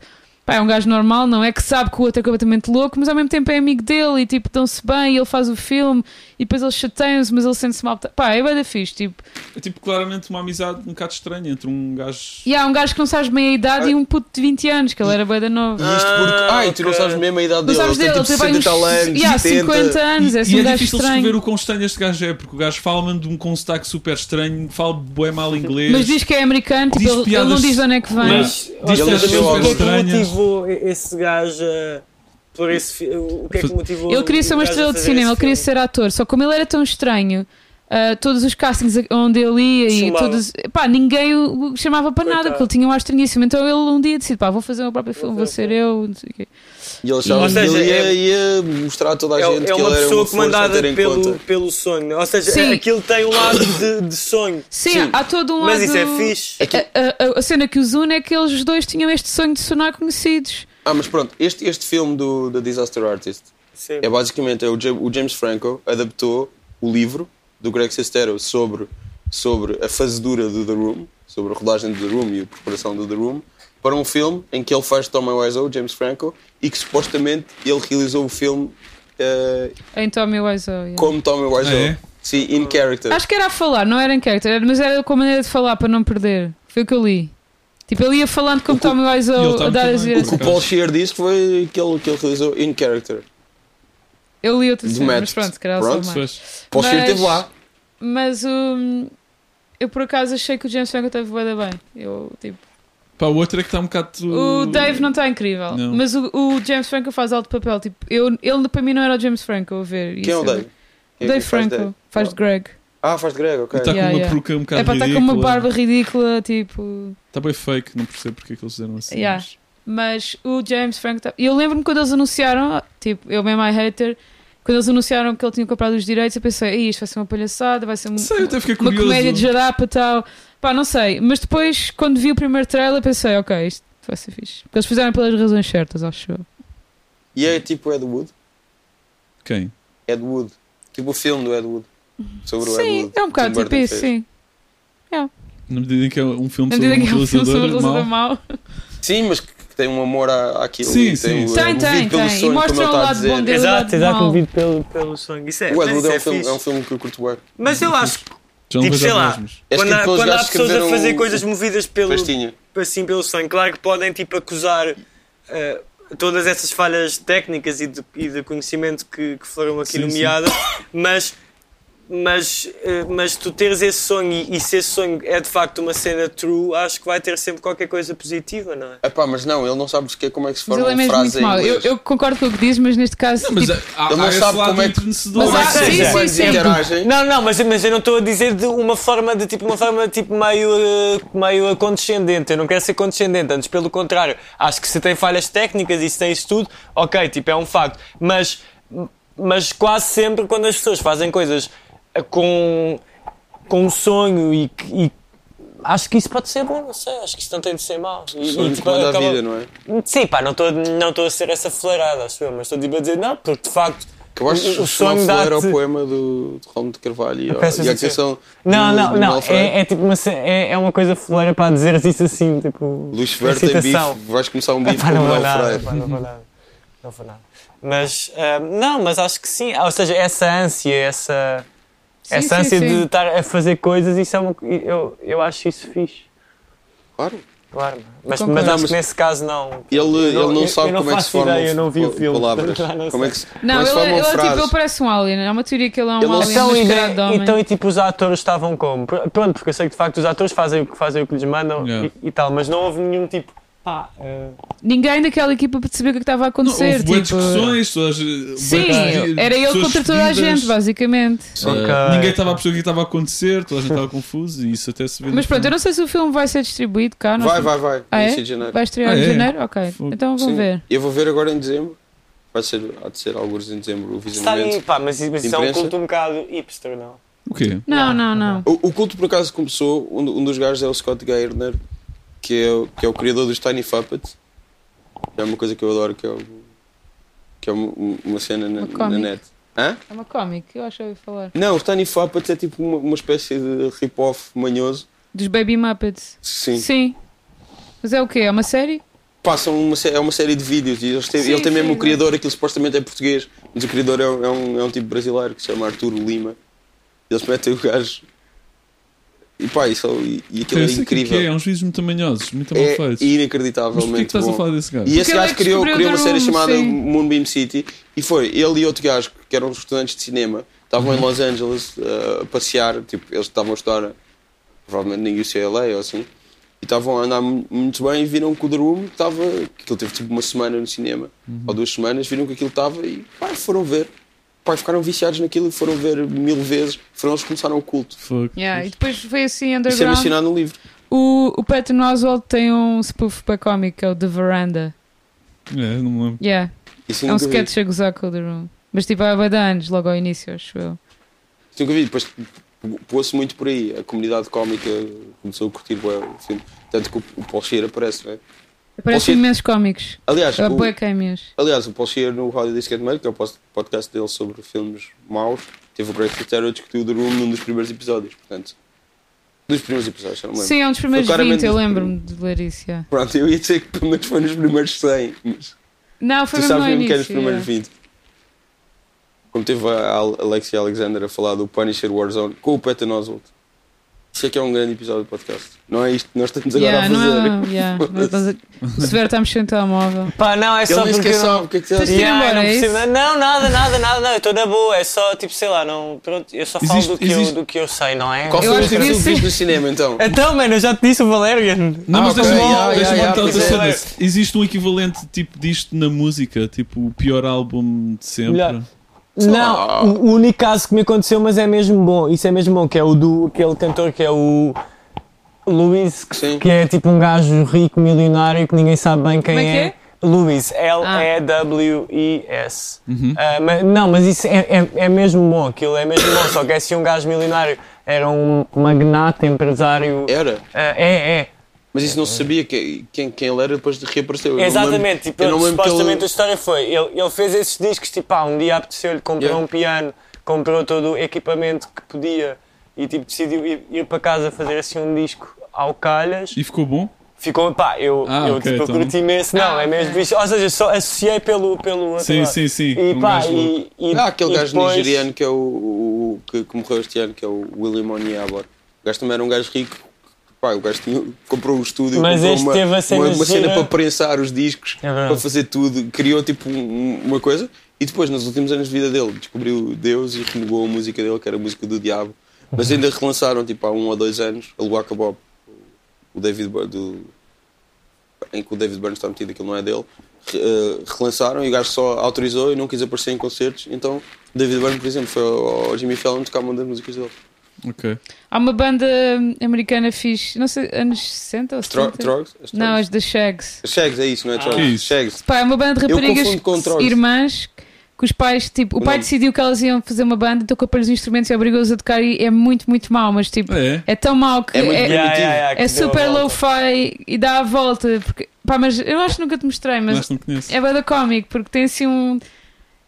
C: pá, é um gajo normal, não é que sabe que o outro é completamente louco, mas ao mesmo tempo é amigo dele e, tipo, dão-se bem e ele faz o filme e depois eles chateiam-se, mas ele sente-se mal, pá, é bué da fixe, tipo,
D: É tipo claramente uma amizade um bocado estranha entre um gajo.
C: E há um gajo que não sabes bem a idade e um puto de 20 anos, que ele era bué da novo.
E: E isto porque.
B: Ah,
E: Ai, tu não
B: ok.
E: sabes mesmo a idade
C: Não
E: dele.
C: sabes
E: ele
C: dele,
E: tem
C: ele
E: tipo
C: tem bem
E: 60
C: uns
E: tal anos,
C: e há
E: 70.
C: 50 anos,
D: E,
C: é assim
D: e
C: um
D: é
C: gajo
D: difícil descrever
C: estranho.
D: o quão estranho este gajo é, porque o gajo fala mesmo de um, com um sotaque super estranho, fala bué mal inglês.
C: Mas diz que é americano, tipo,
D: Diz
C: ele, ele
D: piadas-
C: não diz de onde é que vem.
B: Mas
D: Diz
B: olha,
E: que
B: mas
E: ele
B: o que é que
D: estranhas.
B: motivou esse gajo a- por esse fi- O que é que motivou
C: Ele queria ser uma
B: o gajo a
C: estrela de
B: fazer
C: cinema,
B: esse
C: ele queria
B: filme?
C: ser ator, só como ele era tão estranho. ah, todos os castings a- onde ele ia e
B: Chamava.
C: todos, pá, ninguém o o chamava para nada,
B: Coitado.
C: porque ele tinha um ar estranhíssimo. Então ele um dia decide, pá, vou fazer o meu próprio filme, vou ser eu, não sei o quê.
E: E ele achava
B: Ou
E: que
B: seja,
E: ele ia,
B: é-
E: ia mostrar a toda a gente
B: É, é
E: que
B: uma
E: ele era
B: pessoa
E: uma força a ter
B: comandada
E: em
B: pelo,
E: conta.
B: pelo sonho, né? ou seja,
C: Sim.
B: aquilo tem um lado de, de sonho.
C: Sim, há todo um
B: Mas
C: lado.
B: isso é fixe.
C: A, a- a cena que os une é que eles dois tinham este sonho de sonar conhecidos.
E: Ah, mas pronto, este, este filme do, do Disaster Artist
B: Sim.
E: é basicamente é o, Ja- o James Franco adaptou o livro do Greg Sestero sobre, sobre a fazedura do The Room, sobre a rodagem do The Room e a preparação do The Room, para um filme em que ele faz Tommy Wiseau, James Franco, e que supostamente ele realizou o filme eh,
C: Em Tommy Wiseau. yeah.
E: como Tommy Wiseau.
D: Ah, é?
E: Sim, in character.
C: Acho que era a falar, não era em character, era- mas era com a maneira de falar para não perder. Foi o que eu li. Tipo, ele ia falando como
E: O que-
C: Tommy
D: E ele
C: Wiseau
D: está
C: a dar
D: muito
C: as
D: bem.
E: O que o
C: direções.
E: Paul Shear disse que foi que ele, que ele realizou in character.
C: Eu li outra
E: De
C: cena, mas
E: Matt.
C: pronto, se calhar ele
E: Pronto,
C: sabe mais.
D: Pois.
E: Paul Shear
C: Mas-
E: esteve lá.
C: Mas hum, eu por acaso achei que o James Franco esteve bué da bem. Eu, tipo,
D: Pá, o outro é que está um bocado.
C: o Dave não está incrível,
D: Não.
C: mas o, o James Franco faz alto papel. Tipo, eu, ele para mim não era o James Franco, a ver.
E: Quem é o Dave? Quem é
C: Dave
E: que faz
C: Franco,
E: Dave?
C: faz de Greg.
E: Ah, faz de Greg, ok.
D: Está com
C: Yeah,
D: uma
C: yeah.
D: peruca um bocado
C: É para estar com
D: ridícula.
C: uma barba ridícula, tipo.
D: Está bem fake, não percebo porque é que eles fizeram assim.
C: Yeah.
D: mas-
C: Mas o James Franco. tá- Eu lembro-me quando eles anunciaram, tipo, eu mesmo, I hater, quando eles anunciaram que ele tinha comprado os direitos, eu pensei, "Ih, isto vai ser uma palhaçada, vai ser um-
D: Sei, eu até fiquei
C: uma
D: curioso.
C: comédia de jarapa e tal. Pá, não sei. Mas depois, quando vi o primeiro trailer, pensei, ok, isto vai ser fixe. Porque eles fizeram pelas razões certas, acho eu.
E: E é tipo Ed Wood.
D: Quem?
E: Ed Wood. Tipo o filme do Ed Wood. Sobre o Ed
C: Sim,
E: Wood.
C: é um bocado
E: Tim
C: tipo
E: Burton
C: isso,
E: fez.
C: sim.
D: Na medida em que é um filme
C: Na
D: sobre um
C: medida que é um filme sobre
D: realizador
C: o Rosa
D: mau.
C: Mau.
E: Sim, mas que que tem um amor à, àquilo.
D: Sim,
E: e
D: sim.
E: o-
C: Tem,
E: o
C: tem,
E: vídeo pelo
C: tem. E
E: sonho, como
C: mostra
E: ele
C: o
E: tá a
C: lado
E: dizer.
C: bom dele.
B: Exato,
C: Ele é
B: exato,
C: mau.
B: movido pelo, pelo sonho. Isso é,
E: O
B: mas
E: Ed Wood
B: isso
E: é
B: é
E: um, filme,
B: fixe.
E: é um filme que eu curto bem.
B: Mas eu acho que
D: Já não
B: Tipo,
D: vejo
B: sei lá.
D: os mesmos.
E: É
B: quando
E: tipo
B: há,
E: aqueles
B: quando há
E: gajos que
B: pessoas a
E: escreveram um
B: fazer
E: o-
B: coisas movidas pelo,
E: Pastinha.
B: assim, pelo sonho, claro que podem tipo acusar eh, todas essas falhas técnicas e de, e de conhecimento que, que foram aqui
D: Sim,
B: nomeadas, mas. Mas, eh, mas tu teres esse sonho e, e se esse sonho é de facto uma cena true, acho que vai ter sempre qualquer coisa positiva, não é?
E: Epá, mas não, ele não sabe sequer como é que se
C: Mas ele
E: forma
C: é
E: uma
C: mesmo muito
E: frase em
C: mau. Eu,
E: inglês.
C: eu concordo com o que diz, mas neste caso.
D: Não, mas
C: tipo,
D: há,
E: Ele não
D: há esse
E: sabe
D: lado
E: como é que-
D: entrenecedor.
C: Mas há-
E: Como é que
C: Ah, sim,
E: os
C: sim,
E: humanos
C: sim.
E: interagem.
B: Não, não, mas, mas eu não estou a dizer de uma forma de tipo uma forma tipo meio eh, meio condescendente. Eu não quero ser condescendente, antes pelo contrário. Acho que se tem falhas técnicas e se tem isso tudo, ok, tipo é um facto. Mas mas quase sempre quando as pessoas fazem coisas eh, com com um sonho e, que- e acho que isso pode ser bom, não sei. Acho que isso não tem de ser mau. E- e
E: Sonho que manda a
B: acaba-
E: vida, não é?
B: Sim, pá, não estou não tô a ser essa fleirada, acho eu, mas estou tipo a dizer, não, porque de facto
E: Acabaste
B: O- o
E: de chamar
B: sonho
E: Flor ao
B: dá-te-
E: é poema do, do Ramo de Carvalho e, ao-
B: peço
E: e à
B: a dizer-
E: canção
B: Não,
E: do-
B: não,
E: do
B: não.
E: Manel Ferreira.
B: É, é tipo uma, ce- é, é uma coisa fleira para dizeres isso assim, tipo.
E: Luís Ferreira tem
B: excitação.
E: bife, vais começar um bife
B: Epá,
E: com o
B: não vou
E: Manuel
B: nada, epá,
E: Freire.
B: não vou nada. Não vou nada. Mas, ah, não, mas acho que sim. Ou seja, essa ânsia, essa,
C: Sim,
B: essa
C: sim,
B: ânsia
C: sim.
B: de estar a fazer coisas, isso é uma, co- eu, eu acho isso fixe.
E: Claro.
B: Claro. Mas,
E: Concordo.
B: mas
E: Não,
B: acho
E: mas-
B: que nesse caso não.
E: Ele ele não,
B: Eu não- eu-
E: sabe
B: eu não
E: como é que
B: faço
E: se formam
B: ideia, eu não vi o
E: pa-
B: filme,
E: palavras.
B: portanto, não
E: como é
B: sei.
E: que se, como
C: Não,
E: é que se
C: ele,
E: formam
C: ele, tipo,
E: frases?
C: ele parece um alien. Há uma teoria que ele é um
E: Ele-
C: alien
E: Sim,
B: Então,
C: mascarado de
B: e,
C: homem.
B: então, e tipo, os atores estavam como? Pr- Pronto, porque eu sei que de facto os atores fazem o que, fazem o que lhes mandam
D: Yeah.
B: e, e tal, mas não houve nenhum tipo. Pá, ah,
C: Ninguém daquela equipa percebeu o que é que estava a
D: Não,
C: acontecer.
D: houve boas
C: tipo...
D: discussões, todas, bué
C: Sim,
D: de-
C: era ele
D: pessoas
C: contra toda a
D: fedidas.
C: gente, basicamente.
D: Eh,
B: Ok.
D: Ninguém estava a perceber o que estava a acontecer, toda a gente estava confuso e isso até se vê. no
C: Mas pronto, eu
D: filme.
C: não sei se o filme vai ser distribuído cá. não
E: Vai,
C: sei.
E: vai, vai.
C: Ah, é?
E: início de janeiro.
C: Vai estrear
D: Ah,
C: em
D: é?
C: janeiro? Ok.
D: Fogo.
C: Então vão
E: Sim.
C: ver.
E: Eu vou ver agora em dezembro. Vai ser, há de ser alguns em dezembro o
B: está aí,
E: visionamento.
B: pá, mas isso isso é um
E: Imprensa?
B: culto um bocado hipster, não?
D: O quê?
C: Não,
E: tá
C: não, não.
E: O, o culto por acaso começou, um, do- um dos gajos é o Scott Gardner, que é, o- que é o criador dos Tiny Puppet. É uma coisa que eu adoro, que é, o- que é uma, uma cena na,
C: Uma
E: na
C: cómica.
E: net. Hã?
C: É uma cómica, eu acho que ouvi falar.
E: Não, os Tiny Puppets é tipo uma, uma espécie de rip-off manhoso.
C: Dos Baby Muppets.
E: Sim.
C: Sim. Mas é o quê? É uma série?
E: Passam uma, sé- é uma série de vídeos e eles têm,
C: Sim,
E: ele tem
C: sim,
E: mesmo o
C: sim.
E: criador, aquilo supostamente é português, mas o criador é, um- é um, é um tipo brasileiro que se chama Arturo Lima. Eles metem o gajo. E pá, isso, e, e aquilo
D: Eu
E: é
D: sei o que é que
E: incrível.
D: é, é uns vídeos muito manhosos, muito mal
E: É
D: feitos. Mas
E: inacreditavelmente
D: porquê que estás
E: bom.
D: a falar desse gajo?
E: E esse
C: ele é
E: gajo
C: que
E: criou,
C: descobriu
E: criou uma
C: The
E: série
C: Room,
E: chamada
C: sim.
E: Moonbeam City e foi ele e outro gajo que eram estudantes de cinema, estavam em Los Angeles uh, a passear, tipo, eles estavam a estudar provavelmente na UCLA ou assim, e estavam a andar mu- muito bem e viram que o The Room estava, que aquilo teve tipo uma semana no cinema, ou duas semanas, viram que aquilo estava e pá, foram ver. Pá, ficaram viciados naquilo e foram ver mil vezes, foram eles que começaram o culto.
D: Fuck.
C: Yeah, E depois foi assim
E: Isso é
C: underground.
E: mencionado no livro.
C: O, o Patton Oswald tem um spoof para cómico, que é o The Veranda.
D: É, não me lembro.
C: Yeah.
E: Isso
C: É um
E: nunca vi.
C: sketch a gozar com o The Room. Mas tipo há bué de anos, logo ao início, acho eu.
E: Isto nunca vi, depois pôs-se muito por aí. A comunidade cómica começou a curtir bué o filme. Tanto que o, o Paul Scheer aparece, não é?
C: Aparecem
E: Ou se-
C: imensos cómicos.
E: Aliás,
C: Há É Ah, bué
E: o,
C: cameos.
E: aliás, o Paul Scheer no Rádio Disque de Meio, que é o pos- podcast dele sobre filmes maus, teve o Great Critério a discutir o The Room num dos primeiros episódios, portanto. Dos primeiros episódios, já não me lembro.
C: Sim, é um dos primeiros
E: Foi claramente
C: 20, eu
E: dos
C: lembro-me de ler isso. yeah.
E: Pronto, eu ia dizer que pelo menos foi nos primeiros 100, mas
C: Não, foi
E: tu
C: mesmo
E: sabes
C: ao
E: mesmo que é
C: início.
E: nos primeiros
C: yeah.
E: 20. Como teve a Al- Alexia Alexander a falar do Punisher Warzone com o Patton Oswalt. Isso é que é um grande episódio do podcast. Não é isto que nós estamos agora
C: Yeah,
E: a fazer.
C: não, yeah, não estás a- o Severo está mexendo no telemóvel.
B: Pá, não, é só
E: Ele nem
B: porque.
E: sequer
B: eu não-
E: sabe o que é que está a
C: Pois
E: dizer.
C: é.
B: Yeah,
C: embora,
B: não,
C: isso?
B: percebo- não, nada, nada, nada, não, eu estou na boa, é só tipo, sei lá, não, pronto, eu só falo
D: Existe-
B: do, que
D: existe-
B: Eu, do que eu sei, não é?
E: Qual
C: Eu
E: foi o
C: acho que
E: filme que tu
C: isso-
E: viste no cinema então?
B: Então, mano, eu já te disse o Valerian.
D: Não,
E: Ah,
D: mas
E: ok,
D: deixa-me
E: yeah,
D: deixa-me
E: yeah,
D: contar
E: yeah,
D: outra
E: pois
D: cena.
B: é.
D: Existe um equivalente tipo disto na música, tipo o pior álbum de sempre.
B: Melhor.
E: lá.
B: Não, o- o único caso que me aconteceu, mas é mesmo bom, isso é mesmo bom, que é o do aquele cantor que é o Luís, que-
E: Sim.
B: que é tipo um gajo rico, milionário, que ninguém sabe bem quem
C: Como é que é?
B: Luís, L-E-W-I-S.
D: Uhum.
B: Ah, mas- não, mas isso é, é, é mesmo bom, aquilo é mesmo bom, só que é assim um gajo milionário, era um magnata, empresário.
E: Era.
B: Ah, é,
E: Mas isso não se sabia que- quem, quem ele era depois de reapareceu. Eu
B: é.
E: não
B: Exatamente,
E: lembro-
B: tipo,
E: eu não lembro que ele-
B: supostamente a história foi, ele, ele fez esses discos, tipo, ah, um dia apeteceu-lhe, comprou
E: Yeah.
B: um piano, comprou todo o equipamento que podia e tipo decidiu ir, ir para casa fazer assim um disco ao calhas.
D: E ficou bom?
B: Ficou, pá, eu,
D: Ah,
B: eu,
D: ok,
B: tipo,
D: então.
B: curti imenso, não,
C: Ah,
B: é mesmo
C: ok.
B: bicho. Ou seja, só associei pelo, pelo outro
D: Sim,
B: lado.
D: sim, sim.
B: E
D: um
B: pá,
D: gajo louco.
B: e, e,
E: Ah, aquele
B: e
E: gajo
B: depois-
E: nigeriano que, é o, o- o- que, que morreu este ano, que é o William Oniabor. O gajo também era um gajo rico. Pá, o gajo tinha- comprou um estúdio,
B: Mas
E: comprou
B: este
E: uma,
B: teve a cena
E: uma, uma cena
B: gira.
E: para prensar os discos,
B: É verdade.
E: para fazer tudo. Criou tipo um- uma coisa e depois, nos últimos anos de vida dele, descobriu Deus e renegou a música dele, que era a música do diabo. Mas ainda relançaram, tipo, há um ou dois anos, a Luaca Bob, o David Byrne, do, em que o David Byrne está metido, aquilo não é dele, re- eh, relançaram e o gajo só autorizou e não quis aparecer em concertos. Então, o David Byrne, por exemplo, foi ao, ao Jimmy Fallon tocar uma das músicas dele.
D: Ok.
C: Há uma banda hum, americana fixe, não sei, anos 60 ou
E: Tro-
C: 70?
E: Trogs? As
C: Não,
E: Trogs?
C: as da Shags.
E: Shags, é isso, não é?
B: Ah.
E: Trogs?
D: Que isso?
E: Shags.
C: Pá, é uma banda de
E: Eu
C: raparigas
E: confundo com
C: que-
E: Trogs.
C: irmãs que os pais, tipo, o
E: O
C: pai
E: nome.
C: decidiu que elas iam fazer uma banda, então comprou-lhes os instrumentos e obrigou-os a tocar e é muito, muito mau, mas tipo, é,
D: É.
C: tão mau que
E: É muito
C: é,
E: bem.
B: Yeah, yeah, yeah,
C: é
B: que deu a
C: super
B: volta.
C: low-fi e dá a volta. Porque, pá, mas é eu acho que nunca te mostrei, mas
D: Mas não conheço.
C: é bada cómico porque tem assim um.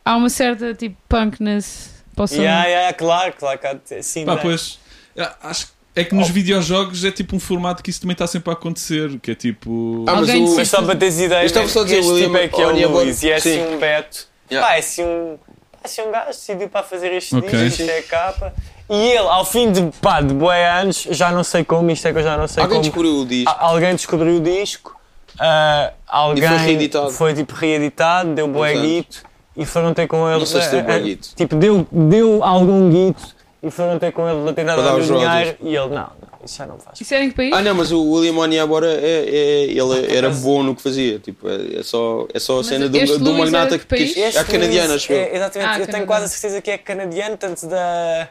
C: há uma certa tipo punkness. Posso
B: Yeah, yeah, claro, claro, claro. Sim,
D: Pá,
B: dá.
D: pois. é, Acho que. É que nos videojogos é tipo um formato que isso também está sempre a acontecer, que é tipo.
E: Ah, mas
C: Alguém
E: o-
C: decide-
B: Mas só para teres ideia,
E: Eu estava só a dizer,
B: este
E: William,
B: tipo é que é
E: olha,
B: o Luís
E: bom,
B: e é assim
E: sim.
B: um Beto.
E: Yeah.
B: Pá, é assim um, pá, é assim um gajo decidiu para fazer este
D: Ok.
B: disco, isto é a capa. E ele, ao fim de, pá, de bué anos, já não sei como, isto é que eu já não sei
E: Alguém
B: como.
E: descobriu o disco.
B: A- alguém descobriu o disco, ah, alguém
E: reeditado.
B: foi, tipo reeditado, deu bué
E: anos.
B: guito e foram ter com ele.
E: sei se deu
B: ah,
E: bué
B: ah,
E: guito.
B: Tipo, deu, deu algum guito e foram ter com ele a tentar
E: Para
B: dar
E: dar
B: o
E: os royalties.
B: dinheiro e ele, não, não, isso já não faz.
C: Isso era em que país?
E: Ah não, mas o William Oniabora é, é-
C: Ah,
E: ele era bom no que fazia. Tipo, é, é só, é só a cena do,
C: este
E: do
C: Luís
E: magnata
C: era de
E: que quis.
C: país?
E: É a canadiana, acho eu.
B: é, Exatamente,
C: Ah,
B: eu
C: canadiano.
B: tenho quase a certeza que é canadiano, tanto da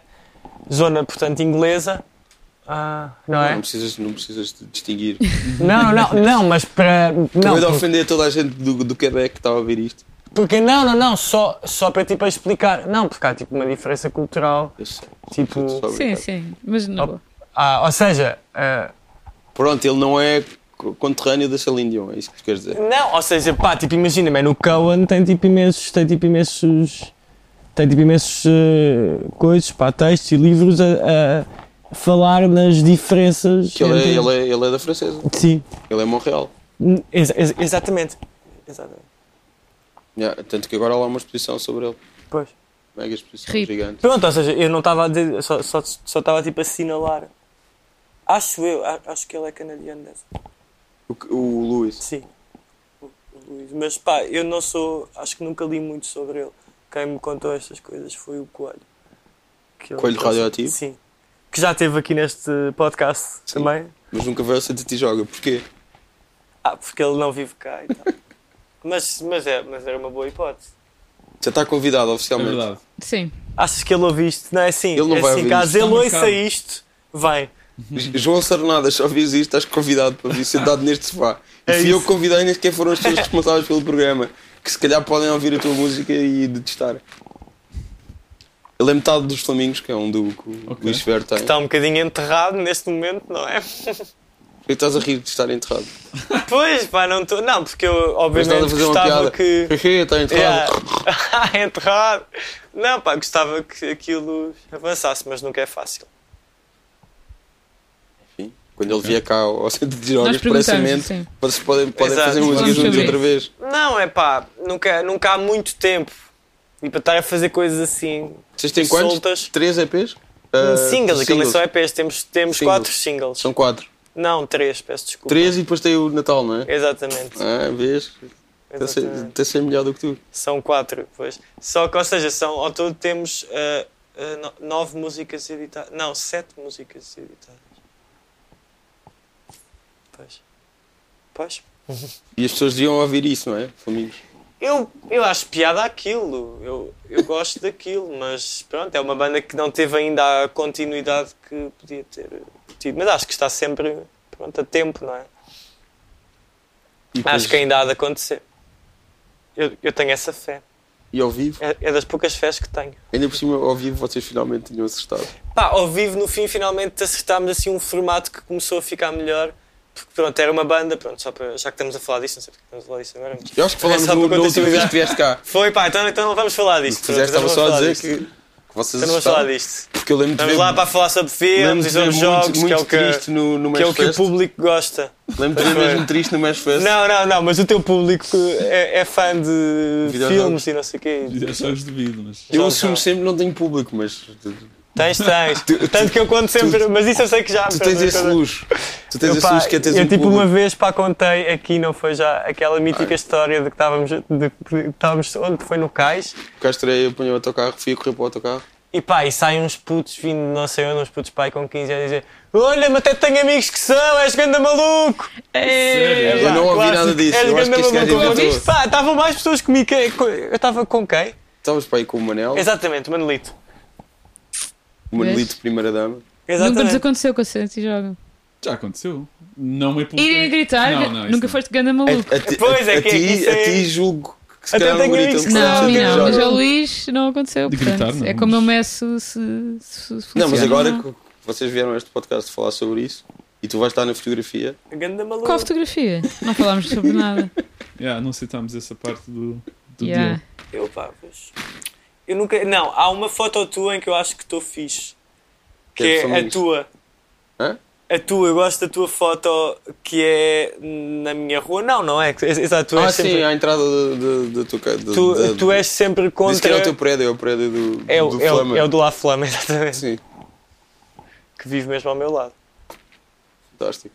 B: zona, portanto, inglesa. Ah, não é?
E: Não precisas, não precisas de distinguir.
B: Não, não, não, mas para.
E: Não, de
B: Não, porque,
E: ofender toda a gente do, do Quebec que está a ouvir isto.
B: porque não, não, não, só, só para tipo explicar. Não, porque há tipo uma diferença cultural.
E: Eu sei.
B: Tipo.
E: Só
C: Sim,
E: brincar.
C: sim, mas não. boa.
B: Ah, ou seja. ah,
E: Pronto, ele não é co- conterrâneo da Celine Dion, é isso que tu queres dizer.
B: Não, ou seja, pá, tipo, imagina, man, o Cohen tem tipo imensos, tem tipo imensos, tem tipo imensos eh, coisas, pá, textos e livros a, a falar nas diferenças.
E: Que ele, é,
B: entre-
E: ele, é, ele é da francesa,
B: Sim,
E: ele é Montreal.
B: Ex- ex- exatamente. Exatamente.
E: Yeah, tanto que agora há lá uma exposição sobre ele.
B: Pois.
E: Mega exposição
C: Rip.
E: gigante.
B: Pronto, ou seja, eu não estava a dizer, só estava só, só estava, tipo a assinalar. Acho eu, a- acho que ele é canadiano dessa.
E: O, que- o Luís.
B: Sim. O- o Luís. Mas pá, eu não sou, acho que nunca li muito sobre ele. Quem me contou estas coisas foi o Coelho. Que ele-
E: Coelho Radioativo?
B: Sim. Que já esteve aqui neste podcast
E: Sim.
B: também.
E: Mas nunca veio ao Santa Tijoga, porquê?
B: Ah, porque ele não vive cá e tal. mas, mas, é, mas era uma boa hipótese.
E: Já está convidado
D: É
E: oficialmente.
D: verdade.
C: Sim.
B: Achas que ele ouve isto? Não é assim?
E: Ele não
B: é
E: vai
B: assim,
E: ouvir
B: caso
E: isto.
B: ele
D: Está
B: ouça
D: marcado.
B: isto, vem.
E: J- João Sarnadas, só ouvias isto, estás convidado para vir sentado neste sofá. E
B: É
E: fui eu que
B: isso.
E: convidei, nem sequer foram as pessoas responsáveis pelo programa, que se calhar podem ouvir a tua música e detestar. Ele é metade dos Flamingos, que é um duo que o
D: Ok.
E: Luís Ferro tem.
B: Está um bocadinho enterrado neste momento, não é?
E: E estás a rir de estar enterrado.
B: Pois, pá, não estou. Não, porque eu
E: Mas estás
B: obviamente
E: a fazer uma
B: gostava
E: piada.
B: que.
E: Está enterrado.
B: Yeah. Enterrado. Não, pá, gostava que aquilo avançasse, mas nunca é fácil.
E: Enfim, Quando ele vier cá ao ao centro de drogas,
C: Nós perguntamos,
E: expressamente,
C: sim.
E: vocês podem, podem
B: Exato.
E: fazer
B: Vamos
E: músicas juntos
C: saber.
E: outra vez.
B: Não, é pá, nunca, nunca há muito tempo. E para estar a fazer coisas assim.
E: Vocês têm quantos?
B: Soltas.
E: Três EPs? Ah,
B: singles, aquilo é só
E: singles.
B: EPs. Temos, temos
E: Singles.
B: quatro singles.
E: São quatro.
B: Não, três, peço desculpa.
E: Três e depois tem o Natal, não é?
B: Exatamente.
E: Ah, vês? Até sei-
B: exatamente.
E: até sei melhor do que tu.
B: São quatro, pois. Só que, ou seja, são, ao todo temos ah, ah, no- nove músicas editadas. Não, sete músicas editadas. Pois. Pois.
E: E as pessoas deviam ouvir isso, não é? Flamingos.
B: Eu, eu acho piada aquilo, eu, eu gosto daquilo, mas pronto, é uma banda que não teve ainda a continuidade que podia ter tido, mas acho que está sempre pronto, a tempo, não é?
E: E, depois-
B: Acho que ainda há de acontecer. Eu, eu tenho essa fé,
E: e ao vivo,
B: é, é das poucas fés que tenho.
E: ainda por cima, ao vivo vocês finalmente tinham acertado.
B: Pá, ao vivo no fim finalmente acertámos assim um formato que começou a ficar melhor, porque pronto, era uma banda, pronto, só para, já que estamos a falar disto, não sei porque estamos a falar disto agora, mas...
E: Eu acho que
B: É
E: falámos
B: só
E: no,
B: para
E: na última vez
B: continuidade.
E: que vieste cá.
B: Foi pá, então, então não vamos falar disto.
E: Se fizeste,
B: pronto,
E: estava
B: então não
E: só a
B: vamos falar
E: dizer
B: disto.
E: que, que vocês
B: Então não vamos falar
E: acertaram.
B: disto.
E: Porque eu lembro de
B: Estamos
E: ver,
B: lá para falar sobre
E: lembro
B: filmes
E: de
B: e
E: ver
B: sobre
E: muito,
B: jogos,
E: muito
B: que é o
E: triste
B: que,
E: no, no
B: que, é o,
E: Match
B: que o
E: Fest.
B: público gosta.
E: Lembro de ver
B: Pois
E: mesmo
B: é.
E: triste no Match Fest.
B: Não, não, não, mas o teu público é, é fã de
E: Videojogos.
B: filmes e não sei o quê.
D: Eu só os duvido, mas.
E: Eu
B: Já,
E: assumo
B: já.
E: sempre que não tenho público, mas tu, tu
B: Tens, tens. Tanto que eu conto sempre, mas isso eu sei que já me
E: tens
B: faz
E: esse
B: coisa.
E: luxo. Tu tens
B: Eu,
E: esse
B: pá,
E: luxo que é teres
B: eu
E: um
B: tipo uma
E: público.
B: vez pá, contei aqui, não foi já aquela mítica
E: Ai.
B: história de que estávamos, de que estávamos onde foi no cais
E: Cá estrei, eu ponho o autocarro, fui a correr para o autocarro.
B: e pá, e saem uns putos vindo de não sei onde, uns putos pai com 15 anos a dizer Olha, mas até tenho amigos que são, és ganda maluco!
D: Sério?
E: É, Eu não ouvi nada disso, eu acho que este gajo inventou.
B: Pá, estavam mais pessoas comigo. que- co- Eu estava com quem?
E: Estavas para aí com o Manel,
B: Exatamente, Manolito.
E: o Manelito,
C: Vês?
E: primeira dama.
C: Nunca nos
B: Exatamente.
C: aconteceu com a Santos e joga.
D: Já aconteceu. Não é me
C: Irem a gritar,
D: Não, não, isso
C: nunca
D: não.
C: foste ganda maluco.
E: A, a, ti-
B: Pois, é
E: a
B: que-
E: ti,
B: isso
E: a
B: é-
E: ti julgo que se
B: Até
E: calhar não
B: tenho
E: gritam
B: isso,
E: que
C: Não,
E: são
C: a mim
E: sempre
C: não,
E: jogos.
C: mas ao Luís não aconteceu.
D: De gritar,
C: portanto,
D: não,
C: é como eu
D: mas-
C: meço se, se, se
E: Não, mas
C: funciona ou
E: agora
C: não.
E: que vocês vieram a este podcast falar sobre isso e tu vais estar na fotografia,
B: Ganda maluco.
C: Qual fotografia? Não falámos sobre nada.
D: Yeah, não citámos essa parte do, do tudo
C: Yeah.
D: dele.
B: Eu, pá, pois. Eu nunca. Não, há uma foto tua em que eu acho que estou fixe. Que
E: Quero
B: é
E: somente
B: a
E: isto.
B: tua.
E: Hã?
B: A tua, eu gosto da tua foto que é na minha rua. Não, não é? Exato, tu és
E: Ah,
B: sempre.
E: sim, à entrada da- da- da tua casa.
B: tu, tu és sempre
E: Disse que
B: contra.
E: era o teu prédio, é o prédio do,
B: é, o-
E: do
B: é, o,
E: Flama.
B: é o do La Flama, exatamente.
E: Sim,
B: Que vive mesmo ao meu lado.
E: fantástico.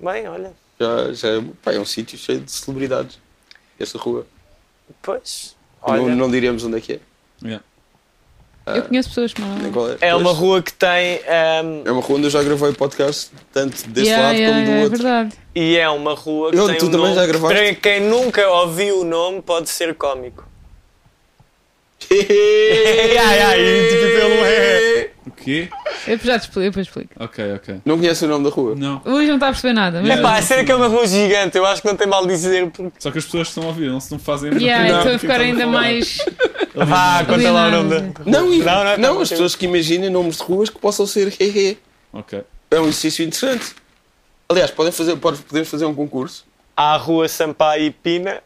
B: Bem, olha.
E: Já, já é, pá, é um sítio cheio de celebridades. Essa rua.
B: Pois. Olha.
E: Não, não diremos onde é que é.
D: Yeah.
C: Eu conheço pessoas que
E: nem
C: não.
E: qual é.
B: É uma
E: Pois,
B: rua que tem. hum, ahm,
E: É uma rua onde eu já gravei podcast, tanto desse
C: Yeah,
E: lado
C: yeah,
E: como do
C: yeah, é
E: outro.
C: verdade.
B: e é uma rua que
E: Eu,
B: tem.
E: tu
B: um
E: também
B: nome
E: já
B: que,
E: gravaste?
B: Para quem nunca ouviu o nome, pode ser cómico. Ai, ai, ai, tipo, pelo é.
D: O quê?
C: Eu já te explico, eu depois explico.
D: Ok, ok.
E: Não conheces o nome da rua?
D: Não.
C: Hoje não está a perceber nada. Mas...
D: Yeah.
B: Pá, a cena que é uma rua gigante, eu acho que não tem mal dizer porque.
D: Só que as pessoas que estão a ouvir, não se não fazem.
C: Yeah,
D: Não,
C: estou a
D: porque
C: ficar
D: estão
C: ainda
D: falar.
C: mais.
B: Vá, Ah, conta lá o nome da.
E: Não, e-
B: Não, não,
E: não,
B: não, não.
E: as pessoas que imaginem nomes de ruas que possam ser hehe.
D: Ok.
E: É um exercício interessante. Aliás, podem fazer, pode- podemos fazer um concurso.
B: À rua Sampaio e Pina.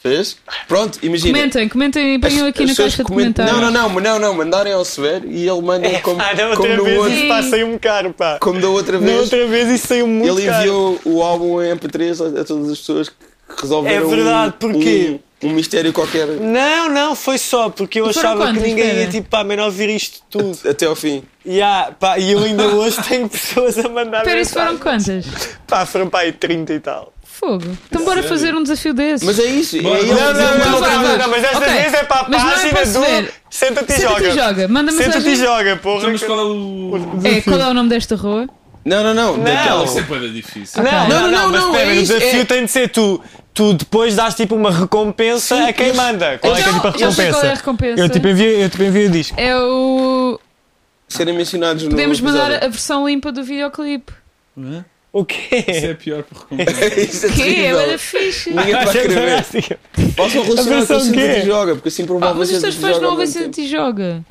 E: Fez? Pronto, imagina.
C: Comentem, comentem e
E: As-
C: ponham aqui
E: as
C: na
E: pessoas
C: caixa de
E: comentam-
C: comentários.
E: Não, não, não, não, não, mandarem ao Severo e ele manda como,
B: ah, da
E: como,
B: outra
E: no
B: vez
E: outro-
B: isso pá, saiu-me caro, pá.
E: como da outra
B: Da
E: vez.
B: outra vez isso saiu muito
E: ele
B: caro.
E: enviou o álbum em MP3 a, a todas as pessoas que resolveram
B: É verdade,
E: um-
B: porquê?
E: Um, um mistério qualquer
B: Não, não, foi só porque eu
C: E foram
B: achava
C: quantas,
B: que ninguém ia
C: Pedro?
B: tipo, pá, menos ouvir isto tudo.
E: até ao fim.
B: E há, pá, e eu ainda hoje tenho pessoas a mandar
C: Espera, isso
B: mensagem.
C: foram quantas?
B: Pá, foram pá aí 30 e tal.
C: Fogo. Então bora
D: Sério?
C: fazer um desafio desses.
E: Mas é isso. é
D: Bora,
E: ele-
B: Não, não,
C: não,
B: não, não,
C: vá,
B: não,
C: vá.
B: não, mas desta
C: Ok,
B: vez é para a
C: mas não é
B: página
C: para
B: do
C: saber.
B: Senta-te e
C: Senta-te e
B: joga.
C: joga. Manda
B: Senta-te e
C: mensagem.
B: joga, porra.
D: Então, mas
B: que-
D: qual é o.
C: É, qual é o nome desta rua?
E: não, não, não, daquela-
D: Isso é bué difícil.
C: Ok.
B: Não, não, não, mas
E: não,
B: espera,
E: é
B: o
E: isso,
B: desafio
E: é-
B: tem de ser tu. Tu depois dás tipo uma recompensa a quem manda. Qual é que é tipo a
C: Então, eu sei
B: recompensa?
C: qual é a recompensa.
B: Eu tipo envio, eu tipo envio o disco.
C: É o.
E: serem mencionados no
C: Podemos mandar a
E: episódio.
C: versão limpa do videoclipe.
D: Hã?
B: O
D: é? Isso é
B: quê?
D: pior por recompensa.
E: Isso é
C: Que é
E: terrível.
C: era fixe.
B: é
E: Ninguém te vai escrever. Posso relacionar com
B: versão
E: o Santa
B: quê?
E: de Joga, porque assim promove
C: Ah, mas
E: a
C: as
E: Santa
C: pessoas
E: de
C: fãs
E: Joga
C: não
E: ao
C: ouvem
E: mesmo
C: Santa
E: tempo.
C: e joga.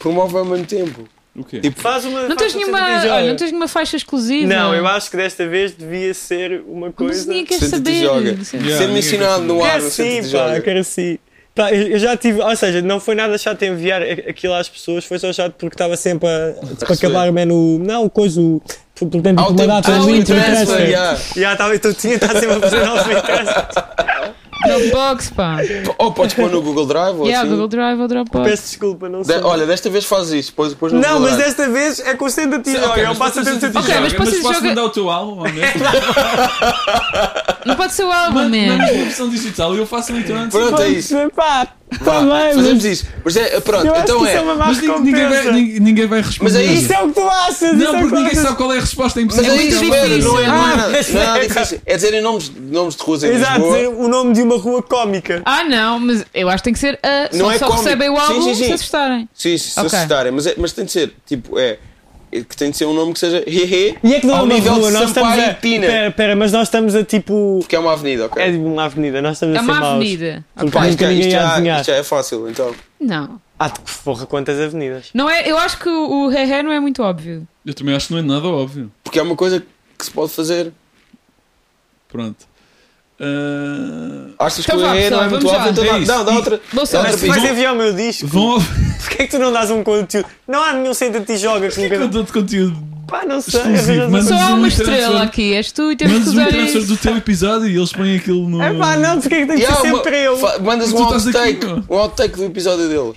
E: Promove ao mesmo tempo.
D: O quê?
E: Tipo,
B: Faz uma.
C: Não
B: faz
C: tens
B: uma
C: nenhuma.
B: Senta-te e joga.
C: Olha, não tens nenhuma faixa exclusiva.
B: Não, eu acho que desta vez devia ser uma
C: Mas
B: coisa.
C: ninguém quer
E: Senta-te e
C: assim saber.
E: joga.
D: Yeah,
E: ser
D: ninguém
E: mencionado
D: quer
E: no ar
B: Quero
E: no Santa
B: sim,
E: de
B: pá,
E: Joga.
B: quero sim. Pá, eu eu já tive, ou seja, não foi nada chato enviar a- aquilo às pessoas, foi só chato porque estava sempre a, tipo, a
E: receber.
B: acabar menu. Não, o coisa, o- por- portanto,
E: Ao
B: uma
E: tempo-
B: data,
E: ao
B: um link,
E: tempo
B: um
E: transfer,
B: transfer.
E: yeah.
B: Já estava, então tinha estado sempre a fazer novos interesses.
C: No box, pá.
E: Ou Oh, podes pôr no Google Drive ou
C: Yeah,
E: assim.
C: Google Drive ou Dropbox.
B: Peço desculpa, não sei.
E: De- olha, desta vez faz isso, depois, depois no
B: não,
E: Google
B: mas
E: Drive.
B: desta vez é com o Senta Ti,
E: Ok,
B: olha, eu
E: mas
B: passo a
E: vocês
B: Senta Ti.
C: Ok, mas
D: Mas
C: posso
D: posso
C: jogar-
D: mandar o teu álbum é?" ao mesmo?
C: Não pode ser o álbum,
D: Manda
C: man.
D: manda é uma versão digital e eu faço então antes.
E: Pronto, é isso.
B: Pá, tá
E: Vá,
B: bem, mas
E: fazemos isso. Mas é, pronto,
B: eu acho
E: então
B: que isso é
E: é.
B: uma má
D: Mas ninguém, ninguém vai,
B: recompensa.
D: ninguém- ninguém vai responder.
E: Mas é isso.
B: Isso é o que tu achas, isso é o
D: Não,
B: que
D: porque
B: tu
D: ninguém
B: achas.
D: sabe qual é a resposta. É
E: Mas
D: impossível.
E: é isso,
C: difícil.
E: Pedro, não é, não é
B: Ah,
E: nada,
B: mas
E: não é nada
B: é-
E: difícil. É dizerem nomes, nomes de ruas em
B: Exato, dizer
E: Lisboa.
B: o nome de uma rua cómica.
C: Ah, não, mas eu acho que tem que ser a. Só,
E: Não é
C: só
E: cómico.
C: recebem o
E: Sim,
C: álbum
E: sim, sim.
C: se assustarem.
E: Sim, se
C: Ok.
E: assustarem. Mas, é- mas tem de ser, tipo, é. é Que tem de ser um nome que seja hehe.
B: E é que não é
E: ao
B: uma
E: nível
B: rua,
E: de
B: nós estamos
E: Sampaio
B: a.
E: e Pina.
B: Pera, pera, mas nós estamos a tipo.
E: Que é uma avenida,
B: É
E: ok.
B: uma avenida, nós estamos a
C: É
B: ser
C: uma
B: maus.
C: avenida.
B: Porque
E: Pá, isto,
B: nunca
E: já- isto
B: ninguém ia
E: já,
B: adivinhar.
E: isto já é fácil, então.
C: Não.
B: Ah, de que porra, quantas avenidas?
C: não é, eu acho que o Ré não é muito óbvio.
D: Eu também acho que não é nada óbvio.
E: Porque é uma coisa que se pode fazer.
D: Pronto. Ah,
E: Achas que
C: Então
E: o
C: vá,
E: hehe não
C: pessoal,
E: é muito
C: vamos lá.
E: óbvio? Então
D: É
E: dá,
D: isso.
E: dá, dá outra.
C: Não
E: dá
C: sei.
E: outra
B: Mas tu vais
E: pista.
B: enviar o meu disco.
D: vão ao-
B: Porquê é que tu não dás um conteúdo? Não há nenhum sentido de ti joga que
D: O que é que eu
B: nunca.
D: dou de conteúdo?
B: Pá, não sei.
D: Exclusivo,
B: às vezes
D: mas-
C: Só
D: Mandas
C: há
D: um
C: uma
D: transfer.
C: estrela aqui, és tu e temos que
D: Mandas um
C: usar
D: transfer do
C: isso.
D: teu episódio e eles põem aquilo no.
B: É pá, não, porque é que tem que ser
E: Yeah, uma-
B: sempre eu?
E: fa- Mandas
D: Tu
E: um
D: estás aqui,
E: outtake,
D: meu.
E: um outtake do episódio dele.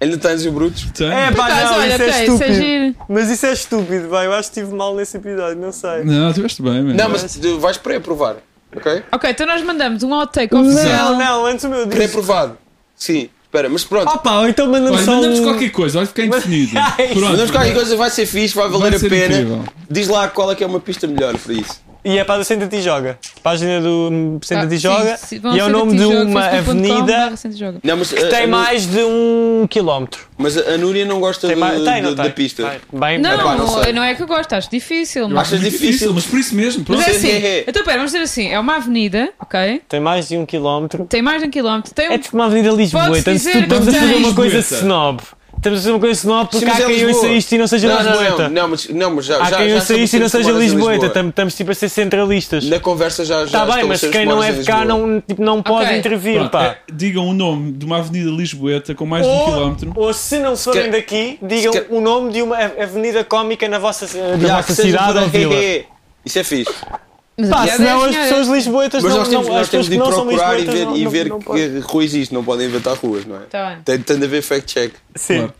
E: Ainda tens o Brutos?
D: Tem?
B: É pá,
C: Mas
B: não,
C: olha,
B: isso é
C: ok, isso é
B: estúpido.
C: giro.
B: Mas isso é estúpido, vai. Eu acho que estive mal nesse episódio, não sei.
D: Não, estiveste bem, mano.
E: Não, mas tu vais pré-aprovar, ok?
C: Ok, então nós mandamos um outtake
B: Não,
C: oficial.
B: não, antes o meu disco.
E: Pré-aprovado. Sim, espera, mas pronto.
B: Ah pá, ou então manda-me
D: Olha,
B: só.
D: mandamos
B: um-
D: qualquer coisa, vai ficar indefinido.
B: Ai,
D: Pronto.
E: Mandamos qualquer coisa, vai ser fixe, vai valer
D: Vai
E: a
D: ser
E: pena.
D: incrível.
E: Diz lá qual é que é uma pista melhor para isso.
B: E é para do Senta Ti Joga. Página do Senta Ti
C: Ah,
B: Joga.
C: sim, se- vão
B: E é o
C: ser
B: nome de
C: antijogo,
B: uma
C: facebook.com
B: avenida
C: barra Eh, centro de jogo.
E: Não, mas
B: que
E: a- a
B: tem
E: Nu-
B: mais de um quilómetro.
E: Mas a a Núria não gosta
C: eh,
B: Tem
E: do-
B: mais, tem, não
E: do- da
B: tem?
E: pista.
B: Tem. Bem,
C: Não,
E: Epá, não
C: não,
E: sei.
C: é que eu gosto, acho difícil.
D: Eu
C: Mas,
B: é
D: acho
E: Achas
D: É difícil,
E: difícil?
D: mas por isso mesmo, pronto.
C: mas é
E: Sim,
C: assim,
E: sim, sim.
C: então pera, vamos dizer assim: é uma avenida, ok?
B: tem mais de um quilómetro.
C: Tem mais de um quilómetro, tem um.
B: É tipo uma avenida Lisboa,
C: Pode-se
B: então se
C: dizer
B: tu estamos a
C: que
B: fazer
C: tem.
B: uma coisa
D: Lisboeta.
B: snob. Temos a fazer uma coisa snob porque
E: Sim, mas
B: há
E: é
B: quem ouça
E: Lisboa.
B: isto e não seja
E: Não, não,
B: Lisboeta.
E: não, não, mas, não, mas já,
B: Há
E: já,
B: quem
E: já
B: ouça isto e não seja
E: estabelecemos que
B: Lisboeta.
E: moras em
B: Tam- Estamos tipo a ser centralistas.
E: Na conversa já
B: Está
E: já
B: bem, mas
E: estabelecemos
B: quem
E: que
B: não
E: moras
B: é
E: em
B: de cá
E: Lisboa.
B: não, tipo, não pode
C: Ok.
B: intervir,
D: Pronto,
B: pá. Oh,
D: é, digam o nome de uma avenida lisboeta com mais de um quilómetro.
B: Ou, ou se não forem
E: quer-
B: daqui, digam
E: quer-
B: o nome de uma a- avenida cómica na vossa, da
E: Já,
B: vossa
E: que seja
B: cidade ou
E: por aí.
B: vila.
E: Isso é fixe.
C: Mas a
B: Pá,
C: piada
B: senão
C: é
B: as
C: genial.
B: pessoas lisboetas
E: Mas
B: não,
E: nós temos,
B: não,
E: nós
B: as pessoas
E: temos de ir
B: que não são
E: procurar e
B: lisboetas
E: ver,
B: não,
E: e
B: não-
E: ver
B: não podem.
E: que é rua existe, não podem inventar ruas, não é?
C: Tá bem.
E: Tem, tem de haver fact-check.
B: Sim.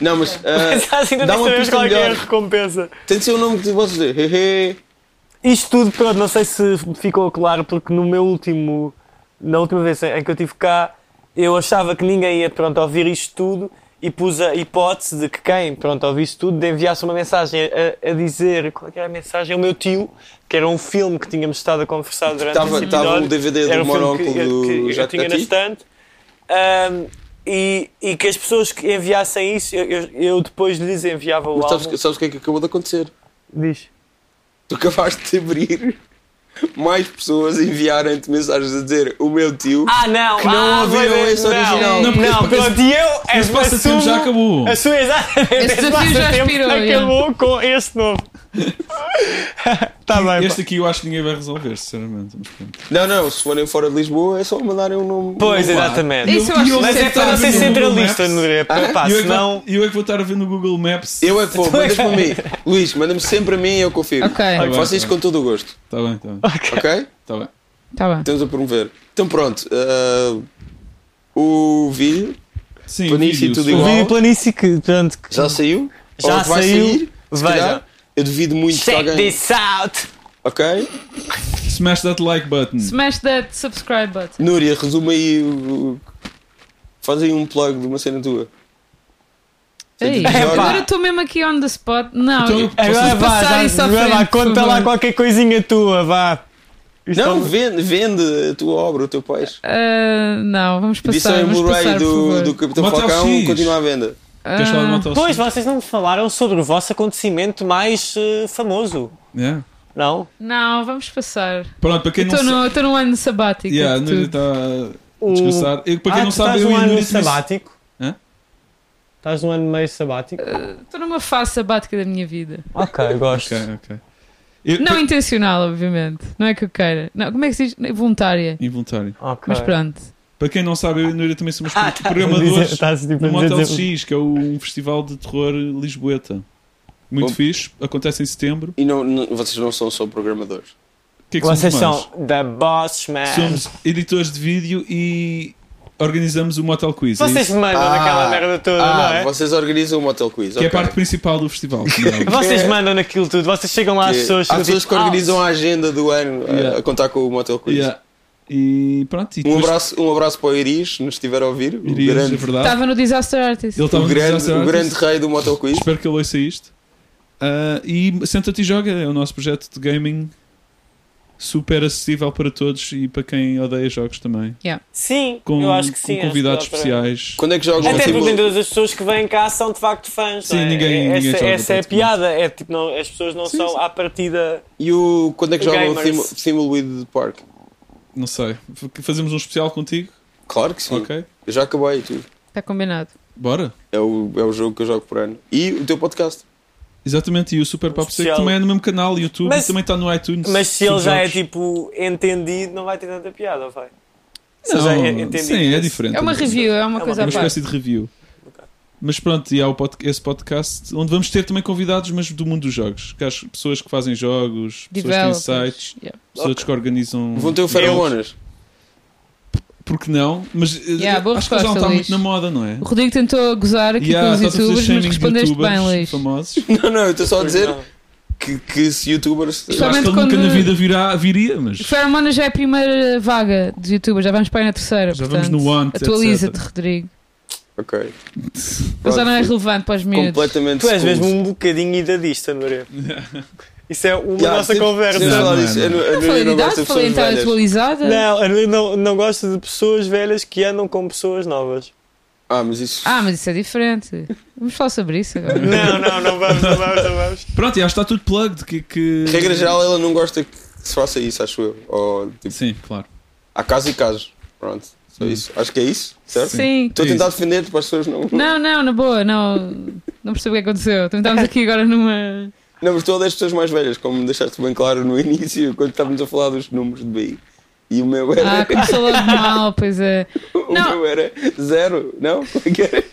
E: Não, mas.
B: Mas
E: ah,
B: assim ainda
E: dá
B: não
E: uma
B: sabemos
E: pista
B: qual é que é a
E: melhor.
B: recompensa.
E: Tem de ser o nome que vocês dizem. Hehe.
B: Isto tudo, pronto, não sei se ficou claro, porque no meu último. Na última vez em que eu estive cá, eu achava que ninguém ia pronto, ouvir isto tudo e pus a hipótese de que quem pronto, ouvisse tudo de enviasse uma mensagem a, a dizer. Qual é que era a mensagem? O meu tio, que era um filme que tínhamos estado a conversar durante
E: Tava-
B: esse
E: tava o
B: episódio.
E: DVD do
B: Era um filme
E: Monóculo
B: que,
E: do
B: que eu
E: Jacques
B: tinha na
E: Tati.
B: estante. Ahm, e, e que as pessoas que enviassem isso, eu, eu- eu depois lhes enviava o
E: Mas
B: álbum.
E: sabes, sabes o que é que acabou de acontecer?
B: Diz.
E: Tu acabaste de abrir mais pessoas enviarem-te mensagens a dizer o meu tio.
B: Ah, não!
E: Que não
B: ah,
E: ouviram
B: mas-
E: esse original.
B: Não,
D: Não, porque-
B: não
D: porque
B: pronto, e eu.
D: esse
B: eu
D: passatempo já acabou.
B: Assumo, exatamente.
C: Esse desafio já
B: passatempo
C: expirou, já.
B: Acabou com este novo. Está bem,
D: Este
B: é pá.
D: aqui eu acho que ninguém vai resolver, sinceramente. Mas pronto.
E: Não, não, se forem fora de Lisboa é só mandarem um nome.
B: Pois,
E: um nome lá.
B: exatamente.
C: Isso eu acho
B: Mas é
C: certo.
B: para não ser
C: Está a ver no
B: centralista,
D: Google
B: Nuria.
E: Ah,
B: Pá,
D: E eu, é que
B: senão.
D: vou, e eu é que vou estar a ver no Google Maps.
E: Eu é que vou, mandas para mim. Luís, manda-me sempre a mim e eu confirmo.
C: Ok.
E: Olha,
D: Tá
E: Faça
D: bem,
E: isso
D: tá
E: com todo o gosto,
B: é-
D: Está bem, está bem.
E: ok?
D: Tá bem.
C: Tá bem.
E: Estamos a promover. Então pronto, ah, o vídeo
D: Sim,
E: Planície,
D: vídeo,
E: tudo
D: se for.
B: O
E: igual.
B: vídeo planície que. Portanto, que-
E: já saiu?
B: Já
E: Ou é vai
B: saiu.
E: sair? Se
B: Veja.
E: calhar. Eu duvido muito que
B: Check
E: alguém.
B: this out!
E: Ok?
D: Smash that like button.
C: Smash that subscribe button.
E: Núria, resume aí o. o- Faz aí um plug de uma cena tua.
C: Ei,
E: É, pá.
C: agora estou mesmo aqui on the spot. Não,
D: Então eu-
C: eu-
B: Ah, Agora
C: Vocês
B: vá,
C: passarem isso
B: já,
C: à
B: vai lá,
C: frente, por
B: conta
C: favor.
B: lá qualquer coisinha tua, vá. Isto
E: Não,
B: é um-
E: vende, vende a tua obra, o teu peixe.
C: Ah, não, vamos
E: Edição
C: passar.
E: em
C: Vamos
E: Blu-ray
C: passar, por
E: do,
C: favor.
E: do Capitão
D: Motel
E: Falcão
D: X.
E: continua à venda.
D: Queres falar de
C: Ah.
D: Motel
B: Pois,
D: Six?
B: vocês não me falaram sobre o vosso acontecimento mais eh, famoso,
D: Yeah.
B: não?
C: Não, vamos passar.
D: Pronto, para quem não
B: Então
C: Estou
D: sabe.
C: no, estou num ano sabático.
D: Yeah, a
C: de
D: Núria
C: tudo.
D: está tá a descansar. Eu, para quem
B: ah,
D: não
B: tu
D: sabe,
B: estás
D: eu e
B: num
D: a
B: ano
D: Núria tínhamos-
B: sabático?
D: Hã?
B: Estás num ano meio sabático?
C: Estou numa fase sabática da minha vida.
B: ok, gosto.
D: Ok, ok. Eu,
C: Não
D: para-
C: intencional, obviamente. Não é que eu queira. Não, como é que se diz? Voluntária.
D: Involuntário.
B: Ok.
C: Mas pronto.
D: Para quem não sabe, eu e a Núria também somos
B: Ah, tá.
D: programadores
B: Estás, tipo, a
D: no
B: dizer-
D: Motel X, que é um festival de terror lisboeta. Muito
E: Bom.
D: fixe, acontece em setembro.
E: E não, não- vocês não são só programadores.
D: O que é que
B: Vocês
D: somos mais?
B: são eh, the boss, man.
D: Somos editores de vídeo e organizamos o Motel Quiz. é
B: Vocês
D: isso?
B: mandam naquela merda toda,
E: ah,
B: não é?
E: vocês organizam o Motel Quiz.
D: Que é
E: ok.
D: a parte principal do festival. como é óbvio.
B: Vocês mandam naquilo tudo, vocês chegam lá às
E: Que-
B: pessoas.
E: Há
B: ficam
E: pessoas
B: tipo,
E: que
B: "Ah,
E: organizam a agenda do ano a-
D: Yeah.
E: a contar com o Motel Quiz.
D: Yeah. E pronto, e
E: Um,
D: depois-
E: abraço, um abraço para o Iris, se nos estiver a ouvir. O
D: Iris, é
E: grande,
D: verdade.
C: Estava no Disaster Artist.
D: Ele tá- estava
E: o
D: no
E: grande,
D: Disaster
E: o grande
D: Artist.
E: rei do Motel Quiz.
D: Espero que ele ouça isto. Ah, e Senta-te e Joga é o nosso projeto de gaming super acessível para todos e para quem odeia jogos também.
B: Sim,
D: Com,
B: eu acho que sim.
D: com
B: acho que
D: convidados
B: dá para-
D: especiais.
E: Quando é que jogam
B: Até
E: assim,
B: porque nem todas as pessoas que vêm cá são de facto fãs.
D: Sim,
B: não é?
D: ninguém-
B: essa
D: ninguém joga
B: essa é a
D: praticamente.
B: piada. É, tipo, não, as pessoas não são à partida.
E: E o, quando é que jogam o
B: Gamers.
E: Thim- Thimbleweed Park?
D: Não sei. F- Fazemos um especial contigo?
E: Claro que sim.
D: Ok.
E: Eu já acabei e tudo.
C: Está tá combinado.
D: Bora.
E: É o, é o jogo que eu jogo por ano. E o teu podcast.
D: Exatamente. E o Super Pop Stick
B: Um especial.
D: também é no mesmo canal, YouTube,
B: Mas-
D: e também está no iTunes.
B: Mas se ele
D: Sobre
B: já é
D: jogos.
B: tipo entendido, não vai ter tanta piada, vai. Se
D: Não,
B: já é entendido.
D: sim, é diferente.
C: É uma review, é uma
B: uma
C: coisa
D: É
C: à
D: uma
C: parte.
D: espécie de review. Mas pronto, e há o pod- esse podcast onde vamos ter também convidados, mas do mundo dos jogos. Que as pessoas que fazem jogos, pessoas que têm
C: Developers.
D: sites,
C: Yeah.
D: pessoas que organizam.
E: Vão ter o Feromonas.
D: Porque não? Mas eh,
C: Yeah, boa
D: acho que já não
C: resposta,
D: está
C: Luís.
D: muito na moda, não é?
C: O Rodrigo tentou gozar aqui
D: Yeah,
C: com os
D: estás a fazer
C: youtubers, mas
D: shaming de
C: respondeste bem,
D: youtubers
C: Luís.
D: famosos.
E: Não, não, eu estou só a dizer
B: Não.
E: que, que se youtubers.
D: Eu acho que ele
C: Principalmente
D: nunca
C: quando-
D: na vida virá, viria, mas.
C: Fermona já é a primeira vaga de youtubers, já vamos para aí na terceira.
D: Já
C: portanto,
D: vamos no Want,
C: Atualiza-te,
D: etc.
C: Rodrigo.
E: Ok.
C: Mas já não é
E: Pronto,
C: relevante para os miúdos.
E: Completamente.
B: Tu és
E: schooled.
B: mesmo um bocadinho idadista, Maria. Isso é uma
E: Yeah,
B: nossa
E: temos-
B: conversa.
E: temos de falar
D: Não,
E: disso.
D: não,
E: Eu não- eu
C: Não
E: não-
C: falei
E: eu
C: de
E: não gosto
C: idade,
E: de
C: falei em estar
E: pessoas velhas.
C: atualizada.
B: Não, a Maria não, não gosta de pessoas velhas que andam com pessoas novas.
E: Ah, mas isso.
C: Ah, mas isso é diferente. Vamos falar sobre isso agora.
B: Não, não, não vamos, não vamos, não vamos.
D: Pronto, e acho que está tudo plugged. Que, que...
E: Regra geral, ela não gosta que se faça isso, acho eu. Ou, tipo,
D: Sim, claro.
E: há casos e casos. Pronto. Só isso. Acho que é isso, certo?
C: Sim.
E: Estou a tentar defender para as pessoas não.
C: Não, não, na boa, não. Não percebo o que aconteceu. Então Estamos aqui agora numa.
E: Não, mas estou a das pessoas mais velhas, como deixaste bem claro no início, quando estávamos a falar dos números de BI. E o meu era.
C: Ah, começou logo mal, pois é.
E: o
C: não.
E: meu era zero, não? Como é que era?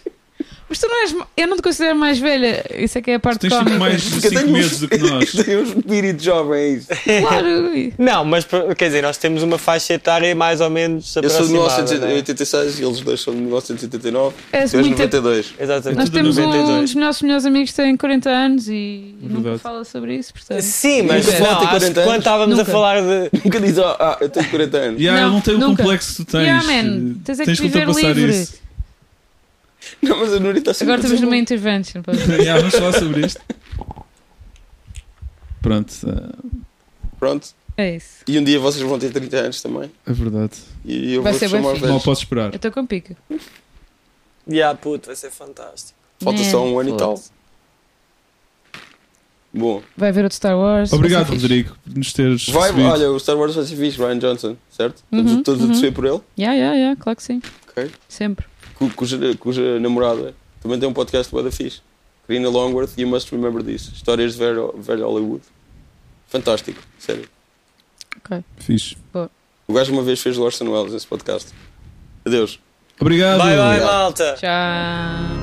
C: Mas tu não és. Eu não te considero mais velha. Isso é que é a parte
D: Tens tipo
C: cómica.
D: mais de 5 meses do que nós.
E: tenho um espírito jovem, é isso.
C: Claro. e-
B: Não, mas quer dizer, nós temos uma faixa etária mais ou menos
E: Eu sou de
B: aproximada. não é?
E: 1986 e eles dois são de 1989.
C: És
E: tu és
C: muito-
E: 92.
B: Exatamente.
C: Nós
D: Tudo
C: temos um,
B: 92.
C: dos nossos melhores amigos que tem 40 anos e
D: Um
C: nunca
D: Verdade.
C: fala sobre isso, portanto.
B: Sim, mas
E: Nunca
B: não,
E: falta
B: acho
E: 40
B: que quando
E: anos.
B: estávamos
C: Nunca.
B: a falar de.
E: Nunca diz, "Ah, ah, eu tenho 40 anos.
D: Yeah,
C: Não,
D: não tem o
C: nunca.
D: complexo que tu tens.
C: Yeah, man, tens é que
D: tens
C: viver
D: ultrapassar
C: livre.
D: isso.
E: Não, mas a Nuri está sempre
C: Agora
E: a
C: estamos
E: dizer
C: numa
E: bom.
C: intervention. pá.
D: yeah, vamos falar sobre isto. Pronto, ah,
E: Pronto.
C: É isso.
E: E um dia vocês vão ter 30 anos também.
D: é verdade.
E: E eu
C: Vai
E: vou
C: ser bem
E: chamar
C: fixe.
D: Mal
E: velhos.
D: posso esperar.
C: Eu estou com pica.
B: Yeah, puto, vai ser fantástico.
E: Falta só um
C: É.
E: ano e tal.
C: foda-se.
E: Bom,
C: Vai ver outro Star Wars.
D: Obrigado,
C: vai ser fixe.
D: Rodrigo, por nos teres.
E: vai,
D: recebido.
E: olha, o Star Wars vai ser fixe, Ryan Johnson, certo?
C: Uhum,
E: Estamos todos a descer por ele,
C: Yeah, yeah, yeah, claro que sim.
E: ok?
C: Sempre.
E: Cu- Cuja, cuja namorada também tem um podcast do fixe. Karina Longworth, You Must Remember This. Histórias de velho, velho Hollywood. Fantástico, sério.
D: Fixe.
E: O gajo uma vez fez o Orson Welles esse podcast. Adeus.
D: Obrigado.
B: Bye bye,
E: Obrigado.
B: malta!
C: Tchau.